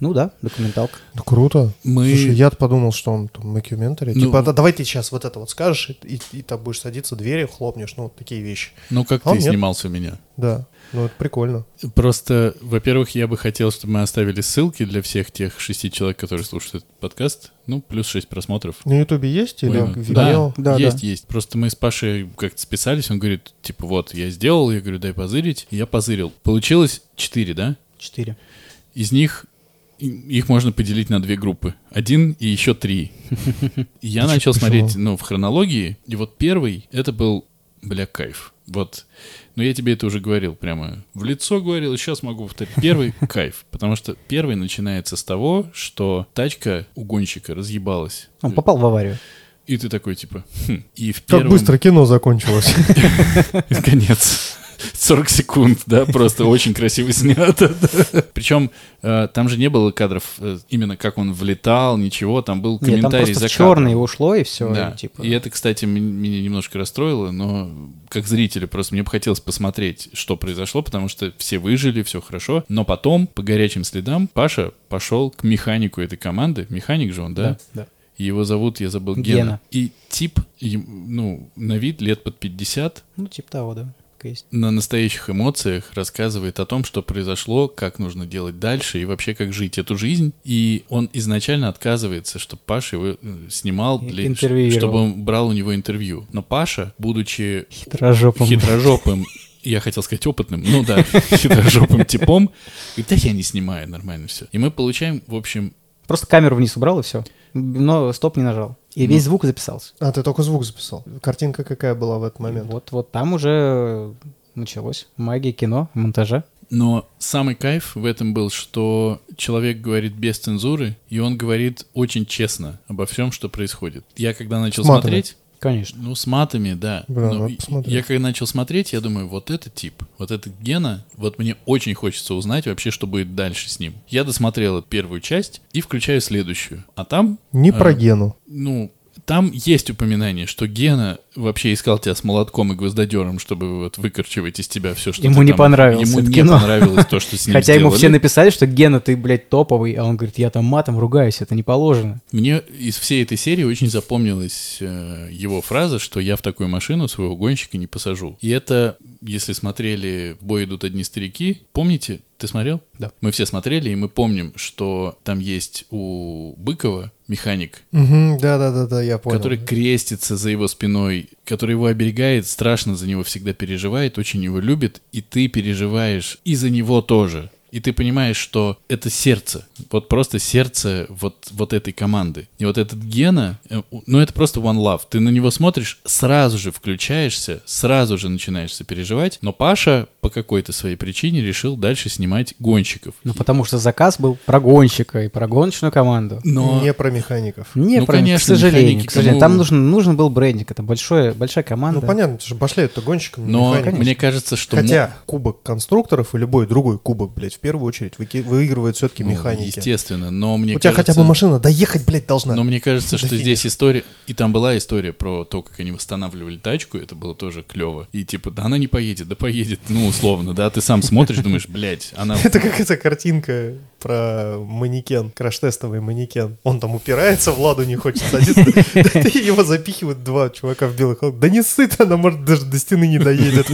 Speaker 2: Ну да, документалка.
Speaker 3: Ну круто.
Speaker 1: Мы-
Speaker 3: Слушай, я подумал, что он там мокюментари.
Speaker 1: Ну-
Speaker 3: Типа, да, давай ты сейчас вот это вот скажешь, и, и- и там будешь садиться, двери хлопнешь, ну, вот такие вещи.
Speaker 1: Ну, как
Speaker 3: А
Speaker 1: ты
Speaker 3: нет.
Speaker 1: снимался у меня?
Speaker 3: Да, ну это прикольно.
Speaker 1: Просто, во-первых, я бы хотел, чтобы мы оставили ссылки для всех тех шести человек, которые слушают этот подкаст. Ну, плюс шесть просмотров.
Speaker 3: На Ютубе есть или
Speaker 1: Ой, ну,
Speaker 3: видео?
Speaker 1: Да,
Speaker 2: Да,
Speaker 1: есть,
Speaker 2: да.
Speaker 1: есть. Просто мы с Пашей как-то списались, он говорит, типа, вот, я сделал, я говорю, дай позырить. И я позырил. Получилось четыре, да?
Speaker 2: Четыре.
Speaker 1: Из них и- их можно поделить на две группы. Один и еще три. И Я
Speaker 3: Поч-
Speaker 1: начал
Speaker 3: почему?
Speaker 1: смотреть, ну, в хронологии, и вот первый, это был, бля, кайф. Вот. Но я тебе это уже говорил прямо в лицо говорил, и сейчас могу повторить. Первый — кайф, потому что первый начинается с того, что тачка у гонщика разъебалась.
Speaker 2: Он Ну, попал в аварию.
Speaker 1: И ты такой, типа, хм. И в
Speaker 3: Как
Speaker 1: первом...
Speaker 3: быстро кино закончилось.
Speaker 1: Конец. 40 секунд, да, просто очень красиво снято. Причем э, там же не было кадров э, именно как он влетал, ничего, там был
Speaker 2: Нет, там
Speaker 1: комментарий
Speaker 2: просто
Speaker 1: за
Speaker 2: черное
Speaker 1: кадром.
Speaker 2: ушло, и все.
Speaker 1: Да.
Speaker 2: И, типа...
Speaker 1: И это, кстати, м- меня немножко расстроило, но как зрителя просто мне бы хотелось посмотреть, что произошло, потому что все выжили, все хорошо. Но потом, по горячим следам, Паша пошел к механику этой команды. Механик же он, да?
Speaker 2: да.
Speaker 1: Его зовут, я забыл, Гена.
Speaker 2: Гена.
Speaker 1: И тип, ем- ну, на вид лет под 50,
Speaker 2: Ну, типа того, да. Так и есть.
Speaker 1: на настоящих эмоциях рассказывает о том, что произошло, как нужно делать дальше и вообще как жить эту жизнь. И он изначально отказывается, чтобы Паша его э, снимал,
Speaker 2: И
Speaker 1: для,
Speaker 2: интервьюировал.
Speaker 1: чтобы он брал у него интервью. Но Паша, будучи
Speaker 2: Хитрожопом.
Speaker 1: хитрожопым, я хотел сказать опытным, ну да, хитрожопым типом, говорит, да я не снимаю, нормально все. И мы получаем, в общем,
Speaker 2: Просто камеру вниз убрал, и все. Но стоп не нажал. И весь звук записался.
Speaker 3: А, ты только звук записал. Картинка какая была в этот момент?
Speaker 2: Вот, вот там уже началось. Магия кино, монтажа.
Speaker 1: Но самый кайф в этом был, что человек говорит без цензуры, и он говорит очень честно обо всем, что происходит. Я когда начал
Speaker 3: С матами.
Speaker 1: смотреть,
Speaker 2: Конечно.
Speaker 1: ну с матами, да.
Speaker 3: Бля,
Speaker 1: Ну,
Speaker 3: надо
Speaker 1: и-
Speaker 3: посмотреть.
Speaker 1: я когда начал смотреть, я думаю, вот этот тип, вот этот Гена, вот мне очень хочется узнать вообще, что будет дальше с ним. Я досмотрел первую часть и включаю следующую, а там
Speaker 3: Не
Speaker 1: А.
Speaker 3: про Гену.
Speaker 1: ну, там есть упоминание, что Гена вообще искал тебя с молотком и гвоздодером, чтобы вот выкорчевать из тебя все, что
Speaker 2: Ему
Speaker 1: ты
Speaker 2: не
Speaker 1: там-
Speaker 2: понравилось
Speaker 1: Ему
Speaker 2: это
Speaker 1: не
Speaker 2: кино.
Speaker 1: понравилось то, что с ним
Speaker 2: Хотя ему
Speaker 1: сделали.
Speaker 2: все написали, что Гена, ты, блядь, топовый, а он говорит, я там матом ругаюсь, это не положено.
Speaker 1: Мне из всей этой серии очень запомнилась э, его фраза, что я в такую машину своего гонщика не посажу. И это, если смотрели «В «Бой идут одни старики», помните? Ты смотрел?
Speaker 2: Да.
Speaker 1: Мы все смотрели, и мы помним, что там есть у Быкова механик,
Speaker 3: Мгм, Да-да-да-да, я понял.
Speaker 1: который крестится за его спиной, который его оберегает, страшно за него всегда переживает, очень его любит, и ты переживаешь и за него тоже. И ты понимаешь, что это сердце, вот просто сердце вот, вот этой команды. И вот этот Гена, э, у- ну это просто one love. Ты на него смотришь, сразу же включаешься, сразу же начинаешь сопереживать. Но Паша по какой-то своей причине решил дальше снимать гонщиков.
Speaker 2: Ну, потому что заказ был про гонщика и про гоночную команду.
Speaker 1: Но...
Speaker 3: Не про механиков.
Speaker 2: Не,
Speaker 1: Ну,
Speaker 2: про-
Speaker 1: конечно,
Speaker 2: к сожалению,
Speaker 1: механики,
Speaker 2: к сожалению.
Speaker 1: кому-
Speaker 2: Там нужен, нужен был брендинг, это большое, большая команда.
Speaker 3: Ну понятно, потому что башляют-то гонщиками, не
Speaker 1: Но
Speaker 3: механиками.
Speaker 1: мне кажется, что... мо-
Speaker 3: Хотя кубок конструкторов и любой другой кубок, блядь, в первую очередь выки- выигрывает все-таки
Speaker 1: ну,
Speaker 3: механики.
Speaker 1: Естественно, но мне
Speaker 3: У тебя хотя бы
Speaker 1: кажется-
Speaker 3: машина доехать, блядь, должна.
Speaker 1: Но мне кажется,
Speaker 3: До
Speaker 1: что здесь история... И там была история про то, как они восстанавливали тачку, это было тоже клево. И типа, да она не поедет, да поедет, ну, условно, да, ты сам смотришь, думаешь, блядь, она...
Speaker 3: Это как эта картинка про манекен, краш-тестовый манекен. Он там упирается, Владу не хочет садиться. И его запихивают два чувака в белых халатах. Да не сыт, она, может, даже до стены не доедет.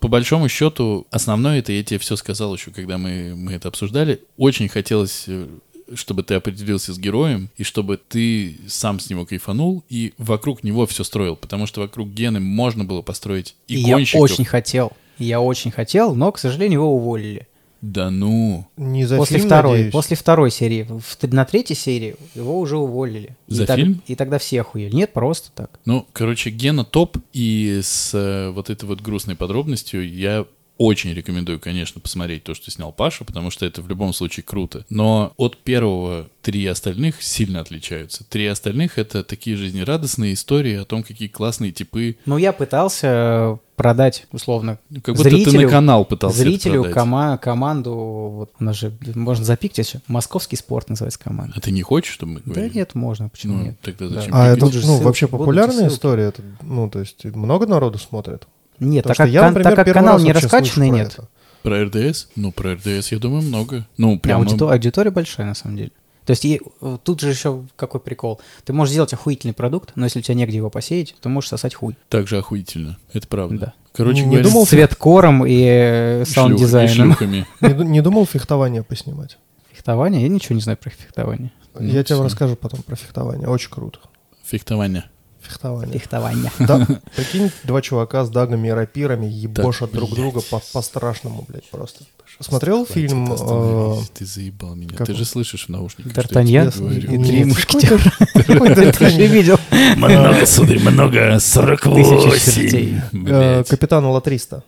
Speaker 1: По большому счету, основное это, я тебе все сказал еще, когда мы, мы это обсуждали, очень хотелось э, чтобы ты определился с героем, и чтобы ты сам с него кайфанул, и вокруг него все строил, потому что вокруг Гены можно было построить и,
Speaker 2: И
Speaker 1: гонщиков.
Speaker 2: я очень хотел. Я очень хотел, но, к сожалению, его уволили.
Speaker 1: Да ну,
Speaker 3: Не за
Speaker 2: после
Speaker 3: фильм,
Speaker 2: второй,
Speaker 3: надеюсь?
Speaker 2: после второй серии, В- на третьей серии его уже уволили.
Speaker 1: За
Speaker 2: и так-
Speaker 1: фильм?
Speaker 2: и тогда все охуели. Нет, просто так.
Speaker 1: Ну, короче, Гена топ, и с э, вот этой вот грустной подробностью я очень рекомендую, конечно, посмотреть то, что снял Паша, потому что это в любом случае круто. Но от первого три остальных сильно отличаются. Три остальных — это такие жизнерадостные истории о том, какие классные типы.
Speaker 2: Но Ну, я пытался э, продать, условно,
Speaker 1: Ну, Как будто ты на
Speaker 2: Зрителю-
Speaker 1: канал пытался это
Speaker 2: зрителю,
Speaker 1: продать.
Speaker 2: кома- команду, вот, у нас же, можно запикать еще, московский спорт называется команда.
Speaker 1: А ты не хочешь, чтобы мы
Speaker 2: Да
Speaker 1: говорили?
Speaker 2: нет, можно, почему
Speaker 1: Ну,
Speaker 2: нет?
Speaker 1: тогда
Speaker 2: Да.
Speaker 1: зачем?
Speaker 3: А
Speaker 2: Тут
Speaker 3: это
Speaker 2: же
Speaker 3: ну,
Speaker 2: ссылки,
Speaker 3: вообще
Speaker 2: будут
Speaker 3: популярная
Speaker 2: ссылки.
Speaker 3: история? Это, ну, то есть много народу смотрит?
Speaker 2: Нет,
Speaker 3: Потому
Speaker 2: так
Speaker 3: что
Speaker 2: как,
Speaker 3: я,
Speaker 2: кан-
Speaker 3: например,
Speaker 2: так как
Speaker 3: первый
Speaker 2: канал
Speaker 3: раз
Speaker 2: не
Speaker 3: вообще слышу
Speaker 2: раскачанный,
Speaker 3: про
Speaker 2: нет.
Speaker 3: это.
Speaker 1: Про РДС? Ну, про РДС, я думаю, много. Ну, прям...
Speaker 2: Аудито-
Speaker 1: ну,
Speaker 2: А Аудитория большая, на самом деле. То есть и, э, тут же еще какой прикол. Ты можешь сделать охуительный продукт, но если у тебя негде его посеять, то можешь сосать хуй.
Speaker 1: Так же охуительно. Это правда.
Speaker 2: Да.
Speaker 1: Короче
Speaker 3: Не
Speaker 1: говоря,
Speaker 3: думал
Speaker 2: С цветкором и э,
Speaker 1: и шлюх- и
Speaker 2: саунд-дизайном.
Speaker 1: шлюхами.
Speaker 3: Не, ду- не думал фехтование поснимать?
Speaker 2: Фехтование? Я ничего не знаю про фехтование.
Speaker 1: Ну,
Speaker 3: Я тебе
Speaker 1: всё.
Speaker 3: расскажу потом про фехтование. Очень круто.
Speaker 1: Фехтование.
Speaker 3: Фехтование.
Speaker 2: Фехтование.
Speaker 3: Да, прикинь, два чувака с дагами и рапирами ебошат
Speaker 1: Да,
Speaker 3: друг
Speaker 1: блядь.
Speaker 3: друга по- по-страшному, блядь, просто. Смотрел
Speaker 1: Хватит,
Speaker 3: Ну, фильм... э,
Speaker 1: остановись, Ты заебал меня.
Speaker 3: как
Speaker 1: Ты
Speaker 3: он?
Speaker 1: же слышишь в наушниках, что я
Speaker 2: Д'Артаньян
Speaker 1: тебе говорю.
Speaker 2: и три
Speaker 3: Нет.
Speaker 2: мушкетера.
Speaker 3: Какой
Speaker 2: Ты же
Speaker 3: Д'Артаньян?
Speaker 2: видел.
Speaker 1: Много, сударь, много, 48.
Speaker 2: Тысяча сердцей.
Speaker 3: Э,
Speaker 1: Блядь,
Speaker 3: Капитана Латриста.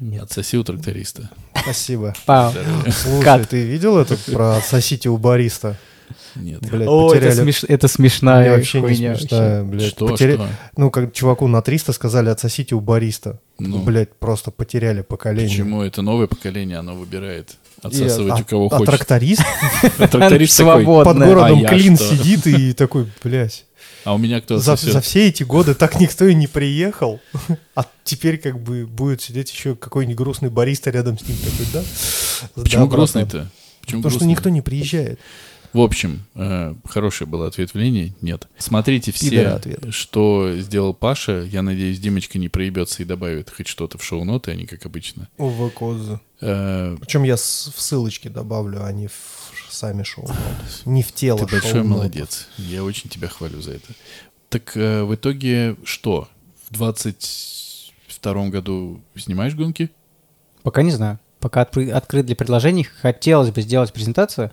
Speaker 2: Нет.
Speaker 1: отсоси у тракториста.
Speaker 3: Спасибо.
Speaker 2: Пау.
Speaker 3: Слушай,
Speaker 2: Кат.
Speaker 3: ты видел это про «Сосите у бариста»?
Speaker 1: Нет.
Speaker 3: Блядь,
Speaker 2: О, это,
Speaker 3: потеряли...
Speaker 2: смеш- это
Speaker 3: Мне
Speaker 2: смешная
Speaker 3: вообще не
Speaker 2: хуйня. вообще.
Speaker 3: смешная, блядь.
Speaker 1: Что,
Speaker 3: Потеря-
Speaker 1: что?
Speaker 3: Ну, как чуваку на 300 сказали «отсосите у бариста».
Speaker 1: Ну.
Speaker 3: Блядь, просто потеряли поколение.
Speaker 1: Почему это новое поколение, оно выбирает
Speaker 3: И,
Speaker 1: отсасывать
Speaker 3: а-
Speaker 1: у кого
Speaker 3: а
Speaker 1: хочет.
Speaker 3: тракторист
Speaker 1: А тракторист такой, «А
Speaker 2: Свободная.
Speaker 3: под городом
Speaker 1: я
Speaker 3: Клин
Speaker 1: что?
Speaker 3: сидит и такой, блядь.
Speaker 1: а у меня кто
Speaker 3: За, за
Speaker 1: отсосет?
Speaker 3: все эти годы так никто и не приехал. А теперь как бы будет сидеть еще какой-нибудь грустный бариста рядом с ним такой, да?
Speaker 1: Почему
Speaker 3: Да, братан.
Speaker 1: грустный-то? Почему
Speaker 3: Потому что
Speaker 1: грустный?
Speaker 3: никто не приезжает.
Speaker 1: В общем, э, хорошее было ответвление, нет. Смотрите все,
Speaker 3: Пидора ответ.
Speaker 1: что сделал Паша. Я надеюсь, Димочка не проебется и добавит хоть что-то в шоу-ноты, а не как обычно. Э,
Speaker 3: Причем я с- в ссылочки добавлю, а не в ш- сами шоу. Не в тело
Speaker 1: Ты большой
Speaker 3: шоу-ноут.
Speaker 1: молодец. Я очень тебя хвалю за это. Так э, в итоге что? В 22 году снимаешь гонки?
Speaker 2: Пока не знаю. Пока отпры- открыт для предложений. Хотелось бы сделать презентацию.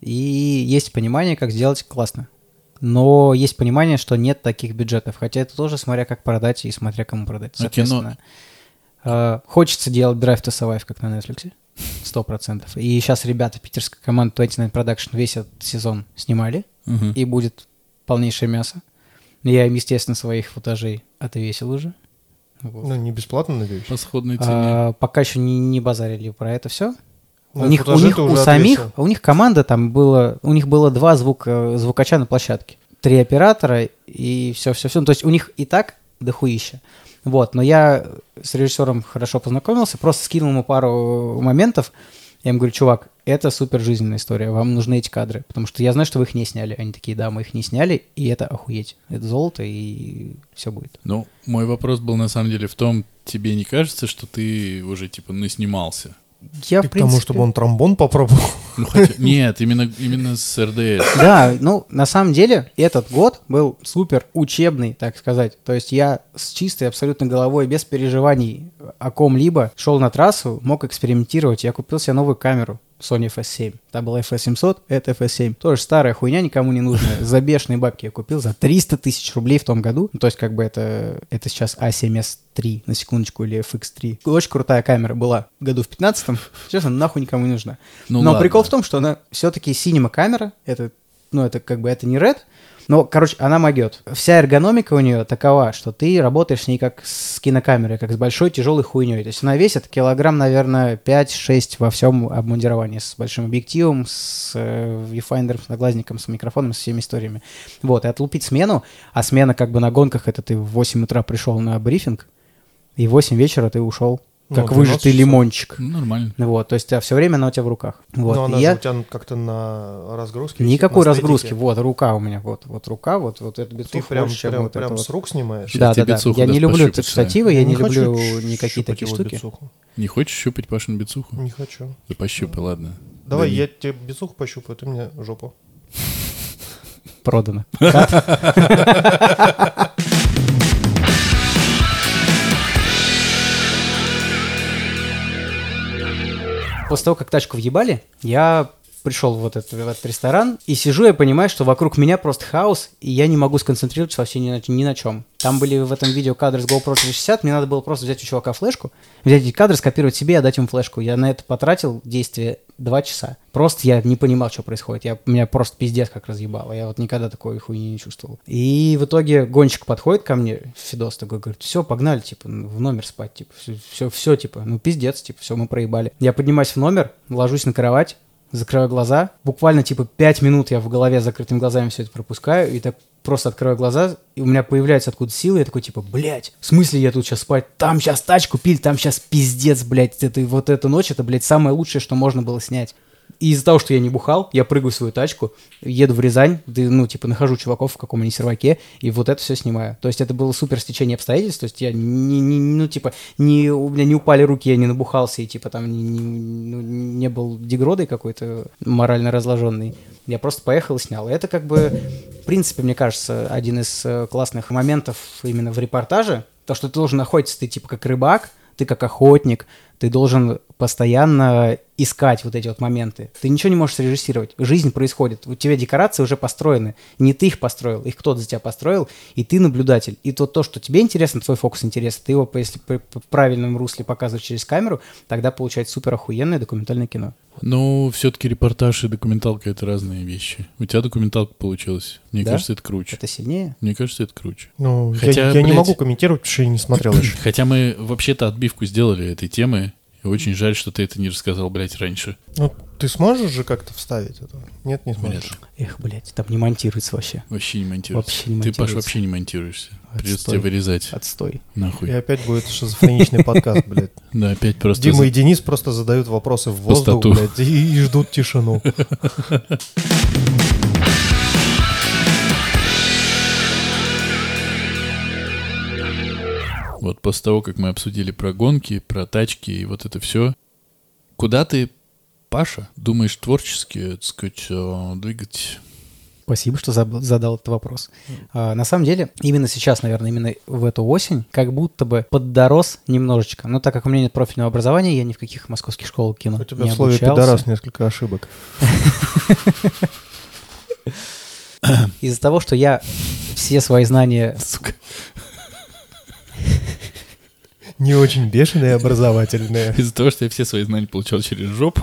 Speaker 2: И есть понимание, как сделать классно. Но есть понимание, что нет таких бюджетов. Хотя это тоже смотря как продать и смотря кому продать.
Speaker 1: А кино?
Speaker 2: Соответственно, э, хочется делать Drive to Survive, как на Netflix. Сто процентов. И сейчас ребята питерской команды 29 Production весь этот сезон снимали. И будет полнейшее мясо. Я им, естественно, своих футажей отвесил уже. Вот.
Speaker 3: Ну, не бесплатно, надеюсь.
Speaker 1: По сходной цене.
Speaker 2: А, пока еще не, не базарили про это все.
Speaker 3: Ну,
Speaker 2: у них, у,
Speaker 3: футажи
Speaker 2: них
Speaker 3: ты
Speaker 2: у
Speaker 3: уже
Speaker 2: самих,
Speaker 3: отвесил.
Speaker 2: у них команда там было, у них было два звук, э, звукача на площадке, три оператора и все-все-все. Ну, То есть у них и так дохуища. Вот, но я с режиссером хорошо познакомился, просто скинул ему пару моментов. Я ему говорю, чувак, это супер жизненная история, вам нужны эти кадры, потому что я знаю, что вы их не сняли. Они такие, да, мы их не сняли, и это охуеть. Это золото, и все будет.
Speaker 1: Ну, мой вопрос был на самом деле в том, тебе не кажется, что ты уже типа наснимался?
Speaker 2: Я,
Speaker 3: Ты
Speaker 2: в
Speaker 3: к тому,
Speaker 2: принципе-
Speaker 3: чтобы он тромбон попробовал.
Speaker 1: Ну, хотя- Нет, именно, именно с РДС.
Speaker 2: Да, ну, на самом деле, этот год был супер учебный, так сказать. То есть я с чистой абсолютно головой, без переживаний о ком-либо, шел на трассу, мог экспериментировать. Я купил себе новую камеру Sony FS7. Та была FS700, это FS7. Тоже старая хуйня, никому не нужная. За бешеные бабки я купил, за 300 тысяч рублей в том году. Ну, То есть как бы это, это сейчас A7S3, на секундочку, или FX3. Очень крутая камера была году в 15 Честно, нахуй никому не нужна.
Speaker 1: Ну
Speaker 2: Но
Speaker 1: ладно.
Speaker 2: прикол в том, что она все-таки синема камера, это, ну, это как бы это не Red, но, короче, она могет. Вся эргономика у нее такова, что ты работаешь с ней как с кинокамерой, как с большой тяжелой хуйней. То есть она весит килограмм, наверное, 5-6 во всем обмундировании, с большим объективом, с э, viewfinder, с наглазником, с микрофоном, со всеми историями. Вот, и отлупить смену, а смена как бы на гонках, это ты в 8 утра пришел на брифинг, и в 8 вечера ты ушел,
Speaker 3: Ну,
Speaker 2: как
Speaker 3: 12
Speaker 2: выжатый
Speaker 3: часов.
Speaker 2: лимончик.
Speaker 1: Ну, нормально.
Speaker 2: Ну Вот, то есть все время она у тебя в руках. Вот.
Speaker 3: Но
Speaker 2: и
Speaker 3: Ну, она
Speaker 2: я...
Speaker 3: же у тебя как-то на разгрузке. висит,
Speaker 2: Никакой
Speaker 3: на
Speaker 2: разгрузки.
Speaker 3: стедике.
Speaker 2: Вот, рука у меня, вот, вот рука, вот, вот это
Speaker 3: Ты
Speaker 2: бицуха
Speaker 3: прям,
Speaker 2: больше, чем
Speaker 3: прям,
Speaker 2: вот
Speaker 3: прям
Speaker 2: это
Speaker 3: с
Speaker 2: вот.
Speaker 3: рук снимаешь.
Speaker 1: Щас
Speaker 2: Да,
Speaker 1: тебе
Speaker 2: да, да.
Speaker 1: бицуху
Speaker 2: Я
Speaker 1: даст
Speaker 2: не люблю
Speaker 1: пощупать,
Speaker 2: тут
Speaker 1: да.
Speaker 2: штативы, я не
Speaker 3: хочу
Speaker 2: люблю
Speaker 3: щ-
Speaker 2: никакие
Speaker 3: щупать
Speaker 2: такие
Speaker 3: его
Speaker 2: штуки.
Speaker 3: бицуху.
Speaker 1: Не хочешь щупать Пашин бицуху?
Speaker 3: Не хочу.
Speaker 1: Да пощупай, ладно.
Speaker 3: Давай,
Speaker 1: Да не-
Speaker 3: я тебе бицуху пощупаю, ты мне жопу.
Speaker 2: Продано. После того, как тачку въебали, я пришел в этот, в этот ресторан, и сижу, я понимаю, что вокруг меня просто хаос, и я не могу сконцентрироваться вообще ни на, ни на чем. Там были в этом видео кадры с GoPro 360, мне надо было просто взять у чувака флешку, взять эти кадры, скопировать себе и отдать ему флешку. Я на это потратил действие 2 часа. Просто я не понимал, что происходит. Я, меня просто пиздец как разъебало. Я вот никогда такой хуйни не чувствовал. И в итоге гонщик подходит ко мне, Фидос такой говорит, все, погнали, типа, ну, в номер спать, типа, все, все, типа, ну пиздец, типа, все, мы проебали. Я поднимаюсь в номер, ложусь на кровать, закрываю глаза, буквально типа 5 минут я в голове с закрытыми глазами все это пропускаю, и так просто открываю глаза, и у меня появляются откуда силы, я такой типа, блядь, в смысле я тут сейчас спать? Там сейчас тачку пили, там сейчас пиздец, блядь, это, вот эта ночь, это, блядь, самое лучшее, что можно было снять. И из-за того, что я не бухал, я прыгаю в свою тачку, еду в Рязань, да, ну, типа, нахожу чуваков в каком-нибудь серваке, и вот это все снимаю. То есть это было супер стечение обстоятельств, то есть я не, не- ну, типа, не, у меня не упали руки, я не набухался, и, типа, там не, не- ну, не был дегродой какой-то морально разложенный. Я просто поехал и снял. И это, как бы, в принципе, мне кажется, один из э, классных моментов именно в репортаже, то, что ты должен находиться, ты, типа, как рыбак, ты как охотник, ты должен постоянно искать вот эти вот моменты. Ты ничего не можешь срежиссировать. Жизнь происходит. У тебя декорации уже построены. Не ты их построил, их кто-то за тебя построил, и ты наблюдатель. И то, то что тебе интересно, твой фокус интересен, ты его, если п- п- в правильном русле показываешь через камеру, тогда получается супер охуенное документальное кино.
Speaker 1: Ну, все-таки репортаж и документалка — это разные вещи. У тебя документалка получилась. Мне
Speaker 2: Да?
Speaker 1: кажется, это круче.
Speaker 2: Это сильнее?
Speaker 1: Мне кажется, это круче.
Speaker 3: Ну, я-
Speaker 1: Хотя,
Speaker 3: я, не
Speaker 1: блядь.
Speaker 3: могу комментировать, потому что я не смотрел еще.
Speaker 1: Хотя мы вообще-то отбивку сделали этой темы. И очень жаль, что ты это не рассказал, блядь, раньше.
Speaker 3: Ну, ты сможешь же как-то вставить это? Нет, не
Speaker 1: Блядь,
Speaker 3: сможешь.
Speaker 2: Эх, блядь, там не монтируется вообще.
Speaker 1: вообще не монтируешься.
Speaker 2: Вообще не
Speaker 1: ты, Паш,
Speaker 2: монтируется.
Speaker 1: вообще не монтируешься. Придется
Speaker 2: Отстой. Э,
Speaker 1: тебя вырезать.
Speaker 2: Отстой.
Speaker 1: Нахуй.
Speaker 3: И опять будет шизофреничный подкаст, блядь.
Speaker 1: Да, опять просто...
Speaker 3: Дима
Speaker 1: за-
Speaker 3: и Денис просто задают вопросы в воздух,
Speaker 1: Пустоту.
Speaker 3: блядь, и, и ждут тишину.
Speaker 1: Вот после того, как мы обсудили про гонки, про тачки и вот это все, куда ты, Паша, думаешь творчески, так сказать, э, двигать?
Speaker 2: Спасибо, что заб- задал этот вопрос. А, на самом деле, именно сейчас, наверное, именно в эту осень, как будто бы поддорос немножечко. Но так как у меня нет профильного образования, я ни в каких московских школах кино
Speaker 3: У тебя
Speaker 2: не
Speaker 3: в слове
Speaker 2: обучался.
Speaker 3: «пидорас» несколько ошибок.
Speaker 2: Из-за того, что я все свои знания...
Speaker 3: Не очень бешеные, образовательные.
Speaker 1: Из-за того, что я все свои знания получал через жопу.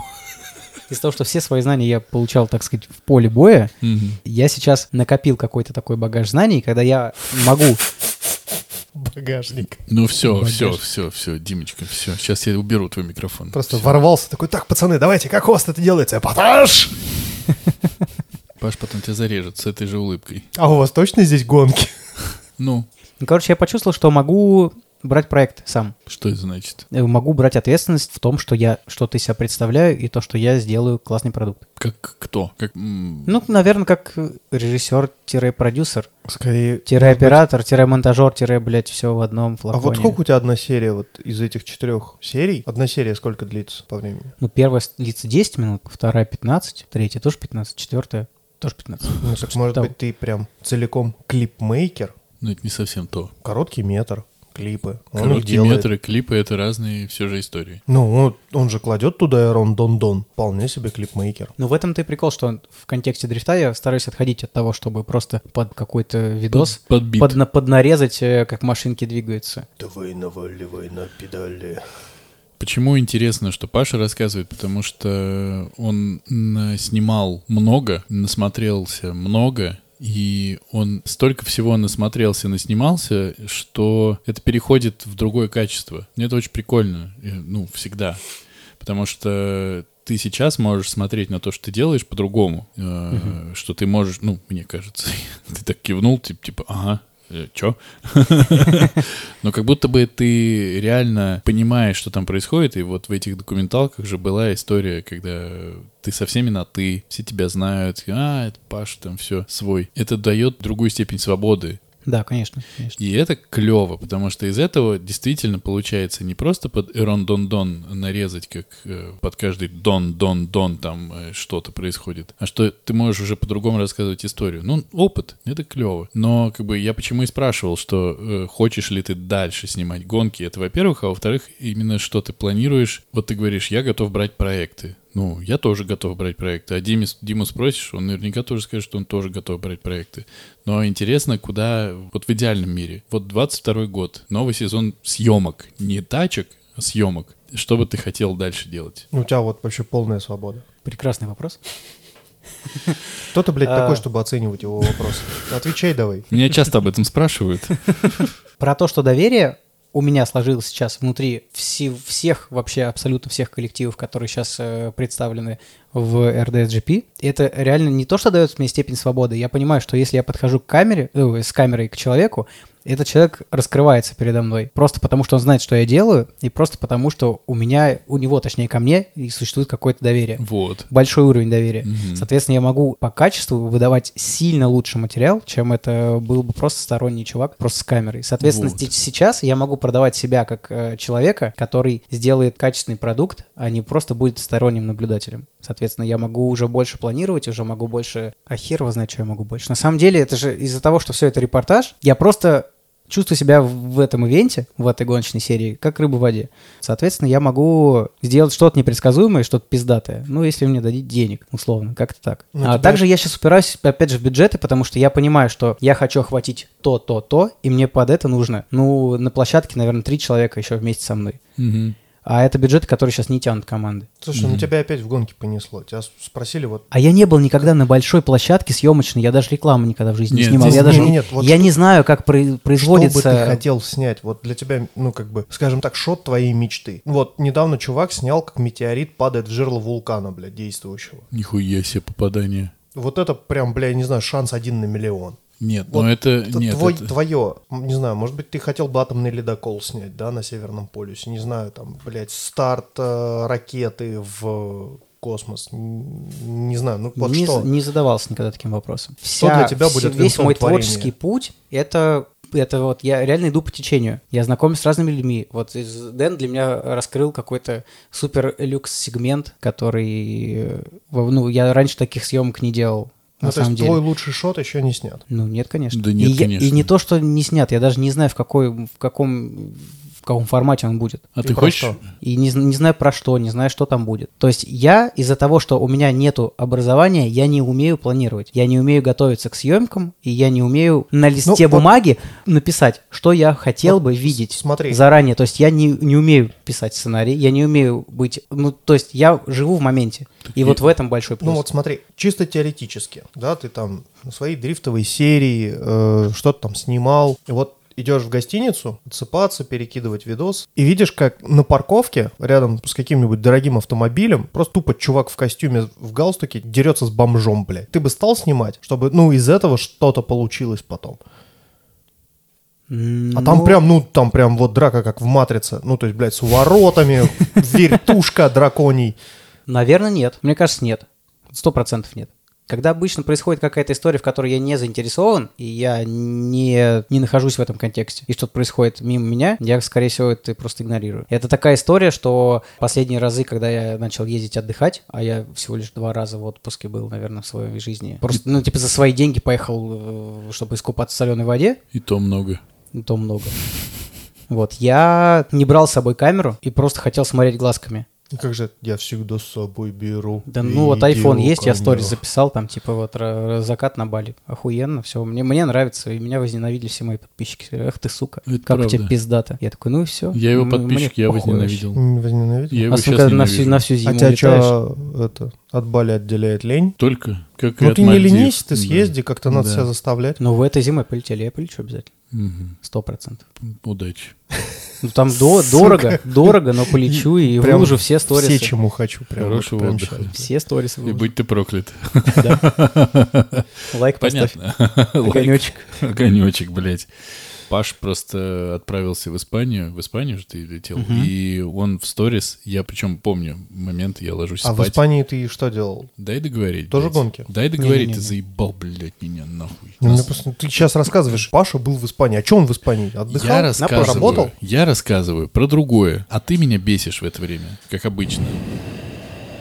Speaker 2: Из-за того, что все свои знания я получал, так сказать, в поле боя,
Speaker 1: Мгм.
Speaker 2: я сейчас накопил какой-то такой багаж знаний, когда я могу...
Speaker 3: Багажник.
Speaker 1: Ну все,
Speaker 3: Багаж.
Speaker 1: все, все, все, Димочка, все. Сейчас я уберу твой микрофон.
Speaker 3: Просто
Speaker 1: Всё.
Speaker 3: ворвался такой, так, пацаны, давайте, как у вас это делается? Эпатаж!
Speaker 1: Паш потом тебя зарежет с этой же улыбкой.
Speaker 3: А у вас точно здесь гонки?
Speaker 1: Ну,
Speaker 2: Ну, Короче, я почувствовал, что могу брать проект сам.
Speaker 1: что это значит?
Speaker 2: Э, Могу брать ответственность в том, что я что-то из себя представляю и то, что я сделаю классный продукт.
Speaker 1: Как кто? Как... м,
Speaker 2: Ну, наверное, как режиссер-продюсер,
Speaker 3: Скорее...
Speaker 2: оператор, монтажер, тире, блядь, все в одном
Speaker 3: А
Speaker 2: флаконе.
Speaker 3: вот сколько у тебя одна серия вот из этих четырех серий? Одна серия сколько длится по времени?
Speaker 2: Ну, первая с- длится 10 минут, вторая 15, третья тоже 15, четвертая тоже 15.
Speaker 3: Ну, так, может
Speaker 2: да.
Speaker 3: быть, ты прям целиком клипмейкер?
Speaker 1: Ну, это не совсем то.
Speaker 3: Короткий метр, клипы. Он их
Speaker 1: Короткие
Speaker 3: делает.
Speaker 1: метры, клипы — это разные все же истории.
Speaker 3: Ну, он, он же кладет туда Эрон Дон Дон. Вполне себе клипмейкер.
Speaker 2: Ну, в этом ты прикол, что в контексте дрифта я стараюсь отходить от того, чтобы просто под какой-то видос
Speaker 1: Под- подбит.
Speaker 2: подна- поднарезать, э, как машинки двигаются.
Speaker 3: Давай наваливай на педали.
Speaker 1: Почему интересно, что Паша рассказывает? Потому что он м, снимал много, насмотрелся много, и он столько всего насмотрелся, наснимался, что это переходит в другое качество. Мне это очень прикольно, э, ну, всегда. Потому что ты сейчас можешь смотреть на то, что ты делаешь, по-другому. Э, Что ты можешь, ну, мне кажется, ты так кивнул, тип- типа, ага, э, чё? Но как будто бы ты реально понимаешь, что там происходит, и вот в этих документалках же была история, когда ты со всеми на «ты», все тебя знают, а, это Паша там все свой. Это дает другую степень свободы.
Speaker 2: Да, конечно, конечно.
Speaker 1: И это клево, потому что из этого действительно получается не просто под эрон-дон-дон нарезать, как э, под каждый дон-дон-дон там э, что-то происходит, а что ты можешь уже по-другому рассказывать историю. Ну, опыт, это клево. Но как бы я почему и спрашивал, что э, хочешь ли ты дальше снимать гонки, это во-первых, а во-вторых, именно что ты планируешь. Вот ты говоришь, я готов брать проекты. Ну, я тоже готов брать проекты. А Диме, Диму спросишь, он наверняка тоже скажет, что он тоже готов брать проекты. Но интересно, куда вот в идеальном мире. Вот 22 год, новый сезон съемок. Не тачек, а съемок. Что бы ты хотел дальше делать?
Speaker 3: Ну, У тебя вот вообще полная свобода.
Speaker 2: Прекрасный вопрос.
Speaker 3: Кто ты, блядь,
Speaker 2: А.
Speaker 3: такой, чтобы оценивать его вопросы? Отвечай давай.
Speaker 1: Меня часто об этом спрашивают.
Speaker 2: Про то, что доверие у меня сложилось сейчас внутри все, всех, вообще абсолютно всех коллективов, которые сейчас э, представлены в RDSGP, это реально не то, что дает мне степень свободы. Я понимаю, что если я подхожу к камере, э, с камерой к человеку, этот человек раскрывается передо мной. Просто потому, что он знает, что я делаю, и просто потому, что у меня, у него, точнее, ко мне и существует какое-то доверие.
Speaker 1: Вот.
Speaker 2: Большой уровень доверия.
Speaker 1: Мгм.
Speaker 2: Соответственно, я могу по качеству выдавать сильно лучше материал, чем это был бы просто сторонний чувак, просто с камерой. Соответственно,
Speaker 1: Вот.
Speaker 2: те- сейчас я могу продавать себя как э, человека, который сделает качественный продукт, а не просто будет сторонним наблюдателем. Соответственно, я могу уже больше планировать, уже могу больше... А хер его знает, что я могу больше. На самом деле, это же из-за того, что все это репортаж, я просто чувствую себя в в этом ивенте, в этой гоночной серии, как рыба в воде. Соответственно, я могу сделать что-то непредсказуемое, что-то пиздатое. Ну, если вы мне дадите денег, условно, как-то так.
Speaker 3: Ну,
Speaker 2: а
Speaker 3: тебя-
Speaker 2: также я сейчас упираюсь, опять же, в бюджеты, потому что я понимаю, что я хочу охватить то, то, то, и мне под это нужно, ну, на площадке, наверное, три человека еще вместе со мной.
Speaker 1: Мгм.
Speaker 2: А это бюджеты, которые сейчас не тянут команды.
Speaker 3: Слушай, ну тебя опять в гонке понесло. Тебя с- спросили вот...
Speaker 2: А я не был никогда на большой площадке съемочной, я даже рекламу никогда в жизни
Speaker 1: Нет,
Speaker 2: не снимал.
Speaker 1: здесь-
Speaker 2: Я даже
Speaker 3: нет, нет, вот
Speaker 2: я
Speaker 3: что-
Speaker 2: не знаю, как про- производится.
Speaker 3: Ну, Что бы ты хотел снять? Вот для тебя, ну, как бы, скажем так, шот твоей мечты. Вот недавно чувак снял, как метеорит падает в жерло вулкана, бля, действующего.
Speaker 1: Нихуя себе попадание.
Speaker 3: Вот это прям, бля, я не знаю, шанс один на миллион.
Speaker 1: Нет,
Speaker 3: Вот
Speaker 1: но Ну, это...
Speaker 3: Это
Speaker 1: Нет,
Speaker 3: твой-
Speaker 1: это-
Speaker 3: твое. М, Не знаю, может быть, ты хотел бы атомный ледокол снять, да, на Северном полюсе. Не знаю, там, блядь, старт э, ракеты в космос. М, Не знаю, ну вот
Speaker 2: не,
Speaker 3: что.
Speaker 2: за- не задавался никогда таким вопросом. Вся-
Speaker 3: для тебя
Speaker 2: все-
Speaker 3: будет
Speaker 2: весь
Speaker 3: венцом
Speaker 2: мой
Speaker 3: творения?
Speaker 2: творческий путь это это вот я реально иду по течению. Я знакомлюсь с разными людьми. Вот из- Дэн для меня раскрыл какой-то супер люкс сегмент, который э, во- ну я раньше таких съемок не делал.
Speaker 3: Ну,
Speaker 2: На
Speaker 3: то
Speaker 2: самом
Speaker 3: есть
Speaker 2: деле.
Speaker 3: твой лучший шот еще не снят.
Speaker 2: Ну нет, конечно.
Speaker 1: Да нет,
Speaker 2: и, я-
Speaker 1: конечно.
Speaker 2: и не то, что не снят, я даже не знаю в какой в каком в каком формате он будет.
Speaker 1: А
Speaker 3: И
Speaker 1: ты
Speaker 3: про
Speaker 1: хочешь...
Speaker 3: что?
Speaker 2: И не, зн- не знаю про что, не знаю, что там будет. То есть я из-за того, что у меня нету образования, я не умею планировать. Я не умею готовиться к съемкам, и я не умею на листе
Speaker 3: Ну, вот-
Speaker 2: бумаги написать, что я хотел бы видеть
Speaker 3: смотри.
Speaker 2: заранее. То есть я не, не умею писать сценарий, я не умею быть... Ну, то есть я живу в моменте. и
Speaker 1: я-
Speaker 2: вот в этом большой плюс.
Speaker 3: Ну вот смотри, чисто теоретически, да, ты там на своей дрифтовой серии э, что-то там снимал, и вот идешь в гостиницу, отсыпаться, перекидывать видос, и видишь, как на парковке рядом с каким-нибудь дорогим автомобилем просто тупо чувак в костюме, в галстуке дерется с бомжом, бля. Ты бы стал снимать, чтобы, ну, из этого что-то получилось потом.
Speaker 2: М,
Speaker 3: А там
Speaker 2: ну,
Speaker 3: прям, ну, там прям вот драка, как в «Матрице». Ну, то есть, блядь, с воротами, вертушка драконий.
Speaker 2: Наверное, нет. Мне кажется, нет. Сто процентов нет. Когда обычно происходит какая-то история, в которой я не заинтересован, и я не, не нахожусь в этом контексте, и что-то происходит мимо меня, я, скорее всего, это просто игнорирую. Это такая история, что последние разы, когда я начал ездить отдыхать, а я всего лишь два раза в отпуске был, наверное, в своей жизни, просто, ну, типа, за свои деньги поехал, э, чтобы искупаться в соленой воде,
Speaker 1: И то много.
Speaker 2: ну, то много. Вот, я не брал с собой камеру и просто хотел смотреть глазками.
Speaker 3: Ну Как же я всегда с собой беру.
Speaker 2: Да ну вот iPhone есть, я
Speaker 3: видеокамеру.
Speaker 2: сторис записал, там типа вот ра- ра- закат на Бали. Охуенно, все, мне, мне нравится, и меня возненавидели все мои подписчики. Эх ты, сука,
Speaker 1: Это
Speaker 2: как у
Speaker 1: правда.
Speaker 2: тебя пиздата. Я такой, ну и все.
Speaker 1: Я его подписчик, я возненавидел.
Speaker 3: М, возненавидел?
Speaker 1: Я
Speaker 2: А
Speaker 1: его
Speaker 2: сука,
Speaker 1: сейчас
Speaker 2: на всю, на
Speaker 1: ненавижу.
Speaker 2: всю зиму
Speaker 3: А тебя
Speaker 2: летаешь.
Speaker 3: что это от Бали отделяет лень?
Speaker 1: Только как и
Speaker 3: ну
Speaker 1: от
Speaker 3: ты не
Speaker 1: Мальдив.
Speaker 3: ленись, ты
Speaker 1: Да.
Speaker 3: съезди, как-то надо
Speaker 1: Да.
Speaker 3: себя заставлять.
Speaker 2: Ну в этой зимой полетели, я полечу обязательно.
Speaker 1: Мгм.
Speaker 2: Сто процентов.
Speaker 1: Удачи.
Speaker 2: Ну там до-
Speaker 3: Сука.
Speaker 2: дорого, дорого, но полечу и
Speaker 3: Прям
Speaker 2: выложу все сторисы.
Speaker 3: Все, чему хочу. Прям,
Speaker 1: Хорошего
Speaker 3: вот прям
Speaker 1: отдыха.
Speaker 3: щас.
Speaker 2: Все сторисы
Speaker 1: И
Speaker 2: выложу.
Speaker 1: будь ты проклят.
Speaker 2: Да. Лайк поставь.
Speaker 1: Понятно.
Speaker 2: Огонечек.
Speaker 1: Огонечек, блядь. Паш просто отправился в Испанию. В Испанию же ты летел. И он в сторис, я причем помню момент, я ложусь
Speaker 3: А в
Speaker 1: спать.
Speaker 3: Испании ты что делал?
Speaker 1: Дай договорить.
Speaker 3: Тоже
Speaker 1: блядь.
Speaker 3: гонки?
Speaker 1: Дай договорить,
Speaker 2: Не-не-не.
Speaker 1: ты заебал, блядь, меня нахуй.
Speaker 3: Ну, мне просто- ты сейчас рассказываешь, Паша был в Испании. А что он в Испании? Отдыхал?
Speaker 1: Я
Speaker 3: На
Speaker 1: рассказываю,
Speaker 3: пол- Работал?
Speaker 1: я рассказываю про другое, а ты меня бесишь в это время, как обычно.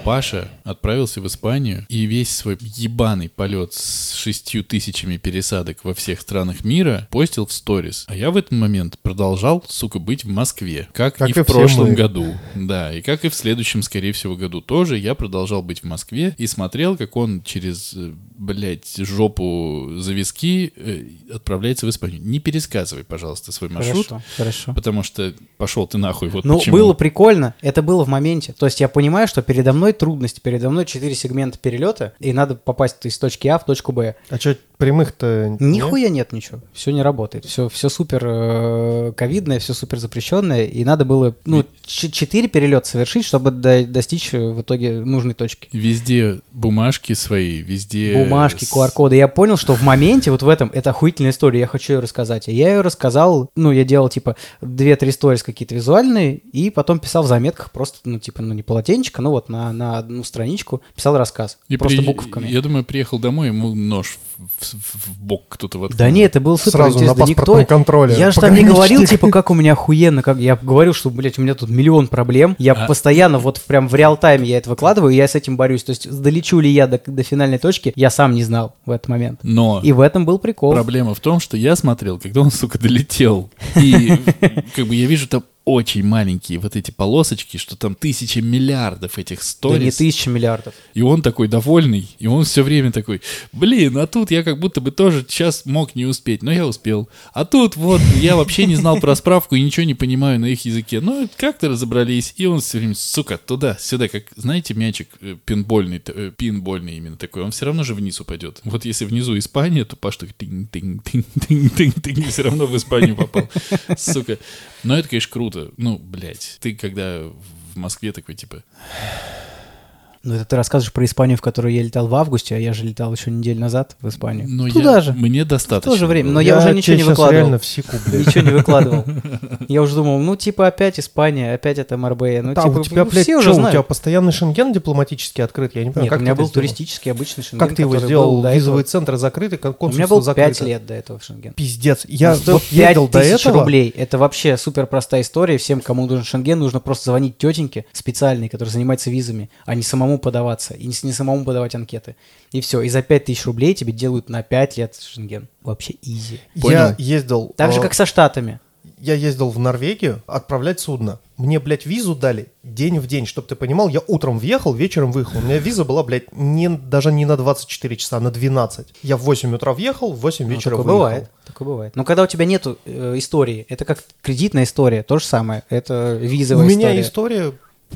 Speaker 1: Паша отправился в Испанию и весь свой ебаный полет с шестью тысячами пересадок во всех странах мира постил в сторис. А я в этот момент продолжал, сука, быть в Москве. Как,
Speaker 3: Как
Speaker 1: и
Speaker 3: и
Speaker 1: в
Speaker 3: все
Speaker 1: прошлом
Speaker 3: мы.
Speaker 1: году. Да, и как и в следующем, скорее всего, году тоже я продолжал быть в Москве и смотрел, как он через, э, блядь, жопу за виски э, отправляется в Испанию. Не пересказывай, пожалуйста, свой маршрут.
Speaker 2: Хорошо, хорошо.
Speaker 1: Потому что пошел ты нахуй, вот
Speaker 2: Ну,
Speaker 1: почему.
Speaker 2: было прикольно, это было в моменте. То есть я понимаю, что передо мной мной трудность. Передо мной четыре сегмента перелета, и надо попасть из точки А в точку Б.
Speaker 3: А что, прямых-то
Speaker 1: Ну.
Speaker 3: нет?
Speaker 2: Нихуя нет ничего. Все не работает. Все, все супер э, ковидное, все супер запрещенное. И надо было ну, ч- четыре перелета совершить, чтобы до- достичь э, в итоге нужной точки.
Speaker 1: Везде бумажки свои, везде...
Speaker 2: Бумажки,
Speaker 1: Э, с-
Speaker 2: QR-коды. Я понял, что в моменте вот в этом это охуительная история. Я хочу ее рассказать. И я ее рассказал, ну, я делал типа 2-3 сторис какие-то визуальные, и потом писал в заметках просто, ну, типа, ну, не полотенечко, ну, вот на, на одну страничку писал рассказ.
Speaker 1: И
Speaker 2: просто
Speaker 1: при-
Speaker 2: буковками.
Speaker 1: Я думаю, приехал домой, ему нож в, в- в бок кто-то воткнул.
Speaker 2: Да нет, это был супер
Speaker 3: Сразу на
Speaker 2: интересно. Да
Speaker 3: паспортном
Speaker 2: никто-
Speaker 3: контроле.
Speaker 2: Я же там не
Speaker 3: Пограничник.
Speaker 2: говорил, типа, как у меня охуенно, как я говорил, что, блядь, у меня тут миллион проблем. Я
Speaker 1: А.
Speaker 2: постоянно вот прям в реал-тайме я это выкладываю, и я с этим борюсь. То есть, долечу ли я до, до финальной точки, я сам не знал в этот момент.
Speaker 1: Но
Speaker 2: И в этом был прикол.
Speaker 1: проблема в том, что я смотрел, когда он, сука, долетел. И как бы я вижу там очень маленькие вот эти полосочки, что там тысячи миллиардов этих
Speaker 2: Да не
Speaker 1: сторис.
Speaker 2: тысяча миллиардов.
Speaker 1: И он такой довольный, и он все время такой, блин, а тут я как будто бы тоже сейчас мог не успеть, но я успел. А тут вот я вообще не знал про справку и ничего не понимаю на их языке. Ну, как-то разобрались, и он все время, сука, туда, сюда, как, знаете, мячик э, пинбольный, т- э, пинбольный именно такой, он все равно же вниз упадет. Вот если внизу Испания, то Паш такой, тынь, тынь, тынь, тынь, тынь, тынь, и все равно в Испанию попал. Сука. Но это, конечно, круто. Ну, блядь, ты когда в Москве такой, типа,
Speaker 2: Ну, это ты рассказываешь про Испанию, в которую я летал в августе, а я же летал еще неделю назад в Испанию.
Speaker 1: ну,
Speaker 2: Туда
Speaker 1: я-
Speaker 2: же.
Speaker 1: Мне достаточно.
Speaker 2: В то же время,
Speaker 1: было.
Speaker 2: но я уже
Speaker 3: тебе
Speaker 2: ничего не
Speaker 3: щас
Speaker 2: выкладывал.
Speaker 3: реально в сику, блядь.
Speaker 2: Ничего не выкладывал. Я уже думал, ну, типа, опять Испания, опять это Марбея. Ну,
Speaker 3: Там
Speaker 2: типа,
Speaker 3: у тебя,
Speaker 2: ну,
Speaker 3: блядь,
Speaker 2: все
Speaker 3: чё,
Speaker 2: уже
Speaker 3: у
Speaker 2: знают.
Speaker 3: тебя постоянный шенген дипломатически открыт? Я не понимаю,
Speaker 2: Нет,
Speaker 3: как
Speaker 2: у
Speaker 3: ты
Speaker 2: меня
Speaker 3: это
Speaker 2: был
Speaker 3: сделал?
Speaker 2: туристический обычный шенген.
Speaker 3: Как ты его
Speaker 2: который
Speaker 3: сделал?
Speaker 2: был до
Speaker 3: Визовый
Speaker 2: этого.
Speaker 3: центр закрытый, кон-
Speaker 2: У
Speaker 3: консульство
Speaker 2: меня был
Speaker 3: закрыто.
Speaker 2: 5 лет до этого в шенген.
Speaker 3: Пиздец. Я
Speaker 2: Он стоил
Speaker 3: вот ездил до
Speaker 2: 5000
Speaker 3: этого.
Speaker 2: рублей. Это вообще супер простая история. Всем, кому нужен шенген, нужно просто звонить тетеньке специальной, которая занимается визами, а не самому подаваться, и не с- не самому подавать анкеты. И все. И за 5000 рублей тебе делают на 5 лет шенген. Вообще изи.
Speaker 1: Понял.
Speaker 3: Я ездил...
Speaker 2: Так же,
Speaker 3: э,
Speaker 2: как со Штатами.
Speaker 3: Я ездил в Норвегию отправлять судно. Мне, блядь, визу дали день в день, чтобы ты понимал, я утром въехал, вечером выехал. У меня виза была, блядь, не, даже не на 24 часа, а на 12. Я в 8 утра въехал, в 8
Speaker 2: Ну,
Speaker 3: вечера
Speaker 2: такое
Speaker 3: выехал.
Speaker 2: бывает. Такое бывает. Но когда у тебя нету э, истории, это как кредитная история, то же самое. Это
Speaker 3: У
Speaker 2: визовая
Speaker 3: меня
Speaker 2: история.
Speaker 3: история,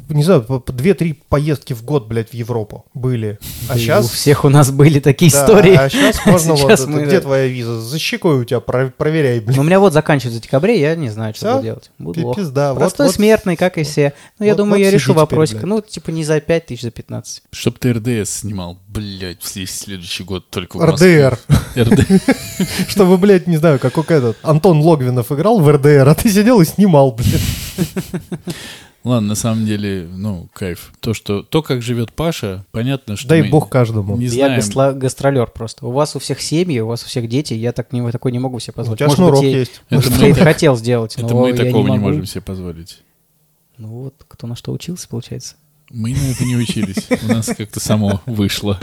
Speaker 3: не знаю, по- по 2-3 поездки в год, блядь, в Европу были.
Speaker 2: Да
Speaker 3: А
Speaker 2: и У
Speaker 3: сейчас...
Speaker 2: всех у нас были такие истории.
Speaker 3: а сейчас можно вот...
Speaker 2: Сейчас
Speaker 3: это,
Speaker 2: мы-
Speaker 3: Где твоя виза? За щекой у тебя, про- проверяй, блядь.
Speaker 2: Но у меня вот заканчивается декабре, я не знаю, что
Speaker 3: Всё?
Speaker 2: буду делать. Буду
Speaker 3: Пи-
Speaker 2: лох.
Speaker 3: пизда. Вот-
Speaker 2: Простой
Speaker 3: вот-
Speaker 2: смертный, как и все. Ну, я
Speaker 3: вот-
Speaker 2: думаю,
Speaker 3: вот
Speaker 2: я
Speaker 3: сиди
Speaker 2: решу
Speaker 3: теперь,
Speaker 2: вопросик.
Speaker 3: блядь.
Speaker 2: Ну, типа не за 5 тысяч, за 15.
Speaker 1: Чтоб ты РДС снимал, блядь, в след- следующий год только в Москве.
Speaker 3: РДР.
Speaker 1: РД.
Speaker 3: Чтобы, блядь, не знаю, как этот Антон Логвинов играл в РДР, а ты сидел и снимал, блядь.
Speaker 1: Ладно, на самом деле, ну, кайф. То, что, то, как живет Паша, понятно, что
Speaker 3: Дай
Speaker 1: мы
Speaker 3: бог каждому.
Speaker 1: не
Speaker 2: я
Speaker 1: знаем.
Speaker 2: гастро- гастролер просто. У вас у всех семьи, у вас у всех дети. Я так не, такой не могу себе
Speaker 3: У
Speaker 2: позволить.
Speaker 3: тебя
Speaker 2: Может
Speaker 3: шнурок
Speaker 2: быть, я-
Speaker 3: есть.
Speaker 1: Это
Speaker 2: может,
Speaker 1: мы
Speaker 2: я и
Speaker 1: так-
Speaker 2: хотел сделать,
Speaker 1: Это
Speaker 2: но
Speaker 1: мы
Speaker 2: я
Speaker 1: такого не
Speaker 2: могу.
Speaker 1: можем себе позволить.
Speaker 2: Ну вот, кто на что учился, получается.
Speaker 1: Мы на это не учились. У нас как-то само вышло.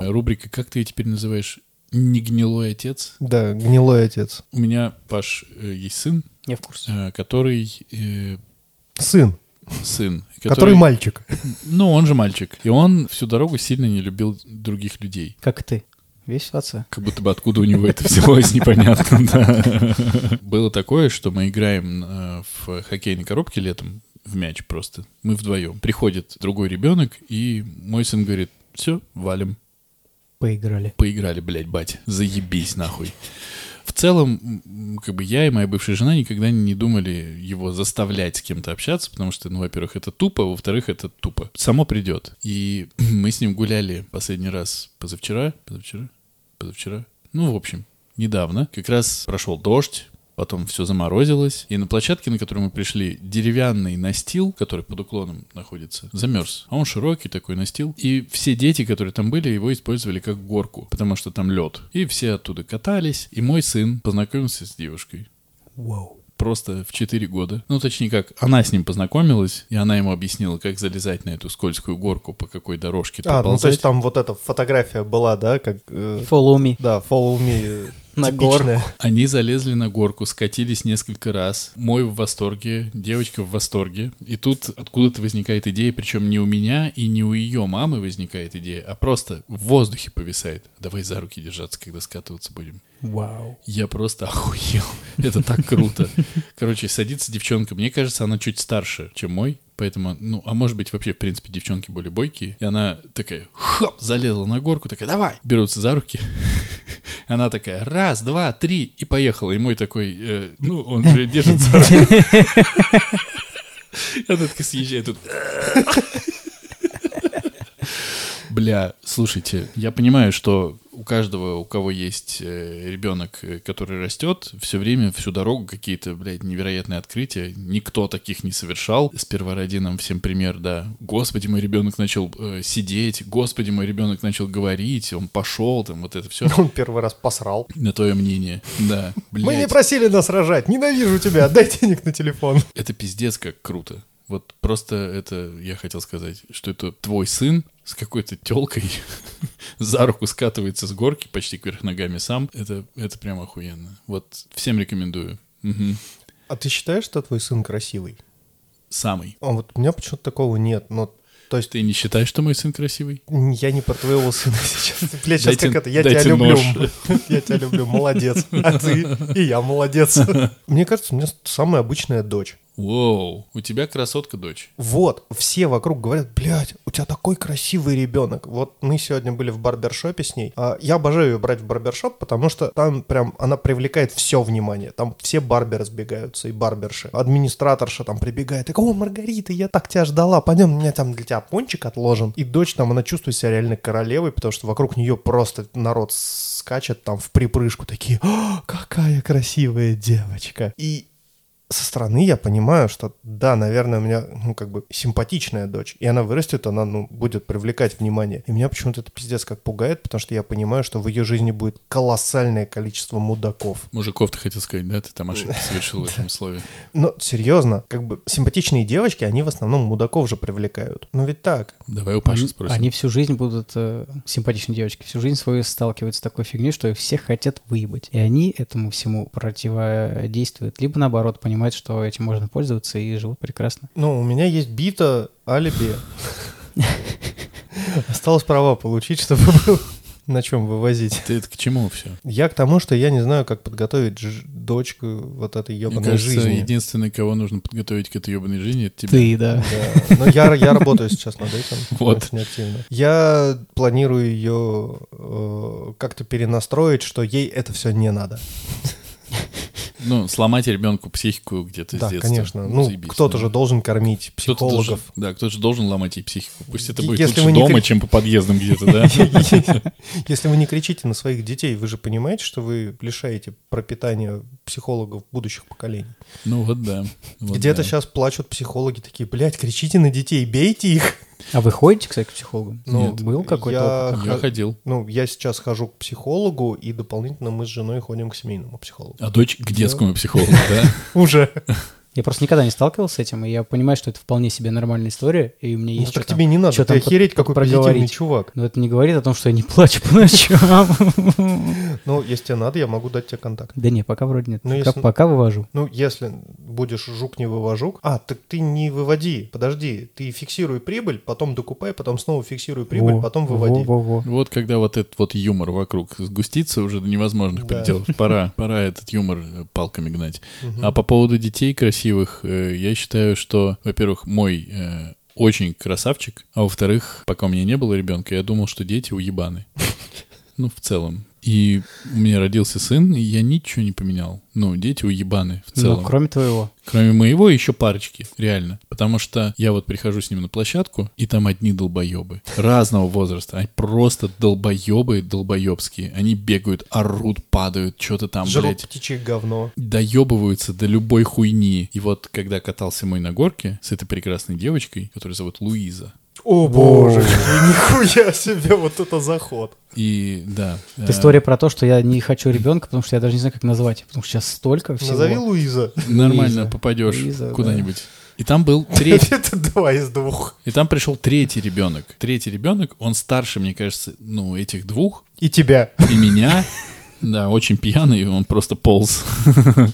Speaker 1: Рубрика «Как ты ее теперь называешь?» «Негнилой отец».
Speaker 3: Да, гнилой отец.
Speaker 1: У меня, Паш, э, есть сын,
Speaker 2: Я в курсе.
Speaker 1: э, который... э,
Speaker 3: Сын,
Speaker 1: Сын.
Speaker 3: который мальчик.
Speaker 1: Ну, он же мальчик. И он всю дорогу сильно не любил других людей.
Speaker 2: Как и ты. Весь в отца.
Speaker 1: Как будто бы откуда у него это взялось, непонятно. да. Было такое, что мы играем э, в хоккейной коробке летом, в мяч просто. Мы вдвоем. Приходит другой ребенок, и мой сын говорит, все, валим.
Speaker 2: Поиграли.
Speaker 1: Поиграли, блядь, бать, заебись нахуй. В целом, м, как бы я и моя бывшая жена никогда не думали его заставлять с кем-то общаться, потому что, ну, во-первых, это тупо, во-вторых, это тупо. Само придет. И мы с ним гуляли последний раз позавчера, позавчера, позавчера. Ну, в общем, недавно. Как раз прошел дождь, Потом все заморозилось, и на площадке, на которую мы пришли, деревянный настил, который под уклоном находится, замерз. А он широкий такой настил, и все дети, которые там были, его использовали как горку, потому что там лед. И все оттуда катались, и мой сын познакомился с девушкой.
Speaker 2: Вау.
Speaker 1: Просто в 4 года. Ну, точнее как, она с ним познакомилась, и она ему объяснила, как залезать на эту скользкую горку, по какой дорожке
Speaker 3: А, ну то
Speaker 1: проползать.
Speaker 3: есть там вот эта фотография была, да, как... э,
Speaker 2: Follow me.
Speaker 3: Да, follow me. э,
Speaker 2: На
Speaker 3: Типичная.
Speaker 1: Они залезли на горку, скатились несколько раз. Мой в восторге, девочка в восторге. И тут откуда-то возникает идея, причем не у меня и не у ее мамы возникает идея, а просто в воздухе повисает. Давай за руки держаться, когда скатываться будем.
Speaker 2: Вау.
Speaker 1: Я просто охуел. Это так круто. Короче, садится девчонка. Мне кажется, она чуть старше, чем мой. Поэтому, ну, а может быть, вообще, в принципе, девчонки более бойкие. И она такая, хоп, залезла на горку, такая, давай. Берутся за руки. Она такая, раз, два, три, и поехала. И мой такой, э, ну, он же держит за руку. Она такая съезжает тут. Бля, слушайте, я понимаю, что у каждого, у кого есть э, ребенок, э, который растет, все время, всю дорогу какие-то, блядь, невероятные открытия. Никто таких не совершал. С первородином всем пример, да. Господи, мой ребенок начал э, сидеть, господи, мой ребенок начал говорить, он пошел, там вот это все.
Speaker 3: Он первый раз посрал.
Speaker 1: На твое мнение, да.
Speaker 3: Мы не
Speaker 1: Блядь.
Speaker 3: просили нас рожать. Ненавижу тебя. Отдай денег на телефон.
Speaker 1: Это пиздец как круто. Вот просто это я хотел сказать, что это твой сын с какой-то телкой за руку скатывается с горки почти кверх ногами сам. Это, это прям охуенно. Вот всем рекомендую. Мгм.
Speaker 3: А ты считаешь, что твой сын красивый?
Speaker 1: Самый.
Speaker 3: А вот у меня почему-то такого нет. Но то есть
Speaker 1: Ты не считаешь, что мой сын красивый?
Speaker 3: я не про твоего сына сейчас. Бля, сейчас
Speaker 1: Дайте-
Speaker 3: как это. Я тебя
Speaker 1: дайте
Speaker 3: люблю.
Speaker 1: нож.
Speaker 3: Я тебя люблю. Молодец. А ты? И я молодец. Мне кажется, у меня самая обычная дочь.
Speaker 1: Воу, у тебя красотка, дочь.
Speaker 3: Вот, все вокруг говорят, блядь, у тебя такой красивый ребенок. Вот мы сегодня были в барбершопе с ней. А, Я обожаю ее брать в барбершоп, потому что там прям она привлекает все внимание. Там все барберы сбегаются и барберши. Администраторша там прибегает. Такая, о, Маргарита, я так тебя ждала. Пойдем, у меня там для тебя пончик отложен. И дочь там, она чувствует себя реально королевой, потому что вокруг нее просто народ скачет там в припрыжку. Такие, «О, какая красивая девочка. И со стороны я понимаю, что да, наверное, у меня, ну, как бы симпатичная дочь. И она вырастет, она, ну, будет привлекать внимание. И меня почему-то это пиздец как пугает, потому что я понимаю, что в ее жизни будет колоссальное количество мудаков.
Speaker 1: Мужиков ты хотел сказать, да? Ты там ошибку совершил в этом слове.
Speaker 3: Но серьезно, как бы симпатичные девочки, они в основном мудаков же привлекают. Ну ведь так.
Speaker 1: Давай у Паши спросим.
Speaker 2: Они всю жизнь будут, э, симпатичные девочки, всю жизнь свою сталкиваются с такой фигней, что их всех хотят выебать. И они этому всему противодействуют. Либо наоборот, понимают, что этим можно пользоваться и живут прекрасно.
Speaker 3: Ну, у меня есть бита, алиби. Осталось права получить, чтобы было на чем вывозить.
Speaker 1: Ты это к чему все?
Speaker 3: Я к тому, что я не знаю, как подготовить ж- дочку вот этой
Speaker 1: Мне
Speaker 3: ебаной
Speaker 1: кажется,
Speaker 3: жизни.
Speaker 1: единственное, кого нужно подготовить к этой ебаной жизни, это тебя.
Speaker 2: Ты, да.
Speaker 3: Да. Но Ну, я, я работаю сейчас над этим
Speaker 1: Вот.
Speaker 3: очень активно. Я планирую ее э, как-то перенастроить, что ей это все не надо.
Speaker 1: Ну, сломать ребенку психику где-то
Speaker 3: да,
Speaker 1: с детства.
Speaker 3: конечно. Ну,
Speaker 1: Заебись,
Speaker 3: кто-то
Speaker 1: да.
Speaker 3: же должен кормить
Speaker 1: Кто-то должен-
Speaker 3: психологов.
Speaker 1: да, кто-то же должен ломать ей психику. Пусть это
Speaker 3: Е-
Speaker 1: будет
Speaker 3: если
Speaker 1: лучше
Speaker 3: вы не
Speaker 1: дома,
Speaker 3: крич-
Speaker 1: чем по подъездам где-то, да?
Speaker 3: Если вы не кричите на своих детей, вы же понимаете, что вы лишаете пропитания психологов будущих поколений.
Speaker 1: Ну вот да. Вот
Speaker 3: Где-то
Speaker 1: да.
Speaker 3: сейчас плачут психологи такие, блядь, кричите на детей, бейте их.
Speaker 2: А вы ходите, кстати, к психологам?
Speaker 3: Ну,
Speaker 2: Нет. был какой-то
Speaker 3: я-
Speaker 2: опыт?
Speaker 1: Я ходил.
Speaker 3: Ну, я сейчас хожу к психологу, и дополнительно мы с женой ходим к семейному психологу.
Speaker 1: А дочь к детскому психологу, да?
Speaker 3: Уже.
Speaker 2: Я просто никогда не сталкивался с этим, и я понимаю, что это вполне себе нормальная история, и мне
Speaker 3: Ну,
Speaker 2: есть
Speaker 3: так
Speaker 2: чё там-
Speaker 3: тебе не надо,
Speaker 2: чё
Speaker 3: ты
Speaker 2: там под-
Speaker 3: охереть, какой позитивный
Speaker 2: проговорить.
Speaker 3: чувак.
Speaker 2: Но это не говорит о том, что я не плачу по ночам.
Speaker 3: Ну, если тебе надо, я могу дать тебе контакт.
Speaker 2: Да не, пока вроде нет.
Speaker 3: Ну,
Speaker 2: Пока-
Speaker 3: если-
Speaker 2: Пока вывожу.
Speaker 3: Ну, если будешь жук не вывожук. А, так ты не выводи, подожди. Ты фиксируй прибыль, потом докупай, потом снова фиксируй прибыль,
Speaker 2: Во,
Speaker 3: потом выводи.
Speaker 2: во, во, во.
Speaker 1: Вот когда вот этот вот юмор вокруг сгустится уже до невозможных
Speaker 3: Да.
Speaker 1: пределов. Пора, пора этот юмор э, палками гнать. А по поводу детей красивых, э, я считаю, что, во-первых, мой э, очень красавчик, а во-вторых, пока у меня не было ребенка, я думал, что дети уебаны. Ну, в целом. И у меня родился сын, и я ничего не поменял. Ну, дети уебаны в
Speaker 2: Ну,
Speaker 1: целом.
Speaker 2: кроме твоего.
Speaker 1: Кроме моего, еще парочки, реально. Потому что я вот прихожу с ним на площадку, и там одни долбоебы. Разного возраста. Они просто долбоебы долбоебские. Они бегают, орут, падают, что-то там,
Speaker 3: Жрут
Speaker 1: блядь
Speaker 3: птичье говно.
Speaker 1: доебываются до любой хуйни. И вот когда катался мой на горке с этой прекрасной девочкой, которую зовут Луиза.
Speaker 3: О, боже, нихуя себе, вот это заход.
Speaker 1: И да. э,
Speaker 2: Это история про то, что я не хочу ребенка, потому что я даже не знаю, как назвать. Потому что сейчас столько всего.
Speaker 3: Назови Луиза.
Speaker 1: Нормально
Speaker 2: Луиза.
Speaker 1: попадешь
Speaker 2: Луиза, да.
Speaker 1: куда-нибудь. И там был третий.
Speaker 3: Это два из двух.
Speaker 1: И там пришел третий ребенок. Третий ребенок, он старше, мне кажется, ну, этих двух.
Speaker 3: И тебя.
Speaker 1: и меня. Да, очень пьяный, он просто полз.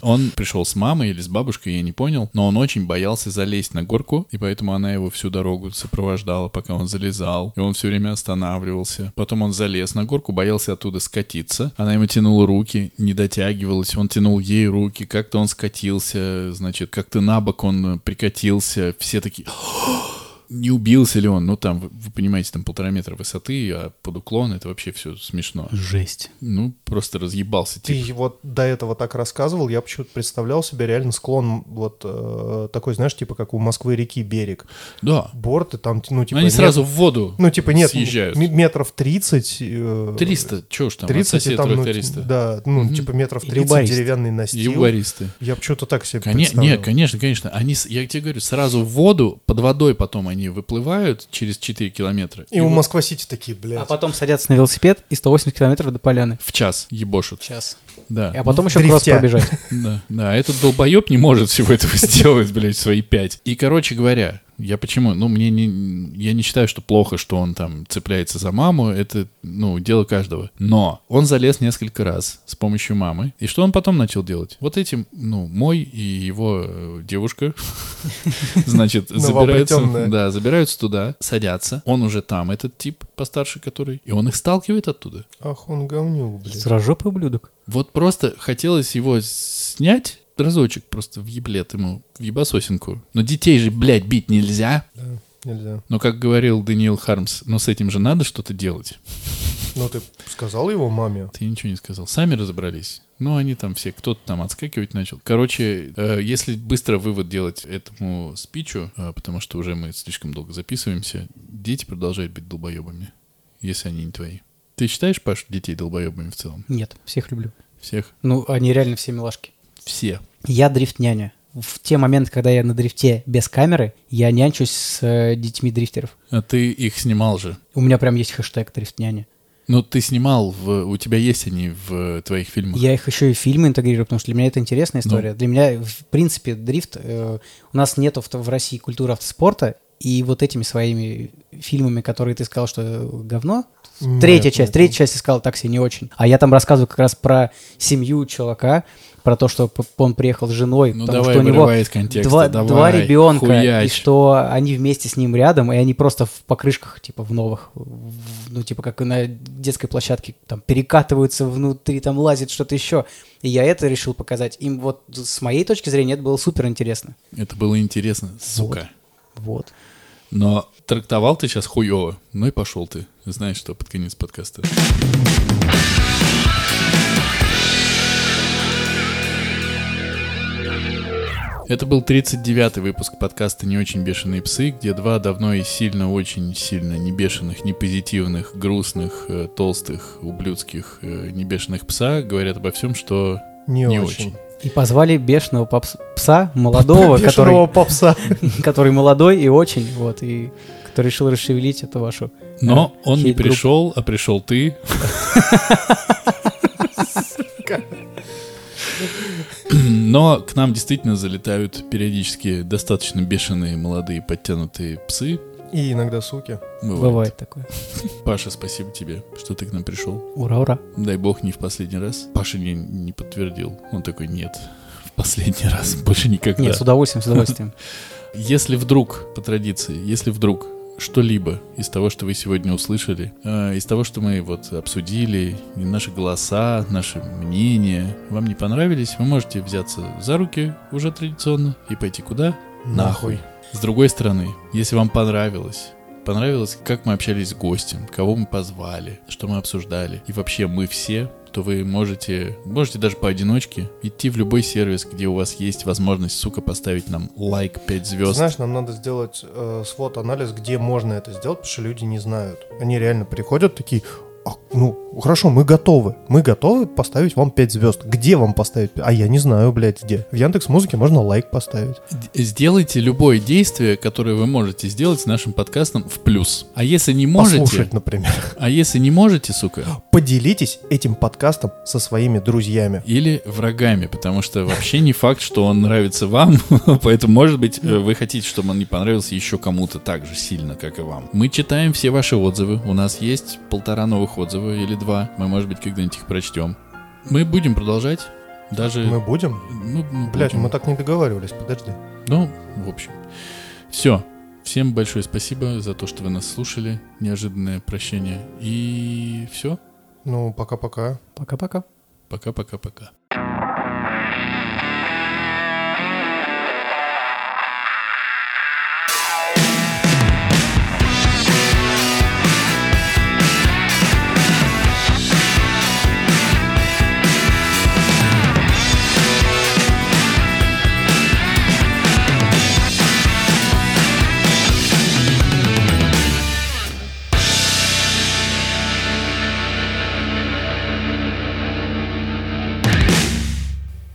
Speaker 1: Он пришел с мамой или с бабушкой, я не понял, но он очень боялся залезть на горку, и поэтому она его всю дорогу сопровождала, пока он залезал, и он все время останавливался. Потом он залез на горку, боялся оттуда скатиться. Она ему тянула руки, не дотягивалась, он тянул ей руки, как-то он скатился, значит, как-то на бок он прикатился, все такие... не убился ли он, ну там, вы, вы понимаете, там полтора метра высоты, а под уклон это вообще все смешно.
Speaker 2: Жесть.
Speaker 1: Ну, просто разъебался типа,
Speaker 3: Ты
Speaker 1: тип.
Speaker 3: вот до этого так рассказывал, я почему-то представлял себе реально склон вот э, такой, знаешь, типа как у Москвы реки берег.
Speaker 1: Да.
Speaker 3: Борт, и там, ну, типа...
Speaker 1: Они
Speaker 3: нет-
Speaker 1: сразу в воду.
Speaker 3: Ну, типа, нет,
Speaker 1: съезжают.
Speaker 3: м- метров 30... э,
Speaker 1: 300, чё ж там, 30 от
Speaker 3: 30 и
Speaker 1: соседа
Speaker 3: там, ну,
Speaker 1: только 300.
Speaker 3: да, ну, типа метров
Speaker 2: И
Speaker 3: 30
Speaker 2: юбарист.
Speaker 3: деревянный настил.
Speaker 1: Юмористы.
Speaker 3: Я почему-то так себе
Speaker 1: Коне-
Speaker 3: представлял.
Speaker 1: Нет, конечно, конечно. Они, с- я тебе говорю, сразу в воду, под водой потом они выплывают через 4 километра.
Speaker 3: И у Москва-Сити такие, блядь.
Speaker 2: А потом садятся на велосипед и 180 километров до поляны.
Speaker 1: в час ебошут.
Speaker 2: Час.
Speaker 1: Да.
Speaker 2: А потом еще
Speaker 3: дрифтя.
Speaker 2: кросс пробежать.
Speaker 1: Да, да, этот долбоеб не может всего этого сделать, блядь, в свои пять. И, короче говоря, я почему, ну, мне не, я не считаю, что плохо, что он там цепляется за маму, это, ну, дело каждого. Но он залез несколько раз с помощью мамы, и что он потом начал делать? Вот этим, ну, мой и его э, девушка, значит,
Speaker 3: Новообретенная.
Speaker 1: забираются, да, забираются туда, садятся, он уже там, этот тип постарше который, и он их сталкивает оттуда.
Speaker 3: Ах, он говнюк, блядь.
Speaker 2: Сразжопый ублюдок.
Speaker 1: Вот просто хотелось его снять разочек просто в еблет ему, в ебасосинку. Но детей же, блядь, бить нельзя.
Speaker 3: Да, нельзя.
Speaker 1: Но, как говорил Даниил Хармс, но с этим же надо что-то делать.
Speaker 3: Ну, ты сказал его маме?
Speaker 1: Ты ничего не сказал. Сами разобрались. Ну, они там все, кто-то там отскакивать начал. Короче, э, если быстро вывод делать этому спичу, э, потому что уже мы слишком долго записываемся, дети продолжают быть долбоебами, если они не твои. Ты считаешь, Паш, детей долбоебами в целом?
Speaker 2: Нет, всех люблю.
Speaker 1: Всех?
Speaker 2: Ну, они реально все милашки.
Speaker 1: Все.
Speaker 2: Я дрифт-няня. В те моменты, когда я на дрифте без камеры, я нянчусь с э, детьми дрифтеров.
Speaker 1: А ты их снимал же.
Speaker 2: У меня прям есть хэштег дрифт-няня.
Speaker 1: Ну, ты снимал, в, у тебя есть они в э, твоих фильмах.
Speaker 2: Я их еще и в фильмы интегрирую, потому что для меня это интересная история. Для меня, в принципе, дрифт... э, у нас нет в России культуры автоспорта, и вот этими своими фильмами, которые ты сказал, что говно,
Speaker 3: Нет,
Speaker 2: третья
Speaker 3: нет,
Speaker 2: часть,
Speaker 3: нет.
Speaker 2: третья часть искал такси не очень. А я там рассказываю как раз про семью чувака, про то, что п- он приехал с женой,
Speaker 1: Ну,
Speaker 2: потому
Speaker 1: давай,
Speaker 2: что у него
Speaker 1: вырывай из контекста,
Speaker 2: два,
Speaker 1: давай,
Speaker 2: два ребенка, и
Speaker 1: хуяч.
Speaker 2: что они вместе с ним рядом, и они просто в покрышках, типа, в новых, в- ну, типа, как на детской площадке, там, перекатываются внутри, там, лазит что-то еще. И я это решил показать. Им вот с моей точки зрения это было супер интересно.
Speaker 1: Это было интересно, сука.
Speaker 2: Вот.
Speaker 1: Но трактовал ты сейчас хуево. Ну и пошел ты. Знаешь что, под конец подкаста. Это был 39-й выпуск подкаста «Не очень бешеные псы», где два давно и сильно, очень сильно не бешеных, не позитивных, грустных, э, толстых, ублюдских, э, не бешеных пса говорят обо всем, что
Speaker 3: Не,
Speaker 1: Не
Speaker 3: очень.
Speaker 1: очень.
Speaker 2: И позвали бешеного попс- пса, молодого,
Speaker 3: Бешеного
Speaker 2: который,
Speaker 3: попса.
Speaker 2: который молодой и очень, вот, и кто решил расшевелить эту вашу.
Speaker 1: Но он не
Speaker 2: хейт-групп.
Speaker 1: пришел, а пришел ты. Но к нам действительно залетают периодически достаточно бешеные молодые подтянутые псы.
Speaker 3: И иногда суки.
Speaker 1: Бывает.
Speaker 2: Бывает такое.
Speaker 1: Паша, спасибо тебе, что ты к нам пришел.
Speaker 2: Ура, ура.
Speaker 1: Дай бог, не в последний раз. Паша не, не подтвердил. Он такой, нет, в последний раз, больше никогда.
Speaker 2: Нет, с удовольствием, с удовольствием.
Speaker 1: Если вдруг, по традиции, если вдруг что-либо из того, что вы сегодня услышали, э, из того, что мы вот обсудили, и наши голоса, наши мнения, вам не понравились, вы можете взяться за руки уже традиционно и пойти куда? С другой стороны, если вам понравилось, понравилось, как мы общались с гостем, кого мы позвали, что мы обсуждали, и вообще мы все, то вы можете, можете даже поодиночке идти в любой сервис, где у вас есть возможность, сука, поставить нам лайк 5
Speaker 3: Ты
Speaker 1: звезд.
Speaker 3: Знаешь, нам надо сделать э, свод-анализ, где можно это сделать, потому что люди не знают. Они реально приходят такие, «А, ну, хорошо, мы готовы. Мы готовы поставить вам 5 звезд. Где вам поставить? пя- А я не знаю, блядь, где. В Яндекс Музыке можно лайк поставить.
Speaker 1: Д- Сделайте любое действие, которое вы можете сделать с нашим подкастом в плюс. А если не можете,
Speaker 3: Послушать, например.
Speaker 1: а если не можете, сука,
Speaker 3: Поделитесь этим подкастом со своими друзьями.
Speaker 1: или врагами, потому что вообще не факт, что он нравится вам, поэтому, может быть, э, вы хотите, чтобы он не понравился еще кому-то так же сильно, как и вам. Мы читаем все ваши отзывы, у нас есть полтора новых отзыва или два, мы, может быть, когда-нибудь их прочтем. Мы будем продолжать. Даже...
Speaker 3: Мы будем?
Speaker 1: Ну, м,
Speaker 3: Блять,
Speaker 1: будем.
Speaker 3: мы так не договаривались, подожди.
Speaker 1: Ну, в общем. Все. Всем большое спасибо за то, что вы нас слушали. Неожиданное прощение. И все.
Speaker 3: Ну, пока-пока.
Speaker 2: Пока-пока.
Speaker 1: Пока-пока-пока.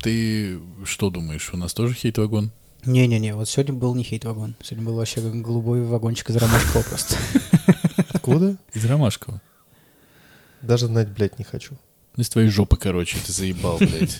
Speaker 1: Ты что думаешь, у нас тоже хейт-вагон?
Speaker 2: Не-не-не, вот сегодня был не хейт-вагон. Сегодня был вообще голубой вагончик из ромашкова просто.
Speaker 3: Откуда?
Speaker 1: Из Ромашкова.
Speaker 3: Даже знать, блядь, не хочу.
Speaker 1: Ну, Из твоей жопы, короче, ты заебал, блядь.